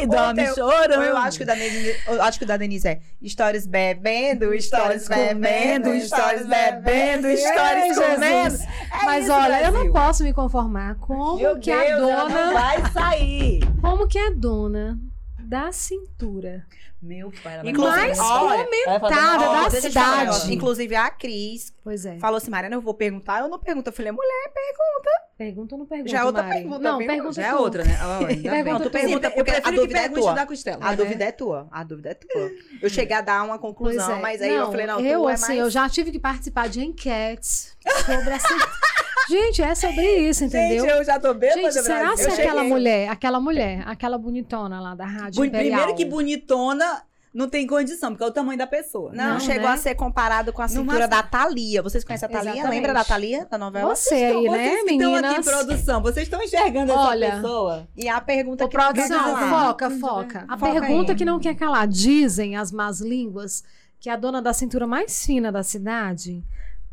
Speaker 3: E
Speaker 1: dorme
Speaker 3: dorme chorando.
Speaker 1: Ou eu acho que o da Denise, eu acho que o da Denise é stories bebendo, stories bebendo, stories bebendo,
Speaker 2: Ai,
Speaker 1: stories
Speaker 2: Jesus.
Speaker 1: comendo.
Speaker 2: Mas
Speaker 3: É isso,
Speaker 2: olha, eu
Speaker 3: Brasil.
Speaker 2: não posso me conformar. Como
Speaker 3: Meu
Speaker 2: que
Speaker 3: Deus,
Speaker 2: a
Speaker 3: ela não
Speaker 2: dona.
Speaker 3: vai sair.
Speaker 2: Como que a dona da cintura.
Speaker 3: Meu pai, ela vai
Speaker 1: Inclusive,
Speaker 3: fazer um-
Speaker 1: olha,
Speaker 3: ela vai fazer um-
Speaker 2: comentada
Speaker 3: Ó,
Speaker 2: da
Speaker 3: deixa eu te falar um
Speaker 2: cidade.
Speaker 3: negócio.
Speaker 1: Inclusive a Cris
Speaker 2: Pois é.
Speaker 1: falou assim, Mariana, eu vou perguntar, eu não pergunto. Eu falei, "É mulher,
Speaker 2: Pergunta ou não pergunta?
Speaker 1: Já é outra
Speaker 2: Mari?
Speaker 1: pergunta,
Speaker 2: Não,
Speaker 1: viu?
Speaker 2: pergunta.
Speaker 3: Já é
Speaker 2: tu.
Speaker 3: outra, né? Ah,
Speaker 2: (laughs)
Speaker 3: ainda bem.
Speaker 2: Pergunta
Speaker 3: Não, tu
Speaker 2: tu.
Speaker 3: pergunta,
Speaker 1: Eu
Speaker 3: porque a
Speaker 1: prefiro que
Speaker 3: dúvida é
Speaker 1: pergunte
Speaker 3: tua.
Speaker 1: da
Speaker 3: costela.
Speaker 2: né?
Speaker 1: a dúvida é tua, a dúvida é tua. Eu cheguei a dar uma
Speaker 2: Pois
Speaker 1: conclusão,
Speaker 2: é.
Speaker 1: mas aí eu falei, não,
Speaker 2: eu
Speaker 1: tu é
Speaker 2: assim,
Speaker 1: mais...
Speaker 2: eu já tive que participar de enquetes sobre a cintura. (laughs) Gente, é sobre isso, entendeu?
Speaker 3: Gente, eu já tô bêbada,
Speaker 2: Gente, será se
Speaker 3: Brasil. Eu
Speaker 2: aquela
Speaker 3: cheguei.
Speaker 2: mulher, aquela mulher, aquela bonitona lá da rádio
Speaker 3: Bu-
Speaker 2: Imperial...
Speaker 3: Primeiro que bonitona não tem condição, porque é o tamanho da pessoa.
Speaker 1: Não,
Speaker 2: Não,
Speaker 1: chegou
Speaker 2: né?
Speaker 1: a ser comparado com a
Speaker 3: Numa-
Speaker 1: cintura da Thalia. Vocês conhecem a Thalia?
Speaker 2: Exatamente.
Speaker 1: Lembra da Thalia, da novela?
Speaker 2: Você
Speaker 3: Então,
Speaker 2: aí,
Speaker 3: vocês
Speaker 2: né,
Speaker 3: que estão aqui,
Speaker 2: meninas?
Speaker 3: produção, vocês estão enxergando essa
Speaker 2: Olha,
Speaker 3: pessoa?
Speaker 1: E a pergunta
Speaker 2: Ô,
Speaker 1: que não quer
Speaker 2: produção,
Speaker 1: calar.
Speaker 2: foca, foca. A
Speaker 1: Foca
Speaker 2: pergunta
Speaker 1: aí.
Speaker 2: que não quer calar. Dizem as más línguas que a dona da cintura mais fina da cidade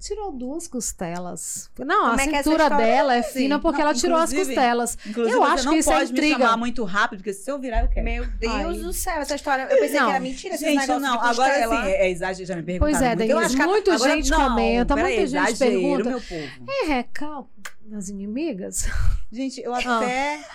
Speaker 2: Tirou duas costelas. Não,
Speaker 1: Como
Speaker 2: a
Speaker 1: é que essa
Speaker 2: cintura
Speaker 1: história
Speaker 2: dela é
Speaker 1: assim?
Speaker 2: fina porque
Speaker 3: Não,
Speaker 2: ela tirou as
Speaker 3: inclusive-
Speaker 2: costelas.
Speaker 3: Inclusive,
Speaker 2: Eu
Speaker 3: você
Speaker 2: acho
Speaker 3: não
Speaker 2: que isso é
Speaker 3: pode me
Speaker 2: intriga.
Speaker 3: chamar muito rápido, porque se eu virar, eu quero.
Speaker 1: Meu Deus
Speaker 2: Ai.
Speaker 1: do céu, essa história. Eu pensei
Speaker 2: Não.
Speaker 1: que era mentira esse
Speaker 3: Gente,
Speaker 1: negócio.
Speaker 3: não,
Speaker 1: de
Speaker 3: agora
Speaker 1: costela.
Speaker 3: sim, é, é exagero, já me perguntaram
Speaker 2: Pois é,
Speaker 3: muito. Eu
Speaker 2: Denise,
Speaker 3: acho que
Speaker 2: muita
Speaker 3: agora-
Speaker 2: gente
Speaker 3: não,
Speaker 2: comenta,
Speaker 3: peraí,
Speaker 2: muita gente
Speaker 3: exagero,
Speaker 2: pergunta.
Speaker 3: meu povo.
Speaker 2: É recalque das inimigas?
Speaker 3: É, Gente, eu até... (laughs)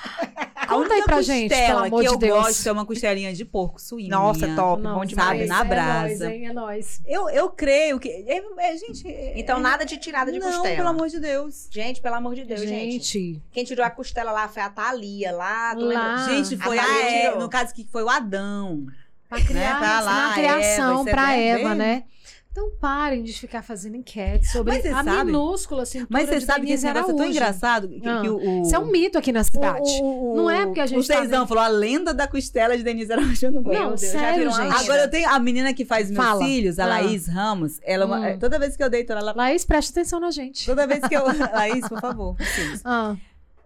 Speaker 3: A
Speaker 2: Conta aí
Speaker 3: única
Speaker 2: pra gente, pelo
Speaker 3: costela
Speaker 2: amor
Speaker 3: que
Speaker 2: de
Speaker 3: eu
Speaker 2: Deus.
Speaker 3: gosto é uma costelinha de porco suína.
Speaker 1: Nossa, top,
Speaker 2: Não,
Speaker 1: bom
Speaker 3: é sabe,
Speaker 1: demais.
Speaker 2: mas
Speaker 3: na brasa.
Speaker 2: É nóis, hein? É nóis.
Speaker 3: Eu, eu creio que... É, é, gente... é-
Speaker 1: Então, nada de tirada de
Speaker 3: não,
Speaker 1: costela.
Speaker 3: pelo amor de Deus.
Speaker 1: Gente, pelo amor de Deus, gente.
Speaker 2: Gente,
Speaker 1: Quem tirou a costela lá foi a Thalia, lá. Tu
Speaker 2: Lá.
Speaker 1: lembra?
Speaker 2: Ah,
Speaker 3: gente,
Speaker 1: a
Speaker 3: foi a,
Speaker 1: Maria
Speaker 3: É-
Speaker 1: tirou.
Speaker 3: No caso, que foi o Adão.
Speaker 2: pra criar,
Speaker 3: pra Né? Tá lá,
Speaker 2: na
Speaker 3: a Eva,
Speaker 2: criação,
Speaker 3: isso é
Speaker 2: pra
Speaker 3: bem-
Speaker 2: Eva, né? Então parem de ficar fazendo enquete sobre
Speaker 3: Mas você
Speaker 2: a
Speaker 3: sabe-
Speaker 2: minúscula cintura
Speaker 3: Mas você
Speaker 2: de
Speaker 3: sabe que esse
Speaker 2: Denise
Speaker 3: negócio é tão
Speaker 2: Araújo.
Speaker 3: engraçado que,
Speaker 2: Ah.
Speaker 3: que o, o-
Speaker 2: Isso é um mito aqui na cidade.
Speaker 3: o- o-
Speaker 2: Não é porque a gente
Speaker 3: O
Speaker 2: tá
Speaker 3: Seizão falou a lenda da costela de Denise Araújo. Eu não
Speaker 2: Não,
Speaker 3: gosto.
Speaker 1: Meu Deus, já
Speaker 2: sério,
Speaker 1: virou uma
Speaker 2: gente.
Speaker 1: lenda.
Speaker 3: Agora eu tenho a menina que faz meus
Speaker 2: Fala.
Speaker 3: filhos, a
Speaker 2: Ah.
Speaker 3: Laís Ramos. Ela, é uma-
Speaker 2: Hum.
Speaker 3: é, toda vez que eu deito ela, ela
Speaker 2: Laís, preste atenção na gente.
Speaker 3: toda vez que eu (laughs) Laís, por favor. filhos.
Speaker 2: Ah,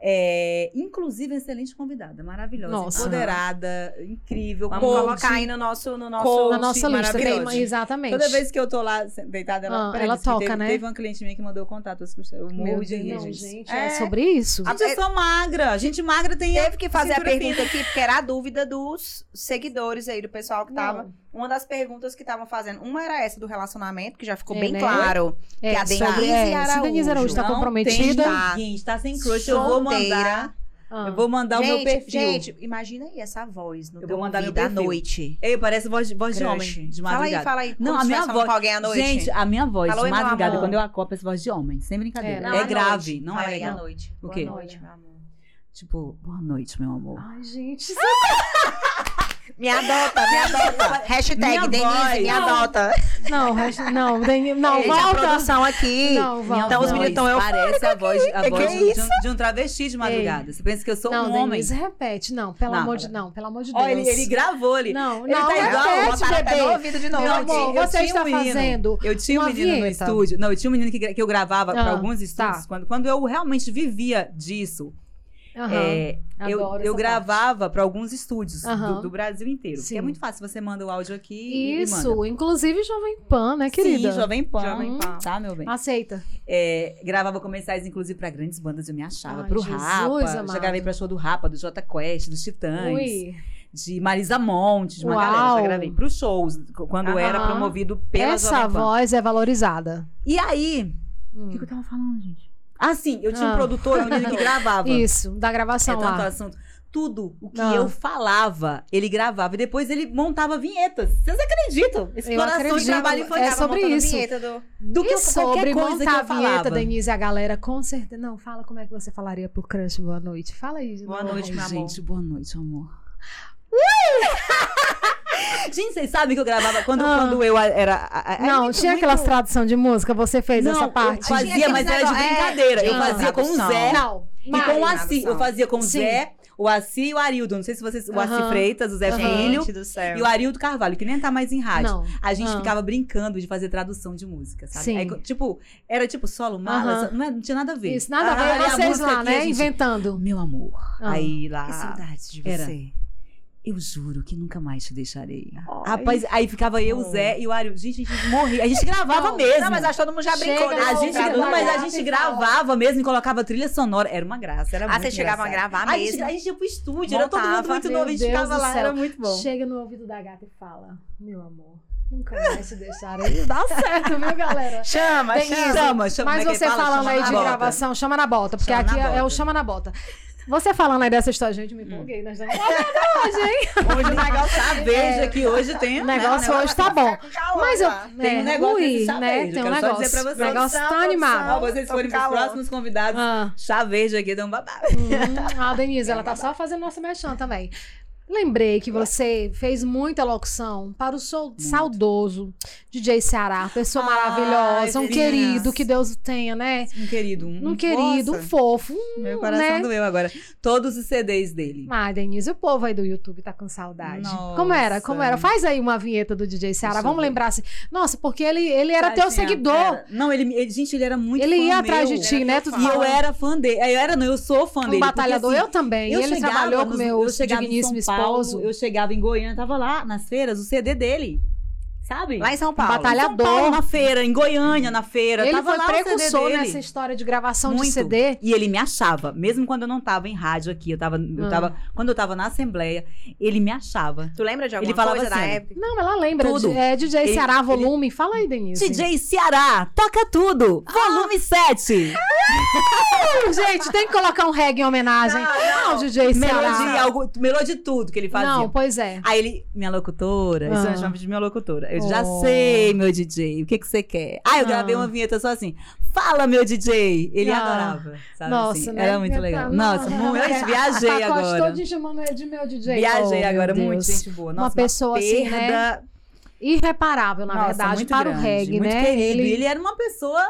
Speaker 3: É, inclusive excelente convidada, maravilhosa,
Speaker 2: Nossa.
Speaker 3: empoderada, incrível.
Speaker 1: Vamos
Speaker 3: coach.
Speaker 1: colocar aí no nosso. No nosso
Speaker 3: Coach,
Speaker 2: na nossa lista.
Speaker 3: maravilhoso.
Speaker 2: tem- exatamente.
Speaker 3: Toda vez que eu tô lá se- deitada, ela,
Speaker 2: Ah,
Speaker 3: peraí,
Speaker 2: ela
Speaker 3: disse que
Speaker 2: toca,
Speaker 3: teve,
Speaker 2: né?
Speaker 3: Teve uma cliente minha que mandou contato. Eu escutei- eu
Speaker 2: Meu
Speaker 3: morro de
Speaker 2: Deus,
Speaker 3: rir,
Speaker 2: não,
Speaker 3: gente.
Speaker 2: gente, é sobre isso?
Speaker 3: Gente, eu sou magra. Gente magra tem
Speaker 1: Teve que fazer a
Speaker 3: Cintura
Speaker 1: pergunta aqui, porque era a dúvida dos seguidores aí, do pessoal que tava. Uma das perguntas que estavam fazendo, uma era essa do relacionamento, que já ficou
Speaker 2: É,
Speaker 1: bem
Speaker 2: né?
Speaker 1: claro.
Speaker 2: É,
Speaker 1: que a
Speaker 2: sobre-
Speaker 1: Denise
Speaker 2: é, Se
Speaker 1: Araújo
Speaker 2: Denise Araújo está
Speaker 3: Não
Speaker 2: comprometida,
Speaker 3: Tem, gente, tá sem crush. Eu vou
Speaker 1: Solteira.
Speaker 3: mandar.
Speaker 2: ah,
Speaker 3: Eu vou mandar o meu
Speaker 1: gente,
Speaker 3: perfil.
Speaker 1: gente, imagina aí essa voz no
Speaker 3: Eu
Speaker 1: teu
Speaker 3: vou mandar meu
Speaker 1: ouvido à
Speaker 3: perfil.
Speaker 1: noite.
Speaker 3: Ei, parece voz de, voz de
Speaker 1: Crush.
Speaker 3: homem. De
Speaker 1: Fala aí,
Speaker 3: madrugada.
Speaker 1: fala aí.
Speaker 3: Não,
Speaker 1: como se
Speaker 3: a minha
Speaker 1: estivesse falando
Speaker 3: voz-
Speaker 1: com alguém à noite.
Speaker 3: Gente, a minha voz
Speaker 1: Fala,
Speaker 3: de
Speaker 1: "Oi, meu
Speaker 3: madrugada,
Speaker 1: amor."
Speaker 3: quando eu acordo, essa voz de homem, sem brincadeira.
Speaker 2: É,
Speaker 1: Não,
Speaker 3: É,
Speaker 1: à
Speaker 3: grave,
Speaker 1: noite.
Speaker 3: não
Speaker 1: Fala
Speaker 3: é
Speaker 1: aí,
Speaker 3: legal.
Speaker 1: à noite.
Speaker 3: O
Speaker 1: Boa
Speaker 3: quê?
Speaker 1: noite, meu amor.
Speaker 3: Tipo, boa noite, meu amor.
Speaker 1: Ah,
Speaker 2: Ai, gente,
Speaker 1: Me adota, me adota. Hashtag
Speaker 3: Minha
Speaker 1: Denise,
Speaker 3: voz.
Speaker 1: me
Speaker 3: Não.
Speaker 1: adota.
Speaker 2: não, Regi- não, Denise, não,
Speaker 1: Eita, a
Speaker 2: volta.
Speaker 1: produção aqui.
Speaker 2: Não, volta.
Speaker 1: Então os
Speaker 3: Não,
Speaker 1: meninos
Speaker 3: isso
Speaker 1: tão
Speaker 2: é
Speaker 3: Parece a voz, a
Speaker 1: Que
Speaker 3: voz
Speaker 1: que é
Speaker 3: de, um- de um, de um travesti de madrugada. Você pensa que eu sou
Speaker 2: Não,
Speaker 3: um homem?
Speaker 2: Denise, repete, não, pelo
Speaker 3: Não.
Speaker 2: amor de não, pelo amor de Deus.
Speaker 3: Ó, ele, ele gravou ali.
Speaker 2: Não,
Speaker 3: ele
Speaker 2: não, é
Speaker 3: tá igual,
Speaker 2: repete,
Speaker 3: botaram
Speaker 1: até no
Speaker 2: bebê.
Speaker 1: ouvido de
Speaker 2: Meu
Speaker 1: noite.
Speaker 2: amor,
Speaker 3: eu
Speaker 2: você
Speaker 3: tinha
Speaker 2: está
Speaker 3: um menino.
Speaker 2: fazendo
Speaker 3: Eu tinha um
Speaker 2: Uma
Speaker 3: menino no
Speaker 2: vinheta.
Speaker 3: estúdio. Não, eu tinha um menino que, gra- que eu gravava pra
Speaker 2: Ah,
Speaker 3: alguns estúdios.
Speaker 2: tá.
Speaker 3: Quando, quando eu realmente vivia disso,
Speaker 2: Aham,
Speaker 3: é, eu,
Speaker 2: adoro
Speaker 3: eu
Speaker 2: essa
Speaker 3: gravava pra alguns estúdios
Speaker 2: Aham.
Speaker 3: do, do Brasil inteiro. Porque
Speaker 2: Sim.
Speaker 3: é muito fácil, você manda o áudio aqui
Speaker 2: parte.
Speaker 3: e- e manda.
Speaker 2: Isso, inclusive Jovem Pan, né, querida?
Speaker 3: Sim, Jovem Pan.
Speaker 1: Jovem Pan.
Speaker 3: Tá, meu bem.
Speaker 2: Aceita.
Speaker 3: É, gravava comerciais, inclusive, pra grandes bandas. Eu me achava.
Speaker 2: Ai,
Speaker 3: pro
Speaker 2: Jesus
Speaker 3: Rapa. Já
Speaker 2: amado.
Speaker 3: gravei pra show do Rapa, do Jota Quest, dos Titãs.
Speaker 2: Ui,
Speaker 3: De Marisa Monte, de uma
Speaker 2: Uau.
Speaker 3: galera. Já gravei pros shows, quando era
Speaker 2: Aham.
Speaker 3: promovido pela
Speaker 2: essa
Speaker 3: Jovem Pan.
Speaker 2: voz é valorizada.
Speaker 3: E aí... O que,
Speaker 2: Hum,
Speaker 3: que eu tava falando, gente? Ah, sim. Eu tinha um
Speaker 2: Ah.
Speaker 3: produtor, um menino que
Speaker 2: (laughs)
Speaker 3: gravava.
Speaker 2: Isso, da
Speaker 3: É
Speaker 2: gravação
Speaker 3: tanto
Speaker 2: Tá lá.
Speaker 3: assunto. Tudo o que
Speaker 2: Ah.
Speaker 3: eu falava, ele gravava. E depois ele montava vinhetas. Vocês acreditam? Exploração de
Speaker 2: acredito.
Speaker 3: trabalho infantil.
Speaker 2: É
Speaker 1: Tava
Speaker 2: sobre
Speaker 1: montando
Speaker 2: isso.
Speaker 1: vinheta do-
Speaker 3: Do que
Speaker 2: e
Speaker 3: eu,
Speaker 2: sobre
Speaker 3: qualquer coisa que
Speaker 2: montar
Speaker 3: eu
Speaker 2: a vinheta,
Speaker 3: falava.
Speaker 2: Denise, a galera com certeza. Não, fala como é que você falaria pro crush boa noite. Fala aí. de
Speaker 1: Boa
Speaker 2: novo.
Speaker 1: noite, meu amor.
Speaker 3: Gente, boa noite, amor. (laughs) Gente, vocês sabem que eu gravava quando,
Speaker 2: Ah.
Speaker 3: quando eu era. a- a- é
Speaker 2: Não,
Speaker 3: muito,
Speaker 2: tinha
Speaker 3: muito-
Speaker 2: aquelas tradução de música? Você fez
Speaker 3: Não,
Speaker 2: essa
Speaker 3: eu
Speaker 2: parte?
Speaker 1: Tinha
Speaker 3: fazia,
Speaker 1: aqueles
Speaker 3: mas um era de
Speaker 1: negócio- é,
Speaker 3: brincadeira. eu
Speaker 1: gente,
Speaker 3: fazia com o
Speaker 1: tradução.
Speaker 3: Zé
Speaker 2: Não,
Speaker 3: e
Speaker 2: mas-
Speaker 3: com o
Speaker 1: Mari,
Speaker 3: Assi. Eu
Speaker 1: tradução.
Speaker 3: fazia com o
Speaker 2: Sim.
Speaker 3: Zé, o Assi e o Arildo. Não sei se vocês. O Assi
Speaker 2: Aham.
Speaker 3: Freitas, o Zé
Speaker 2: Aham.
Speaker 3: Filho.
Speaker 1: Gente do céu.
Speaker 3: E o Arildo Carvalho, que nem tá mais em rádio.
Speaker 2: Não.
Speaker 3: A gente
Speaker 2: Ah.
Speaker 3: ficava brincando de fazer tradução de música, sabe?
Speaker 2: Sim.
Speaker 3: Aí, co- tipo, era tipo solo, mala,
Speaker 2: Aham.
Speaker 3: só- não, é- não tinha nada a ver.
Speaker 2: Isso, nada
Speaker 3: Ah,
Speaker 2: a
Speaker 3: olha
Speaker 2: ver. Vocês
Speaker 3: música
Speaker 2: lá,
Speaker 3: aqui,
Speaker 2: né?
Speaker 3: a gente-
Speaker 2: Inventando.
Speaker 3: Meu amor.
Speaker 2: Ah.
Speaker 3: Aí lá.
Speaker 1: de
Speaker 3: Era. Eu juro que nunca mais te deixarei.
Speaker 1: Ai.
Speaker 3: Rapaz, aí ficava eu, o Zé e o Ariel. Gente, a gente morria. A gente gravava
Speaker 2: Não,
Speaker 3: mesmo.
Speaker 1: Não, mas acho que todo mundo já
Speaker 2: Chega,
Speaker 1: brincou. né?
Speaker 2: não,
Speaker 3: a gente,
Speaker 2: cada
Speaker 3: não, mas a
Speaker 2: lugar
Speaker 3: gente
Speaker 2: tem
Speaker 3: gravava mesmo e colocava trilha sonora. Era uma graça, era
Speaker 1: Ah,
Speaker 3: muito
Speaker 1: vocês chegavam a
Speaker 3: engraçado.
Speaker 1: gravar
Speaker 3: a gente,
Speaker 1: mesmo?
Speaker 3: a gente ia pro estúdio, era todo mundo
Speaker 1: Montava,
Speaker 3: muito
Speaker 2: meu
Speaker 3: novo, a gente
Speaker 2: Deus
Speaker 3: ficava
Speaker 2: do
Speaker 3: lá,
Speaker 2: céu.
Speaker 3: era um muito bom.
Speaker 2: Chega no ouvido da gata e fala: Meu amor, nunca mais te
Speaker 3: (laughs)
Speaker 2: deixarei. Dá certo, viu, galera?
Speaker 1: Chama,
Speaker 2: Tem isso.
Speaker 3: Chama, chama,
Speaker 2: Mas
Speaker 3: como é que
Speaker 2: você
Speaker 3: fala?
Speaker 2: falando
Speaker 3: Chama
Speaker 2: aí
Speaker 3: na
Speaker 2: de
Speaker 3: bota.
Speaker 2: gravação, chama na bota, porque
Speaker 3: Chama na
Speaker 2: aqui é- é o
Speaker 3: bota.
Speaker 2: chama na bota. Você falando aí dessa história, gente, me empolguei. Nós
Speaker 3: (laughs)
Speaker 2: estamos hoje, hein?
Speaker 3: Hoje
Speaker 2: (laughs)
Speaker 3: o negócio tá verde aqui, hoje tem.
Speaker 2: É. O
Speaker 3: né,
Speaker 2: negócio hoje tá bom. Mas eu.
Speaker 3: Tem um
Speaker 2: é,
Speaker 3: negócio
Speaker 2: ui,
Speaker 3: desse chá
Speaker 2: né?
Speaker 3: verde,
Speaker 2: Tem
Speaker 3: eu
Speaker 2: um
Speaker 3: quero só
Speaker 2: negócio.
Speaker 3: dizer pra vocês.
Speaker 2: O negócio
Speaker 1: Produção,
Speaker 2: tá
Speaker 3: Ó,
Speaker 2: animado.
Speaker 3: vocês forem
Speaker 1: Tá
Speaker 3: pros
Speaker 1: bom.
Speaker 3: próximos convidados,
Speaker 2: Ah.
Speaker 3: chá verde aqui dá um babado.
Speaker 2: Hum, a Denise,
Speaker 3: É
Speaker 2: ela tá só fazendo nossa merchan também. Lembrei que você fez muita locução para o sol- saudoso DJ Ceará, pessoa
Speaker 3: Ai,
Speaker 2: maravilhosa, um
Speaker 3: Denise.
Speaker 2: querido, que Deus o tenha, né?
Speaker 3: Um querido, um.
Speaker 2: Um querido, um
Speaker 3: Nossa,
Speaker 2: fofo.
Speaker 3: Meu coração
Speaker 2: né?
Speaker 3: doeu agora. Todos os CDs dele.
Speaker 2: Ah, Denise, o povo aí do YouTube tá com saudade.
Speaker 3: Nossa.
Speaker 2: Como era? Como era? Faz aí uma vinheta do DJ Ceará.
Speaker 3: Deixa eu
Speaker 2: Vamos
Speaker 3: ver.
Speaker 2: lembrar assim. Nossa, porque ele, ele era
Speaker 3: Tadinha,
Speaker 2: teu seguidor.
Speaker 3: era. Não, ele, ele- gente, ele era muito
Speaker 2: ele
Speaker 3: fã
Speaker 2: ia atrás
Speaker 3: meu.
Speaker 2: de ti,
Speaker 1: Era
Speaker 2: né?
Speaker 1: teu
Speaker 2: Tu
Speaker 3: E eu
Speaker 2: falando.
Speaker 3: era fã dele. Eu era, não, eu sou fã
Speaker 2: um
Speaker 3: dele. porque,
Speaker 2: batalhador.
Speaker 3: assim,
Speaker 2: eu também. ele
Speaker 3: chegava
Speaker 2: trabalhou com
Speaker 3: nos-
Speaker 2: meu
Speaker 3: eu chegava em São
Speaker 2: digníssimo
Speaker 3: Paulo,
Speaker 2: esposo.
Speaker 3: Eu chegava em Goiânia, tava lá nas feiras, o CD dele. Sabe?
Speaker 1: Lá em São Paulo.
Speaker 2: batalha- Trabalhador.
Speaker 3: Em São Paulo, na feira, em Goiânia, na feira.
Speaker 2: Ele
Speaker 3: tava
Speaker 2: foi
Speaker 3: lá o CD
Speaker 2: precursor
Speaker 3: dele.
Speaker 2: nessa história de gravação de
Speaker 3: Muito.
Speaker 2: CD.
Speaker 3: E ele me achava, mesmo quando eu não tava em rádio aqui, eu tava, eu
Speaker 2: Ah.
Speaker 3: tava quando eu tava na Assembleia, ele me achava.
Speaker 1: Tu lembra de alguma
Speaker 3: Ele falava
Speaker 1: coisa da
Speaker 3: assim,
Speaker 1: época?
Speaker 2: Não, ela lembra.
Speaker 3: Tudo.
Speaker 2: de- é, DJ
Speaker 3: Ele-
Speaker 2: Ceará
Speaker 3: ele-
Speaker 2: Volume. Fala aí, Denise.
Speaker 3: DJ Ceará, toca
Speaker 2: Ah.
Speaker 3: tudo, volume 7.
Speaker 2: Gente, tem que colocar um reggae em homenagem.
Speaker 1: Não,
Speaker 2: Não, DJ Ceará.
Speaker 3: Melodia, algo, melodia de tudo que ele fazia.
Speaker 2: Não, pois é.
Speaker 3: Aí ele, minha locutora, isso
Speaker 2: Ah.
Speaker 3: eu chamava de minha locutora. Eu já
Speaker 2: Oh.
Speaker 3: sei, meu DJ, o que que você quer? Ah, eu
Speaker 2: Ah.
Speaker 3: gravei uma vinheta só assim, fala, meu DJ. Ele
Speaker 2: Ah.
Speaker 3: adorava, sabe
Speaker 2: Nossa,
Speaker 3: assim?
Speaker 2: né?
Speaker 3: Era muito
Speaker 2: Tá,
Speaker 3: legal.
Speaker 2: não,
Speaker 3: Nossa,
Speaker 2: não, (laughs)
Speaker 3: muito,
Speaker 2: é.
Speaker 3: viajei
Speaker 2: Pacote
Speaker 3: agora.
Speaker 2: todinho chamando ele de meu DJ. Oh,
Speaker 3: Viajei
Speaker 2: meu
Speaker 3: agora,
Speaker 2: Deus.
Speaker 3: muito gente boa. Nossa,
Speaker 2: pessoa assim, né?
Speaker 3: perda
Speaker 2: Irreparável, na
Speaker 3: Nossa,
Speaker 2: verdade,
Speaker 3: muito
Speaker 2: para o
Speaker 3: grande,
Speaker 2: reggae,
Speaker 3: muito
Speaker 2: né?
Speaker 3: Querido. Ele... ele era uma pessoa.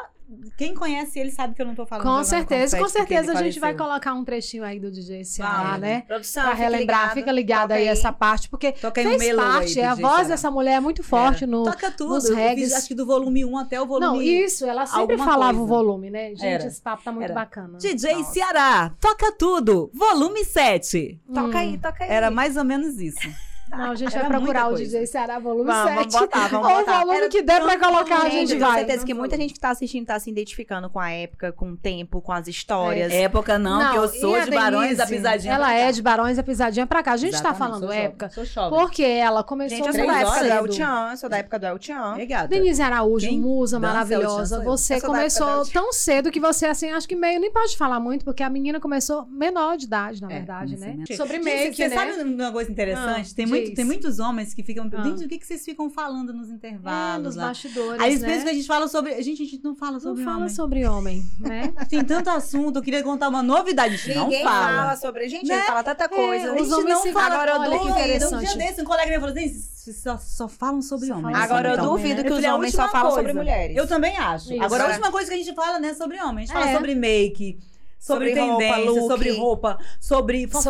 Speaker 3: Quem conhece ele sabe que eu não tô falando.
Speaker 2: Com
Speaker 3: jogando
Speaker 2: certeza, com
Speaker 3: confete, porque
Speaker 2: certeza a
Speaker 3: ele
Speaker 2: gente vai
Speaker 3: faleceu.
Speaker 2: colocar um trechinho aí do DJ Ceará,
Speaker 3: Vale.
Speaker 2: né?
Speaker 1: Produção,
Speaker 2: Pra relembrar, fica ligado
Speaker 1: toca
Speaker 2: aí essa parte, porque
Speaker 3: Toca aí um
Speaker 2: fez
Speaker 3: melô
Speaker 2: parte,
Speaker 3: aí,
Speaker 2: é, a
Speaker 3: DJ
Speaker 2: voz
Speaker 3: Ceará.
Speaker 2: dessa mulher é muito forte no...
Speaker 3: Toca tudo.
Speaker 2: nos
Speaker 3: eu fiz,
Speaker 2: regs.
Speaker 3: acho que do volume 1 até o volume.
Speaker 2: Não, isso, ela sempre
Speaker 3: alguma
Speaker 2: falava
Speaker 3: coisa.
Speaker 2: o volume, né? Gente,
Speaker 3: Era.
Speaker 2: esse papo tá muito
Speaker 3: Era.
Speaker 2: bacana.
Speaker 3: DJ
Speaker 1: Nossa.
Speaker 3: é Ceará, toca tudo, volume 7.
Speaker 1: Toca aí, toca aí.
Speaker 3: Era mais ou menos É isso.
Speaker 2: Não, a gente
Speaker 3: Era
Speaker 2: vai procurar
Speaker 3: muita
Speaker 2: o
Speaker 3: coisa.
Speaker 2: DJ Ceará volume
Speaker 1: Vamos,
Speaker 2: 7.
Speaker 1: vamos botar, vamos
Speaker 2: Ou o
Speaker 1: botar.
Speaker 2: volume
Speaker 1: Era
Speaker 2: que der pra
Speaker 1: tanto
Speaker 2: colocar, a
Speaker 1: gente,
Speaker 2: gente
Speaker 1: eu
Speaker 2: vai.
Speaker 1: tenho certeza que muita gente que tá assistindo tá se identificando com a época, com o tempo, com as histórias.
Speaker 3: Época não, que eu
Speaker 2: e
Speaker 3: sou
Speaker 2: a
Speaker 3: de Barões da
Speaker 2: Denise?
Speaker 3: Pisadinha.
Speaker 2: Ela
Speaker 3: pra cá.
Speaker 2: é de Barões da Pisadinha pra cá. A gente tá
Speaker 3: Exatamente,
Speaker 2: falando
Speaker 3: sou
Speaker 2: época
Speaker 3: Jovem, sou jovem.
Speaker 2: porque ela começou
Speaker 1: Gente, eu sou
Speaker 3: Três
Speaker 1: da época do El
Speaker 2: cedo.
Speaker 1: Chan, sou da época do El Chan.
Speaker 3: Obrigada.
Speaker 2: Denise Araújo,
Speaker 3: Quem
Speaker 2: musa
Speaker 3: dança é o Tchan,
Speaker 2: maravilhosa.
Speaker 3: sou eu.
Speaker 2: Você
Speaker 1: Eu sou da época
Speaker 2: começou
Speaker 1: da Tchan.
Speaker 2: tão cedo que você, assim, acho que meio nem pode falar muito, porque a menina começou menor de idade, na
Speaker 3: É,
Speaker 2: verdade,
Speaker 3: comecei
Speaker 2: né?
Speaker 3: menor.
Speaker 2: Sobre
Speaker 3: Gente,
Speaker 2: make,
Speaker 3: você
Speaker 2: né?
Speaker 3: sabe uma coisa interessante?
Speaker 2: Ah,
Speaker 3: tem, muito,
Speaker 2: diz.
Speaker 3: tem muitos homens que ficam.
Speaker 2: Ah.
Speaker 3: Denise, o que, que vocês ficam falando nos
Speaker 2: É, nos
Speaker 3: intervalos? lá?
Speaker 2: bastidores,
Speaker 3: Aí eles
Speaker 2: né?
Speaker 3: pensam que a gente fala sobre. Gente, a gente não fala
Speaker 2: Não
Speaker 3: sobre
Speaker 2: fala
Speaker 3: homem.
Speaker 2: sobre homem, né?
Speaker 3: Tem tanto assunto, eu queria contar uma novidade. A gente
Speaker 1: Ninguém
Speaker 3: não fala.
Speaker 1: fala sobre. Gente,
Speaker 3: Né?
Speaker 1: ele fala tanta coisa.
Speaker 2: É,
Speaker 1: A
Speaker 2: os
Speaker 1: gente
Speaker 3: um
Speaker 2: homens
Speaker 1: não
Speaker 2: se-
Speaker 1: fala.
Speaker 2: agora eu
Speaker 1: Agora eu
Speaker 2: dou
Speaker 1: duvido.
Speaker 2: que
Speaker 3: Olha, Um
Speaker 2: interessante.
Speaker 3: dia desse, um colega meu falou assim: "Vocês só, só falam sobre
Speaker 2: Só
Speaker 3: homens.
Speaker 2: falam
Speaker 1: Agora eu
Speaker 2: Então,
Speaker 1: duvido
Speaker 2: né?
Speaker 1: que os
Speaker 3: falei, a
Speaker 1: homens só
Speaker 3: última
Speaker 1: falam
Speaker 3: coisa.
Speaker 1: sobre mulheres.
Speaker 3: Eu também acho.
Speaker 2: Isso.
Speaker 3: Agora, a última coisa que a gente fala, né, sobre homens. A gente
Speaker 2: É.
Speaker 3: fala sobre make, sobre,
Speaker 1: Sobre roupa,
Speaker 3: tendência,
Speaker 1: look.
Speaker 3: sobre roupa, sobre fofocas.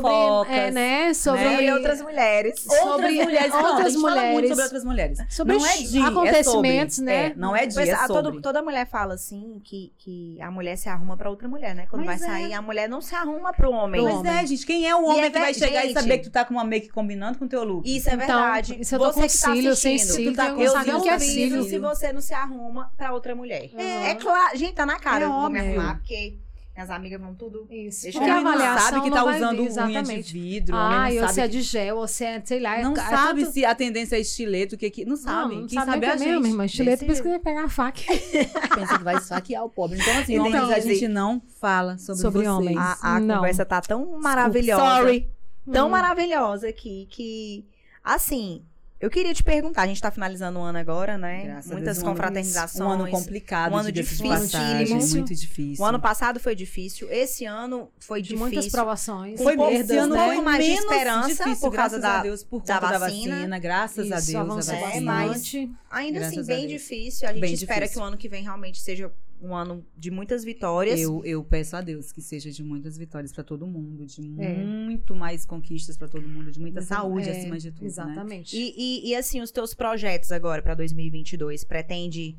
Speaker 2: sobre, é, né? Sobre,
Speaker 1: Sobre outras mulheres.
Speaker 2: Ou-
Speaker 3: Outras
Speaker 2: Sobre
Speaker 3: mulheres. Não, a
Speaker 2: outras
Speaker 3: gente fala muito
Speaker 2: mulheres.
Speaker 3: sobre outras mulheres.
Speaker 2: sobre
Speaker 3: não é
Speaker 2: os
Speaker 3: de, é
Speaker 2: acontecimentos,
Speaker 3: sobre.
Speaker 2: né?
Speaker 3: É, não é de,
Speaker 1: Mas
Speaker 3: é
Speaker 1: a-
Speaker 3: sobre.
Speaker 1: todo- toda mulher fala assim que, que a mulher se arruma pra outra mulher, né? Quando
Speaker 3: Mas
Speaker 1: vai
Speaker 3: é.
Speaker 1: sair, a mulher não se arruma pro homem.
Speaker 2: Pro
Speaker 3: Mas
Speaker 2: homem.
Speaker 3: é, gente, quem é o homem
Speaker 1: E é
Speaker 3: que vai
Speaker 1: ver-
Speaker 3: chegar e
Speaker 1: gente.
Speaker 3: saber que tu tá com uma make combinando com o teu look?
Speaker 1: Isso é
Speaker 2: Então,
Speaker 1: verdade.
Speaker 2: se eu tô
Speaker 1: você
Speaker 2: com
Speaker 1: que tá
Speaker 2: cílio, sem um
Speaker 1: assistindo,
Speaker 2: cílio,
Speaker 1: tu tá
Speaker 3: eu
Speaker 1: com
Speaker 3: não
Speaker 1: cílio,
Speaker 3: sabia
Speaker 1: sem
Speaker 3: que é
Speaker 1: cílio,
Speaker 3: cílio.
Speaker 1: se você não se arruma pra outra mulher.
Speaker 2: É.
Speaker 1: É, claro. Gente, tá na cara.
Speaker 2: É
Speaker 1: eu vou me
Speaker 2: óbvio.
Speaker 1: arrumar, porque minhas amigas vão tudo.
Speaker 2: Isso.
Speaker 1: Deixa
Speaker 2: Porque a
Speaker 1: eu ver, não
Speaker 2: avaliação
Speaker 3: sabe que tá
Speaker 2: não vai
Speaker 3: usando
Speaker 2: vir,
Speaker 3: unha de
Speaker 2: exatamente.
Speaker 3: vidro,
Speaker 2: Ah,
Speaker 3: homem
Speaker 2: eu
Speaker 3: não
Speaker 2: se
Speaker 3: sabe tá
Speaker 2: é de gel, ou se é, sei lá. é-
Speaker 3: Não
Speaker 2: é
Speaker 3: sabe
Speaker 2: tanto-
Speaker 3: se a tendência é estileto, o que que. Não sabe.
Speaker 2: Não, não
Speaker 3: Quem sabe,
Speaker 2: nem
Speaker 3: é a
Speaker 2: o que é,
Speaker 3: gente.
Speaker 2: minha irmã. Estileto,
Speaker 1: Desse
Speaker 2: por isso que eu ia pegar a faca.
Speaker 3: (laughs) Pensa que vai esfaquear o pobre. Então, assim,
Speaker 1: Então,
Speaker 3: homens, a
Speaker 1: assim,
Speaker 3: gente não fala sobre,
Speaker 2: sobre
Speaker 3: vocês.
Speaker 2: homens.
Speaker 3: Ah,
Speaker 1: A, a
Speaker 2: Não.
Speaker 1: conversa tá tão maravilhosa.
Speaker 3: Sorry.
Speaker 1: Tão
Speaker 2: Hum.
Speaker 1: maravilhosa aqui que. Assim, eu queria te perguntar, a gente tá finalizando o ano agora, né?
Speaker 3: Graças a
Speaker 1: Muitas
Speaker 3: Deus, um ano-
Speaker 1: confraternizações.
Speaker 3: Um ano complicado,
Speaker 1: um ano
Speaker 3: diga-se de
Speaker 1: dificílimo.
Speaker 3: passagem,
Speaker 2: Difícil.
Speaker 3: Muito difícil.
Speaker 1: O ano passado foi difícil, esse ano foi
Speaker 2: De
Speaker 1: difícil.
Speaker 2: muitas provações.
Speaker 1: Foi
Speaker 2: Com
Speaker 1: mesmo.
Speaker 2: perdas,
Speaker 1: Esse ano
Speaker 2: né?
Speaker 1: foi um mais de esperança por causa
Speaker 3: graças a
Speaker 1: da-
Speaker 3: Deus, por
Speaker 1: da
Speaker 3: conta da
Speaker 1: vacina.
Speaker 3: vacina. graças a
Speaker 2: Isso,
Speaker 3: Deus, a
Speaker 2: avançou
Speaker 1: é,
Speaker 3: vacina.
Speaker 2: bastante.
Speaker 1: Ainda
Speaker 3: Graças
Speaker 1: assim,
Speaker 3: a
Speaker 1: bem
Speaker 3: Deus.
Speaker 1: difícil. A gente
Speaker 3: Bem
Speaker 1: espera
Speaker 3: difícil.
Speaker 1: que o ano que vem realmente seja um ano de muitas vitórias.
Speaker 3: Eu, eu peço a Deus que seja de muitas vitórias pra todo mundo, de
Speaker 2: É.
Speaker 3: muito mais conquistas pra todo mundo, de muita
Speaker 2: Muito-
Speaker 3: saúde
Speaker 2: é,
Speaker 3: acima de tudo. né?
Speaker 2: Exatamente.
Speaker 1: E, e- e, assim, os teus projetos agora pra 2022, pretende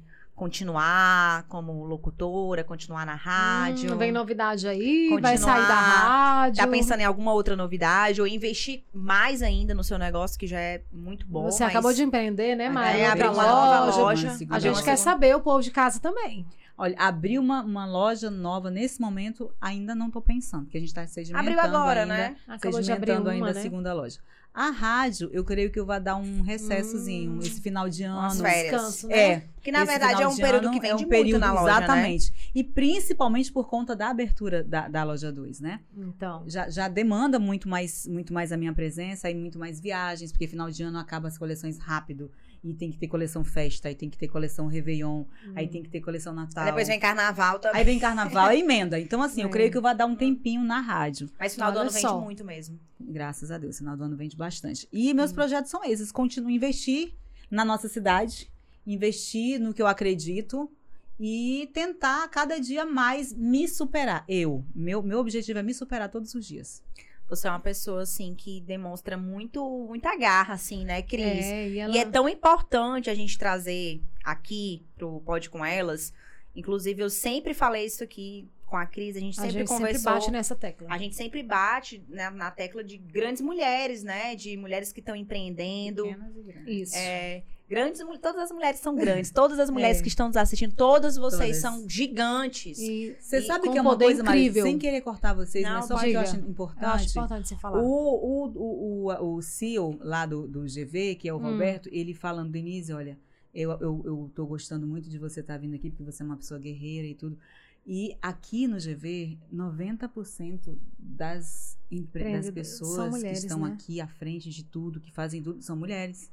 Speaker 1: continuar como locutora, continuar na rádio?
Speaker 2: Hum, vem novidade aí,
Speaker 1: Continuar.
Speaker 2: vai sair da rádio.
Speaker 1: Tá pensando em alguma outra novidade ou investir mais ainda no seu negócio, que já é muito bom.
Speaker 2: Você
Speaker 1: mas-
Speaker 2: acabou de empreender, né, Maia?
Speaker 1: É,
Speaker 2: Outra
Speaker 1: abriu uma
Speaker 2: loja.
Speaker 1: nova loja. Assim,
Speaker 2: A
Speaker 1: Uma
Speaker 2: gente
Speaker 1: segunda-
Speaker 2: quer saber, o povo de casa também.
Speaker 3: Olha, abrir uma, uma loja nova nesse momento, ainda não tô pensando, porque a gente tá sedimentando
Speaker 1: Abriu agora,
Speaker 3: ainda,
Speaker 1: né?
Speaker 2: Acabou de abrir
Speaker 3: sedimentando
Speaker 2: uma,
Speaker 3: ainda
Speaker 2: né?
Speaker 3: a segunda loja. A rádio, eu creio que eu vou dar um recessozinho
Speaker 2: Hum.
Speaker 3: esse final de
Speaker 1: Umas
Speaker 3: ano.
Speaker 1: férias.
Speaker 2: Descanso, né?
Speaker 3: É,
Speaker 1: Que na
Speaker 3: esse
Speaker 1: verdade é
Speaker 3: final
Speaker 1: um
Speaker 3: de
Speaker 1: período
Speaker 3: ano
Speaker 1: que vem
Speaker 3: é um
Speaker 1: de muito
Speaker 3: período,
Speaker 1: na loja, né?
Speaker 3: Exatamente. E principalmente por conta da abertura da, da loja 2, né?
Speaker 2: Então,
Speaker 3: Já, já demanda muito mais, muito mais a minha presença e muito mais viagens, porque final de ano acaba as coleções rápido. E tem que ter coleção festa, aí tem que ter coleção Réveillon, aí tem que ter coleção
Speaker 2: tá.
Speaker 3: Natal.
Speaker 1: Hum. Aí Depois vem carnaval também.
Speaker 3: Aí vem carnaval, aí emenda. Então, assim,
Speaker 2: É.
Speaker 3: eu creio que eu vou dar um tempinho na rádio.
Speaker 1: Mas final do
Speaker 2: Olha
Speaker 1: ano vende
Speaker 2: só.
Speaker 1: muito mesmo.
Speaker 3: Graças a Deus, final do ano vende bastante. E
Speaker 2: Hum.
Speaker 3: meus projetos são esses: continuo a investir na nossa cidade, investir no que eu acredito e tentar cada dia mais me superar. Eu, meu, meu objetivo é me superar todos os dias.
Speaker 1: Você é uma pessoa, assim, que demonstra muito, muita garra, assim, né, Cris?
Speaker 2: É, e ela...
Speaker 1: E é tão importante a gente trazer aqui pro Pode Com Elas. Inclusive, eu sempre falei isso aqui com a Cris, a gente
Speaker 2: a
Speaker 1: sempre
Speaker 2: gente sempre
Speaker 1: conversou.
Speaker 2: bate nessa tecla.
Speaker 1: A gente sempre bate na, na tecla de grandes mulheres, né? De mulheres que estão empreendendo.
Speaker 3: Pequenas e grandes.
Speaker 2: Isso.
Speaker 1: É, grandes, mu- todas as mulheres são
Speaker 2: (laughs)
Speaker 1: grandes. Todas as mulheres
Speaker 2: É.
Speaker 1: que estão nos assistindo, todas vocês
Speaker 3: Todas.
Speaker 1: são gigantes.
Speaker 2: E
Speaker 3: Você
Speaker 1: E
Speaker 3: sabe
Speaker 2: com
Speaker 3: que é uma
Speaker 2: poder
Speaker 3: coisa, Maria,
Speaker 2: incrível.
Speaker 3: sem querer cortar vocês,
Speaker 1: Não,
Speaker 3: mas só que
Speaker 2: diga.
Speaker 3: eu acho
Speaker 2: eu acho
Speaker 3: importante.
Speaker 2: importante você falar.
Speaker 3: O, o, o, o, o CEO lá do, do GV, que é o
Speaker 2: Hum.
Speaker 3: Roberto, ele falando, Denise, olha, eu, eu, eu tô gostando muito de você estar vindo aqui, porque você é uma pessoa guerreira e tudo. E aqui no GV, 90% das, empre- das
Speaker 2: Empreendedor- são
Speaker 3: pessoas
Speaker 2: mulheres,
Speaker 3: que estão
Speaker 2: né?
Speaker 3: aqui à frente de tudo, que fazem tudo, são mulheres.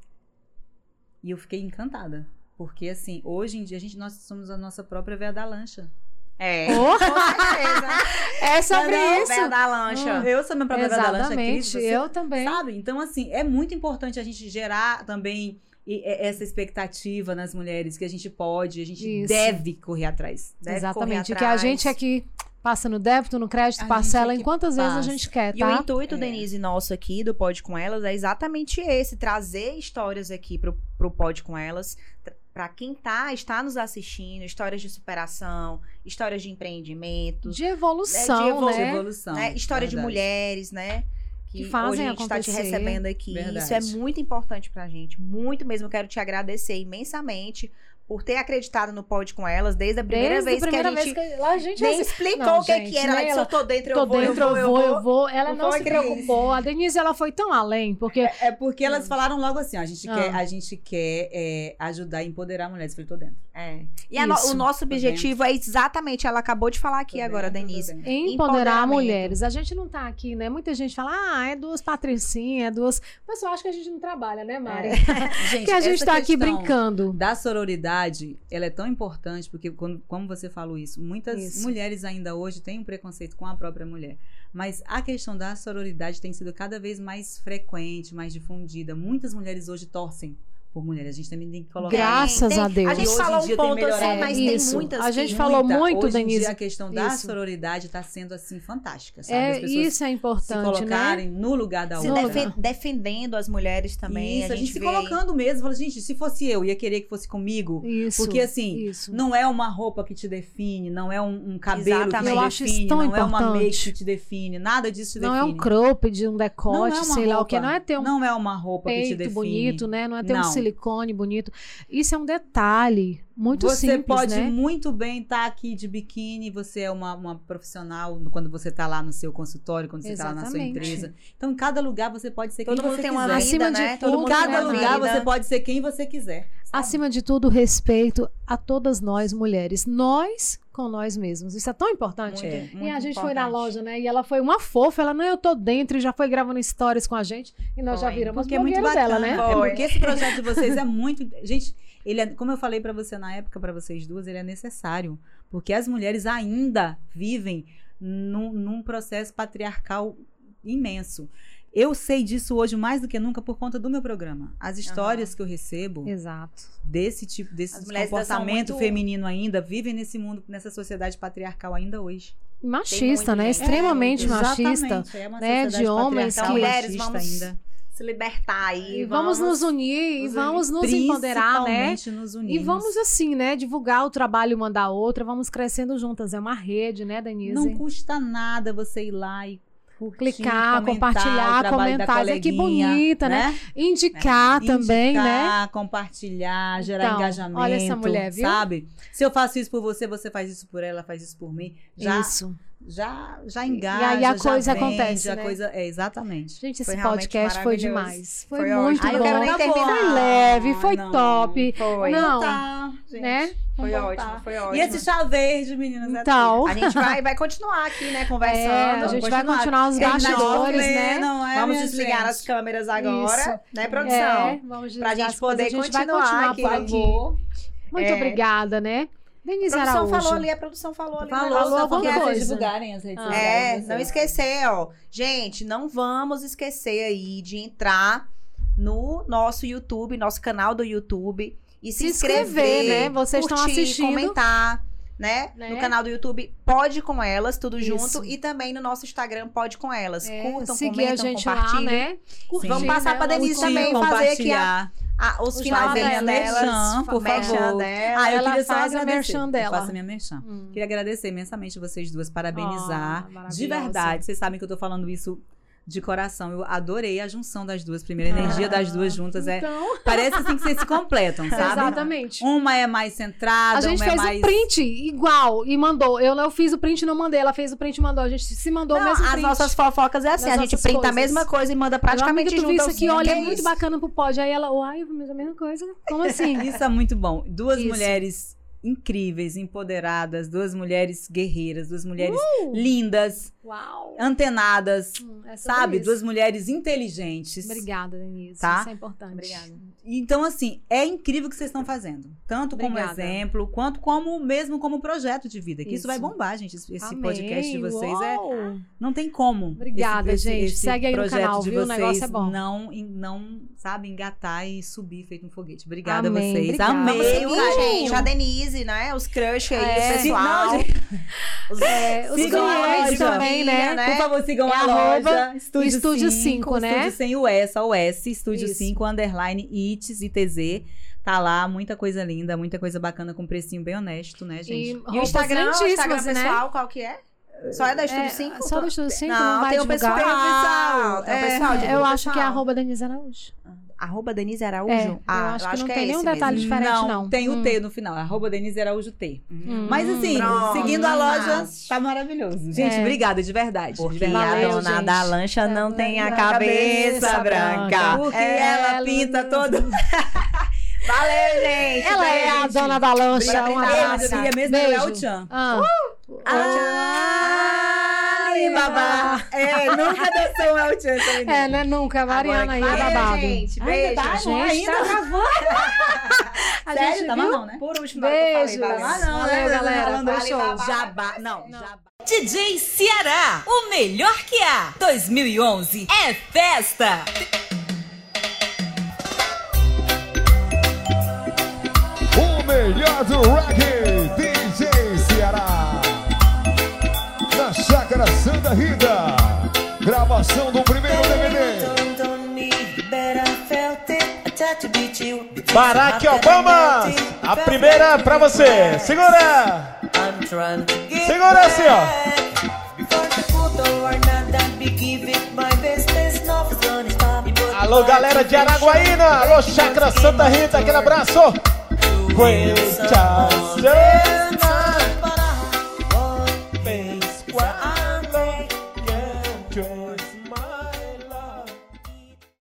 Speaker 3: E eu fiquei encantada. Porque, assim, hoje em dia, a gente, nós somos a nossa própria veia da lancha.
Speaker 2: (laughs)
Speaker 1: É.
Speaker 2: Oh,
Speaker 1: Com certeza.
Speaker 2: é (laughs) sobre
Speaker 1: Não, não,
Speaker 2: isso. Hum,
Speaker 1: véia da lancha.
Speaker 3: Eu sou minha própria veia da lancha, Cris,
Speaker 2: Exatamente.
Speaker 3: você
Speaker 2: Eu também.
Speaker 3: Sabe? Então, assim, é muito importante a gente gerar também e- e- essa expectativa nas mulheres que a gente pode, a gente
Speaker 2: Isso.
Speaker 3: deve correr atrás. né?
Speaker 1: Deve
Speaker 2: Exatamente.
Speaker 1: correr
Speaker 2: E que a
Speaker 1: atrás. é
Speaker 2: gente aqui passa no débito, no crédito,
Speaker 3: A gente
Speaker 2: parcela
Speaker 3: aqui
Speaker 2: em quantas vezes a
Speaker 3: passa.
Speaker 2: gente quer,
Speaker 1: E o
Speaker 2: tá?
Speaker 1: intuito,
Speaker 3: É.
Speaker 1: Denise, nosso aqui do Pod Com Elas é exatamente esse: trazer histórias aqui pro, pro Pod Com Elas. tra- Pra quem tá, está nos assistindo, histórias de superação, histórias de empreendimentos,
Speaker 2: De evolução,
Speaker 1: É, de evolu-
Speaker 3: De
Speaker 2: né?
Speaker 3: evolução.
Speaker 1: né? História de
Speaker 3: verdade.
Speaker 1: mulheres, né?
Speaker 2: Que fazem
Speaker 1: hoje a gente está te
Speaker 2: acontecer.
Speaker 1: recebendo aqui.
Speaker 3: Verdade.
Speaker 1: Isso é muito importante pra gente. Muito mesmo. Eu quero te agradecer imensamente por ter acreditado no Pod com elas desde a primeira
Speaker 2: Desde
Speaker 1: vez
Speaker 2: a primeira
Speaker 1: que a
Speaker 2: vez
Speaker 1: gente
Speaker 2: que lá a gente
Speaker 1: nem
Speaker 2: assim,
Speaker 1: explicou
Speaker 2: Não,
Speaker 1: o que,
Speaker 2: gente,
Speaker 1: que era. Ela disse,
Speaker 2: Nela,
Speaker 1: eu tô dentro, eu
Speaker 2: tô
Speaker 1: vou,
Speaker 2: dentro, eu vou, eu vou. Ela
Speaker 1: Eu
Speaker 2: não
Speaker 1: vou,
Speaker 2: se
Speaker 1: Cris.
Speaker 2: preocupou. A Denise, ela foi tão além,
Speaker 3: (laughs)
Speaker 2: porque
Speaker 3: É, é porque elas falaram logo assim: ó, a gente
Speaker 2: Ah.
Speaker 3: quer, a gente quer é, ajudar e empoderar mulheres. Eu falei, tô dentro.
Speaker 1: É. E a no-
Speaker 2: Isso.
Speaker 1: o nosso objetivo é exatamente, ela acabou de falar aqui
Speaker 3: Tô
Speaker 1: agora,
Speaker 3: dentro, tô
Speaker 1: Denise.
Speaker 3: dentro.
Speaker 2: empoderar
Speaker 1: Empoderamento.
Speaker 2: mulheres. A gente não tá aqui, né? Muita gente fala, ah, é duas patricinhas, é duas. O pessoal acha que a gente não trabalha, né, Mari?
Speaker 1: É.
Speaker 3: Gente,
Speaker 2: (laughs) que a gente
Speaker 3: essa
Speaker 2: tá aqui
Speaker 3: questão
Speaker 2: brincando.
Speaker 3: Da sororidade, ela é tão importante, porque quando, como você falou isso, muitas
Speaker 2: Isso.
Speaker 3: mulheres ainda hoje têm um preconceito com a própria mulher. Mas a questão da sororidade tem sido cada vez mais frequente, mais difundida. Muitas mulheres hoje torcem por mulheres. A gente também tem que colocar.
Speaker 2: Gra- Graças a Deus.
Speaker 1: A gente
Speaker 3: Hoje em
Speaker 1: falou um
Speaker 3: dia tem
Speaker 1: ponto assim,
Speaker 3: melhorado
Speaker 1: mas
Speaker 2: isso.
Speaker 1: tem muitas.
Speaker 2: A gente
Speaker 1: que-
Speaker 2: falou muito,
Speaker 3: hoje em
Speaker 2: Denise.
Speaker 3: Dia, a questão da
Speaker 2: Isso.
Speaker 3: sororidade está sendo assim fantástica, sabe? As
Speaker 2: É,
Speaker 3: pessoas
Speaker 2: isso é
Speaker 3: se
Speaker 2: importante, né?
Speaker 3: colocarem no lugar da
Speaker 1: se
Speaker 3: outra.
Speaker 1: defe- defendendo as mulheres também.
Speaker 3: Isso, a gente, se
Speaker 1: vê-
Speaker 3: colocando mesmo, falando, gente, se fosse eu, ia querer que fosse comigo.
Speaker 2: Isso.
Speaker 3: Porque assim,
Speaker 2: isso.
Speaker 3: Não é uma roupa que te define, não é um, um cabelo
Speaker 1: Exatamente.
Speaker 3: que
Speaker 1: Eu
Speaker 3: te
Speaker 2: acho isso
Speaker 3: define,
Speaker 2: tão
Speaker 3: não é uma
Speaker 2: importante.
Speaker 3: make que te define, nada disso te
Speaker 2: Não é
Speaker 3: define.
Speaker 2: um cropped, um decote,
Speaker 3: Não é uma
Speaker 2: sei lá o que.
Speaker 3: roupa.
Speaker 2: Não é ter um
Speaker 3: Não é uma roupa que te
Speaker 2: peito
Speaker 3: define.
Speaker 2: bonito, né? Não é ter um
Speaker 3: Não.
Speaker 2: silicone bonito. Isso é um detalhe muito
Speaker 3: você
Speaker 2: simples,
Speaker 3: pode
Speaker 2: né?
Speaker 3: muito bem estar aqui de biquíni, você é uma, uma profissional quando você está lá no seu consultório, quando você está lá na sua
Speaker 2: Exatamente.
Speaker 3: empresa. Então, em cada lugar você pode ser
Speaker 1: Todo
Speaker 3: quem
Speaker 1: mundo
Speaker 3: você
Speaker 1: tem uma
Speaker 3: quiser.
Speaker 1: vida,
Speaker 2: Acima de
Speaker 1: né?
Speaker 2: tudo,
Speaker 1: Todo
Speaker 3: em
Speaker 1: mundo
Speaker 2: tem
Speaker 3: cada
Speaker 1: uma
Speaker 3: lugar
Speaker 1: vida.
Speaker 3: você pode ser quem você quiser. sabe?
Speaker 2: Acima de tudo, respeito a todas nós mulheres. Nós com nós mesmos. Isso é tão importante.
Speaker 1: Muito,
Speaker 3: É.
Speaker 1: muito
Speaker 2: E a gente foi na
Speaker 1: importante.
Speaker 2: loja, né? E ela foi uma fofa. Ela, não, eu tô dentro. E já foi gravando stories com a gente. E nós já
Speaker 1: Foi,
Speaker 2: viramos
Speaker 3: Porque é muito
Speaker 2: blogueiro
Speaker 3: bacana.
Speaker 2: dela, né?
Speaker 1: Foi.
Speaker 3: É porque esse projeto de vocês é muito. Gente, ele é, como eu falei pra você na época, pra vocês duas, ele é necessário. Porque as mulheres ainda vivem num, num processo patriarcal imenso. Eu sei disso hoje mais do que nunca por conta do meu programa. As histórias que eu recebo
Speaker 2: Exato.
Speaker 3: desse tipo,
Speaker 1: As
Speaker 3: desse
Speaker 1: mulheres ainda são
Speaker 3: comportamento
Speaker 1: muito-
Speaker 3: feminino ainda vivem nesse mundo, nessa sociedade patriarcal ainda hoje.
Speaker 2: E machista,
Speaker 1: muito,
Speaker 2: né?
Speaker 1: gente.
Speaker 2: Extremamente
Speaker 1: É,
Speaker 2: machista.
Speaker 3: Exatamente, é uma
Speaker 2: né, de
Speaker 3: sociedade
Speaker 2: homens
Speaker 3: patriarcal
Speaker 1: Então,
Speaker 2: que-
Speaker 1: mulheres,
Speaker 3: machista
Speaker 1: vamos
Speaker 3: ainda.
Speaker 1: se libertar aí.
Speaker 2: E vamos nos unir, e
Speaker 1: nos
Speaker 2: vamos nos empoderar, né?
Speaker 3: Principalmente nos
Speaker 2: E
Speaker 3: unirmos.
Speaker 2: vamos, assim, né? Divulgar o trabalho uma da outra, vamos crescendo juntas. É uma rede, né, Denise?
Speaker 3: Não custa nada você ir lá e curtir,
Speaker 2: Clicar,
Speaker 3: comentar
Speaker 2: compartilhar,
Speaker 3: o trabalho da
Speaker 2: comentar, dizer que
Speaker 3: coleguinha,
Speaker 2: bonita, né?
Speaker 3: É,
Speaker 2: Indicar também, né?
Speaker 3: Indicar, compartilhar, gerar
Speaker 2: Então,
Speaker 3: engajamento.
Speaker 2: olha essa mulher, viu?
Speaker 3: Sabe? Se eu faço isso por você, você faz isso por ela, faz isso por mim. Já,
Speaker 2: Isso.
Speaker 3: já, já engaja.
Speaker 2: aí a
Speaker 3: já
Speaker 2: coisa
Speaker 3: vende,
Speaker 2: acontece,
Speaker 3: A
Speaker 2: né?
Speaker 3: coisa, é, exatamente.
Speaker 2: Gente,
Speaker 1: Foi
Speaker 2: esse
Speaker 1: realmente
Speaker 2: podcast foi
Speaker 1: maravilhoso.
Speaker 2: demais. Foi,
Speaker 1: Foi ótimo.
Speaker 2: muito
Speaker 1: Ai, eu quero
Speaker 2: bom.
Speaker 1: nem terminar.
Speaker 2: Foi leve, foi
Speaker 3: Não,
Speaker 2: top.
Speaker 1: Foi.
Speaker 2: Não,
Speaker 3: Tá, gente.
Speaker 2: Então, né?
Speaker 1: foi
Speaker 3: vamos
Speaker 1: ótimo,
Speaker 3: voltar.
Speaker 1: foi ótimo.
Speaker 3: E esse chá verde, meninas, é
Speaker 2: Então,
Speaker 1: A gente vai, vai continuar aqui, né,
Speaker 2: é,
Speaker 1: conversando.
Speaker 2: a gente
Speaker 3: vamos
Speaker 2: vai
Speaker 3: continuar.
Speaker 2: continuar os
Speaker 1: Terminar de
Speaker 2: bastidores,
Speaker 1: ler,
Speaker 2: né?
Speaker 3: Não é,
Speaker 1: Vamos
Speaker 3: minha
Speaker 1: desligar
Speaker 3: gente?
Speaker 1: as câmeras agora, né, produção?
Speaker 2: É, vamos
Speaker 1: Pra
Speaker 2: desligar
Speaker 1: gente
Speaker 2: as coisas,
Speaker 1: poder
Speaker 2: a gente vai
Speaker 1: continuar
Speaker 2: continuar
Speaker 1: aqui.
Speaker 2: por aqui. Muito
Speaker 1: É.
Speaker 2: obrigada, né? Denise
Speaker 1: A produção
Speaker 2: Araújo.
Speaker 1: falou ali, a produção falou ali.
Speaker 3: Falou,
Speaker 1: né?
Speaker 2: Falou
Speaker 3: só
Speaker 2: alguma
Speaker 3: porque
Speaker 2: coisa.
Speaker 3: vocês divulgarem as redes
Speaker 2: Ah.
Speaker 3: sociais.
Speaker 1: É,
Speaker 3: de vocês.
Speaker 1: não esquecer, ó. Gente, não vamos esquecer aí de entrar no nosso YouTube, nosso canal do YouTube e se,
Speaker 2: Se inscrever, né? Vocês estão
Speaker 1: curtir,
Speaker 2: assistindo.
Speaker 1: comentar, né?
Speaker 2: Né?
Speaker 1: No canal do YouTube Pode Com Elas, tudo
Speaker 2: Isso.
Speaker 1: junto. E também no nosso Instagram Pode Com Elas.
Speaker 2: É,
Speaker 1: Curtam,
Speaker 2: seguir
Speaker 1: comentam,
Speaker 2: a gente lá,
Speaker 1: compartilhem.
Speaker 2: né? Curtir,
Speaker 1: Vamos passar
Speaker 2: né?
Speaker 1: pra Denise
Speaker 2: Curtir,
Speaker 1: também
Speaker 3: Curtir,
Speaker 1: fazer aqui a-
Speaker 3: compartilhar.
Speaker 1: Ah, os,
Speaker 2: Os
Speaker 1: finais delas,
Speaker 2: jabás
Speaker 3: merchan, por
Speaker 1: merchan
Speaker 3: favor.
Speaker 1: dela.
Speaker 3: Ah, eu
Speaker 2: Ela
Speaker 3: queria só
Speaker 2: faz o
Speaker 3: agradecer.
Speaker 2: merchan dela.
Speaker 3: Eu faço a minha merchan.
Speaker 2: Hum.
Speaker 3: Queria agradecer imensamente vocês duas,
Speaker 2: Ah,
Speaker 3: parabenizar.
Speaker 2: maravilhosa.
Speaker 3: de verdade, vocês sabem que eu tô falando isso de coração. Eu adorei a junção das duas, primeira
Speaker 2: Ah.
Speaker 3: energia das duas juntas. É,
Speaker 2: Então, (laughs)
Speaker 3: parece assim que vocês se completam, sabe?
Speaker 2: exatamente.
Speaker 3: Uma é mais centrada,
Speaker 2: A gente
Speaker 3: uma
Speaker 2: fez
Speaker 3: é mais.
Speaker 2: o print igual e mandou. Eu, eu fiz o print e não mandei. Ela fez o print e mandou. A gente se mandou o
Speaker 1: Não,
Speaker 2: mesmo
Speaker 1: as
Speaker 2: print.
Speaker 1: nossas fofocas é assim,
Speaker 2: Nas
Speaker 1: a gente
Speaker 2: nossas
Speaker 1: printa a
Speaker 2: coisas.
Speaker 1: mesma coisa e manda praticamente
Speaker 2: praticamente tu
Speaker 1: junto.
Speaker 2: viu
Speaker 1: eu
Speaker 2: isso aqui,
Speaker 1: sinto,
Speaker 2: olha,
Speaker 1: que
Speaker 2: é muito
Speaker 1: isso.
Speaker 2: bacana pro pod. Aí ela, uai, eu fiz a mesma coisa. Como assim?
Speaker 3: Isso é muito bom. Duas
Speaker 2: Isso.
Speaker 3: mulheres incríveis, empoderadas, duas mulheres guerreiras, duas mulheres lindas,
Speaker 2: Uau!
Speaker 3: antenadas,
Speaker 2: Uh! Hum, é sobre
Speaker 3: sabe?
Speaker 2: isso.
Speaker 3: Duas mulheres inteligentes.
Speaker 2: Obrigada, Denise.
Speaker 3: Tá?
Speaker 2: Isso é importante.
Speaker 1: Obrigada.
Speaker 3: Então, assim, é incrível o que vocês estão fazendo. Tanto como
Speaker 2: Obrigada.
Speaker 3: exemplo, quanto como mesmo como projeto de vida. Que isso,
Speaker 2: Isso.
Speaker 3: vai bombar, gente. Esse esse
Speaker 2: Amei,
Speaker 3: podcast de vocês é.
Speaker 2: uau.
Speaker 3: Não tem como.
Speaker 2: Obrigada, gente. Segue aí no
Speaker 3: projeto
Speaker 2: canal,
Speaker 3: de
Speaker 2: viu? O
Speaker 3: vocês
Speaker 2: negócio é bom.
Speaker 3: Não, em- não, sabe, engatar e subir feito um foguete. Obrigada a
Speaker 2: Amém,
Speaker 3: vocês.
Speaker 2: obrigada.
Speaker 1: Vamos
Speaker 3: Amei
Speaker 1: seguir,
Speaker 3: o
Speaker 1: gente. A
Speaker 3: carinho.
Speaker 1: Denise, né? Os crush aí,
Speaker 2: É.
Speaker 1: o pessoal.
Speaker 3: Não,
Speaker 1: Os-
Speaker 2: É, os
Speaker 3: Sigam a
Speaker 2: clientes
Speaker 3: loja.
Speaker 2: também, né?
Speaker 1: né?
Speaker 3: Por favor, sigam
Speaker 2: É
Speaker 3: a
Speaker 2: arroba
Speaker 3: loja. Estúdio,
Speaker 2: Estúdio
Speaker 3: 5,
Speaker 2: cinco, né?
Speaker 3: Estúdio sem o S, só o S. Estúdio
Speaker 2: Isso.
Speaker 3: 5, underline, ITS, ITZ. Tá lá, muita coisa linda, muita coisa bacana, com preço bem honesto, né, gente?
Speaker 2: E,
Speaker 1: E o
Speaker 2: roupas
Speaker 1: Instagram, o Instagram
Speaker 2: lentíssimas, né?
Speaker 1: pessoal, qual que é? Só é da Estúdio
Speaker 2: É,
Speaker 1: 5?
Speaker 2: Só do Estúdio 5 não,
Speaker 1: Não,
Speaker 2: vai
Speaker 1: tem o
Speaker 2: divulgar.
Speaker 1: pessoal. Ah, Tem o
Speaker 3: É,
Speaker 1: pessoal. divulga
Speaker 2: Eu
Speaker 1: o
Speaker 2: acho que é
Speaker 1: pessoal.
Speaker 2: arroba Denise Araújo.
Speaker 1: Arroba Denise Araújo?
Speaker 2: É, eu
Speaker 1: ah,
Speaker 2: acho que não tem
Speaker 1: é
Speaker 2: nenhum
Speaker 1: esse
Speaker 2: detalhe
Speaker 1: mesmo.
Speaker 2: tá diferente, não.
Speaker 3: Tem
Speaker 2: Hum.
Speaker 3: o T no final, arroba Denise Araújo T.
Speaker 2: Hum.
Speaker 3: Mas assim,
Speaker 1: Pronto.
Speaker 3: seguindo a loja,
Speaker 1: Nossa.
Speaker 3: tá maravilhoso. Gente,
Speaker 2: É.
Speaker 3: obrigada, de verdade. de
Speaker 1: Porque é
Speaker 3: verdade.
Speaker 2: Valeu,
Speaker 1: a dona
Speaker 2: gente.
Speaker 1: da lancha não
Speaker 2: Tá
Speaker 1: tem a
Speaker 2: vendo?
Speaker 1: cabeça,
Speaker 2: Cabeça
Speaker 1: branca. É.
Speaker 2: branca. é-
Speaker 3: Porque
Speaker 2: Ela-
Speaker 3: ela pinta todo.
Speaker 1: Valeu, gente.
Speaker 2: Ela é a
Speaker 1: Beijo.
Speaker 2: dona da lancha.
Speaker 1: Obrigada,
Speaker 2: Um
Speaker 1: Denise.
Speaker 3: Eu
Speaker 2: abraço.
Speaker 3: queria mesmo é o
Speaker 2: Beijo.
Speaker 3: Tchan.
Speaker 2: Ah,
Speaker 1: Ah, Alibaba.
Speaker 3: É, nunca desceu o El
Speaker 2: (laughs)
Speaker 3: Tchan essa menina.
Speaker 2: é, né? Nunca. Mariana aí é
Speaker 1: Valeu,
Speaker 2: babado.
Speaker 1: gente.
Speaker 3: Ai,
Speaker 1: Beijo.
Speaker 3: tá,
Speaker 2: gente,
Speaker 3: ainda
Speaker 2: tá
Speaker 3: gravando.
Speaker 2: (laughs) A
Speaker 3: Sério,
Speaker 1: tá
Speaker 2: gente
Speaker 3: tava
Speaker 2: viu?
Speaker 3: não, né?
Speaker 1: Por último,
Speaker 2: Tá Beijo.
Speaker 1: eu falei, valeu.
Speaker 3: Tá não, né?
Speaker 2: Valeu, galera.
Speaker 3: Falando
Speaker 1: Fala,
Speaker 3: show.
Speaker 1: babá.
Speaker 3: Jabá. Não,
Speaker 2: Não.
Speaker 3: jabá.
Speaker 4: DJ Ceará, o melhor que há. 2011 é festa.
Speaker 5: (laughs) O melhor do rock, DJ Ceará. Na Chácara Santa Rita. Gravação do primeiro DVD.
Speaker 6: Barack Obama, a primeira é pra você. Segura! Segura assim, ó. Alô, galera de Araguaína. Alô, Chacra Santa Rita, aquele abraço. Buenas tardes.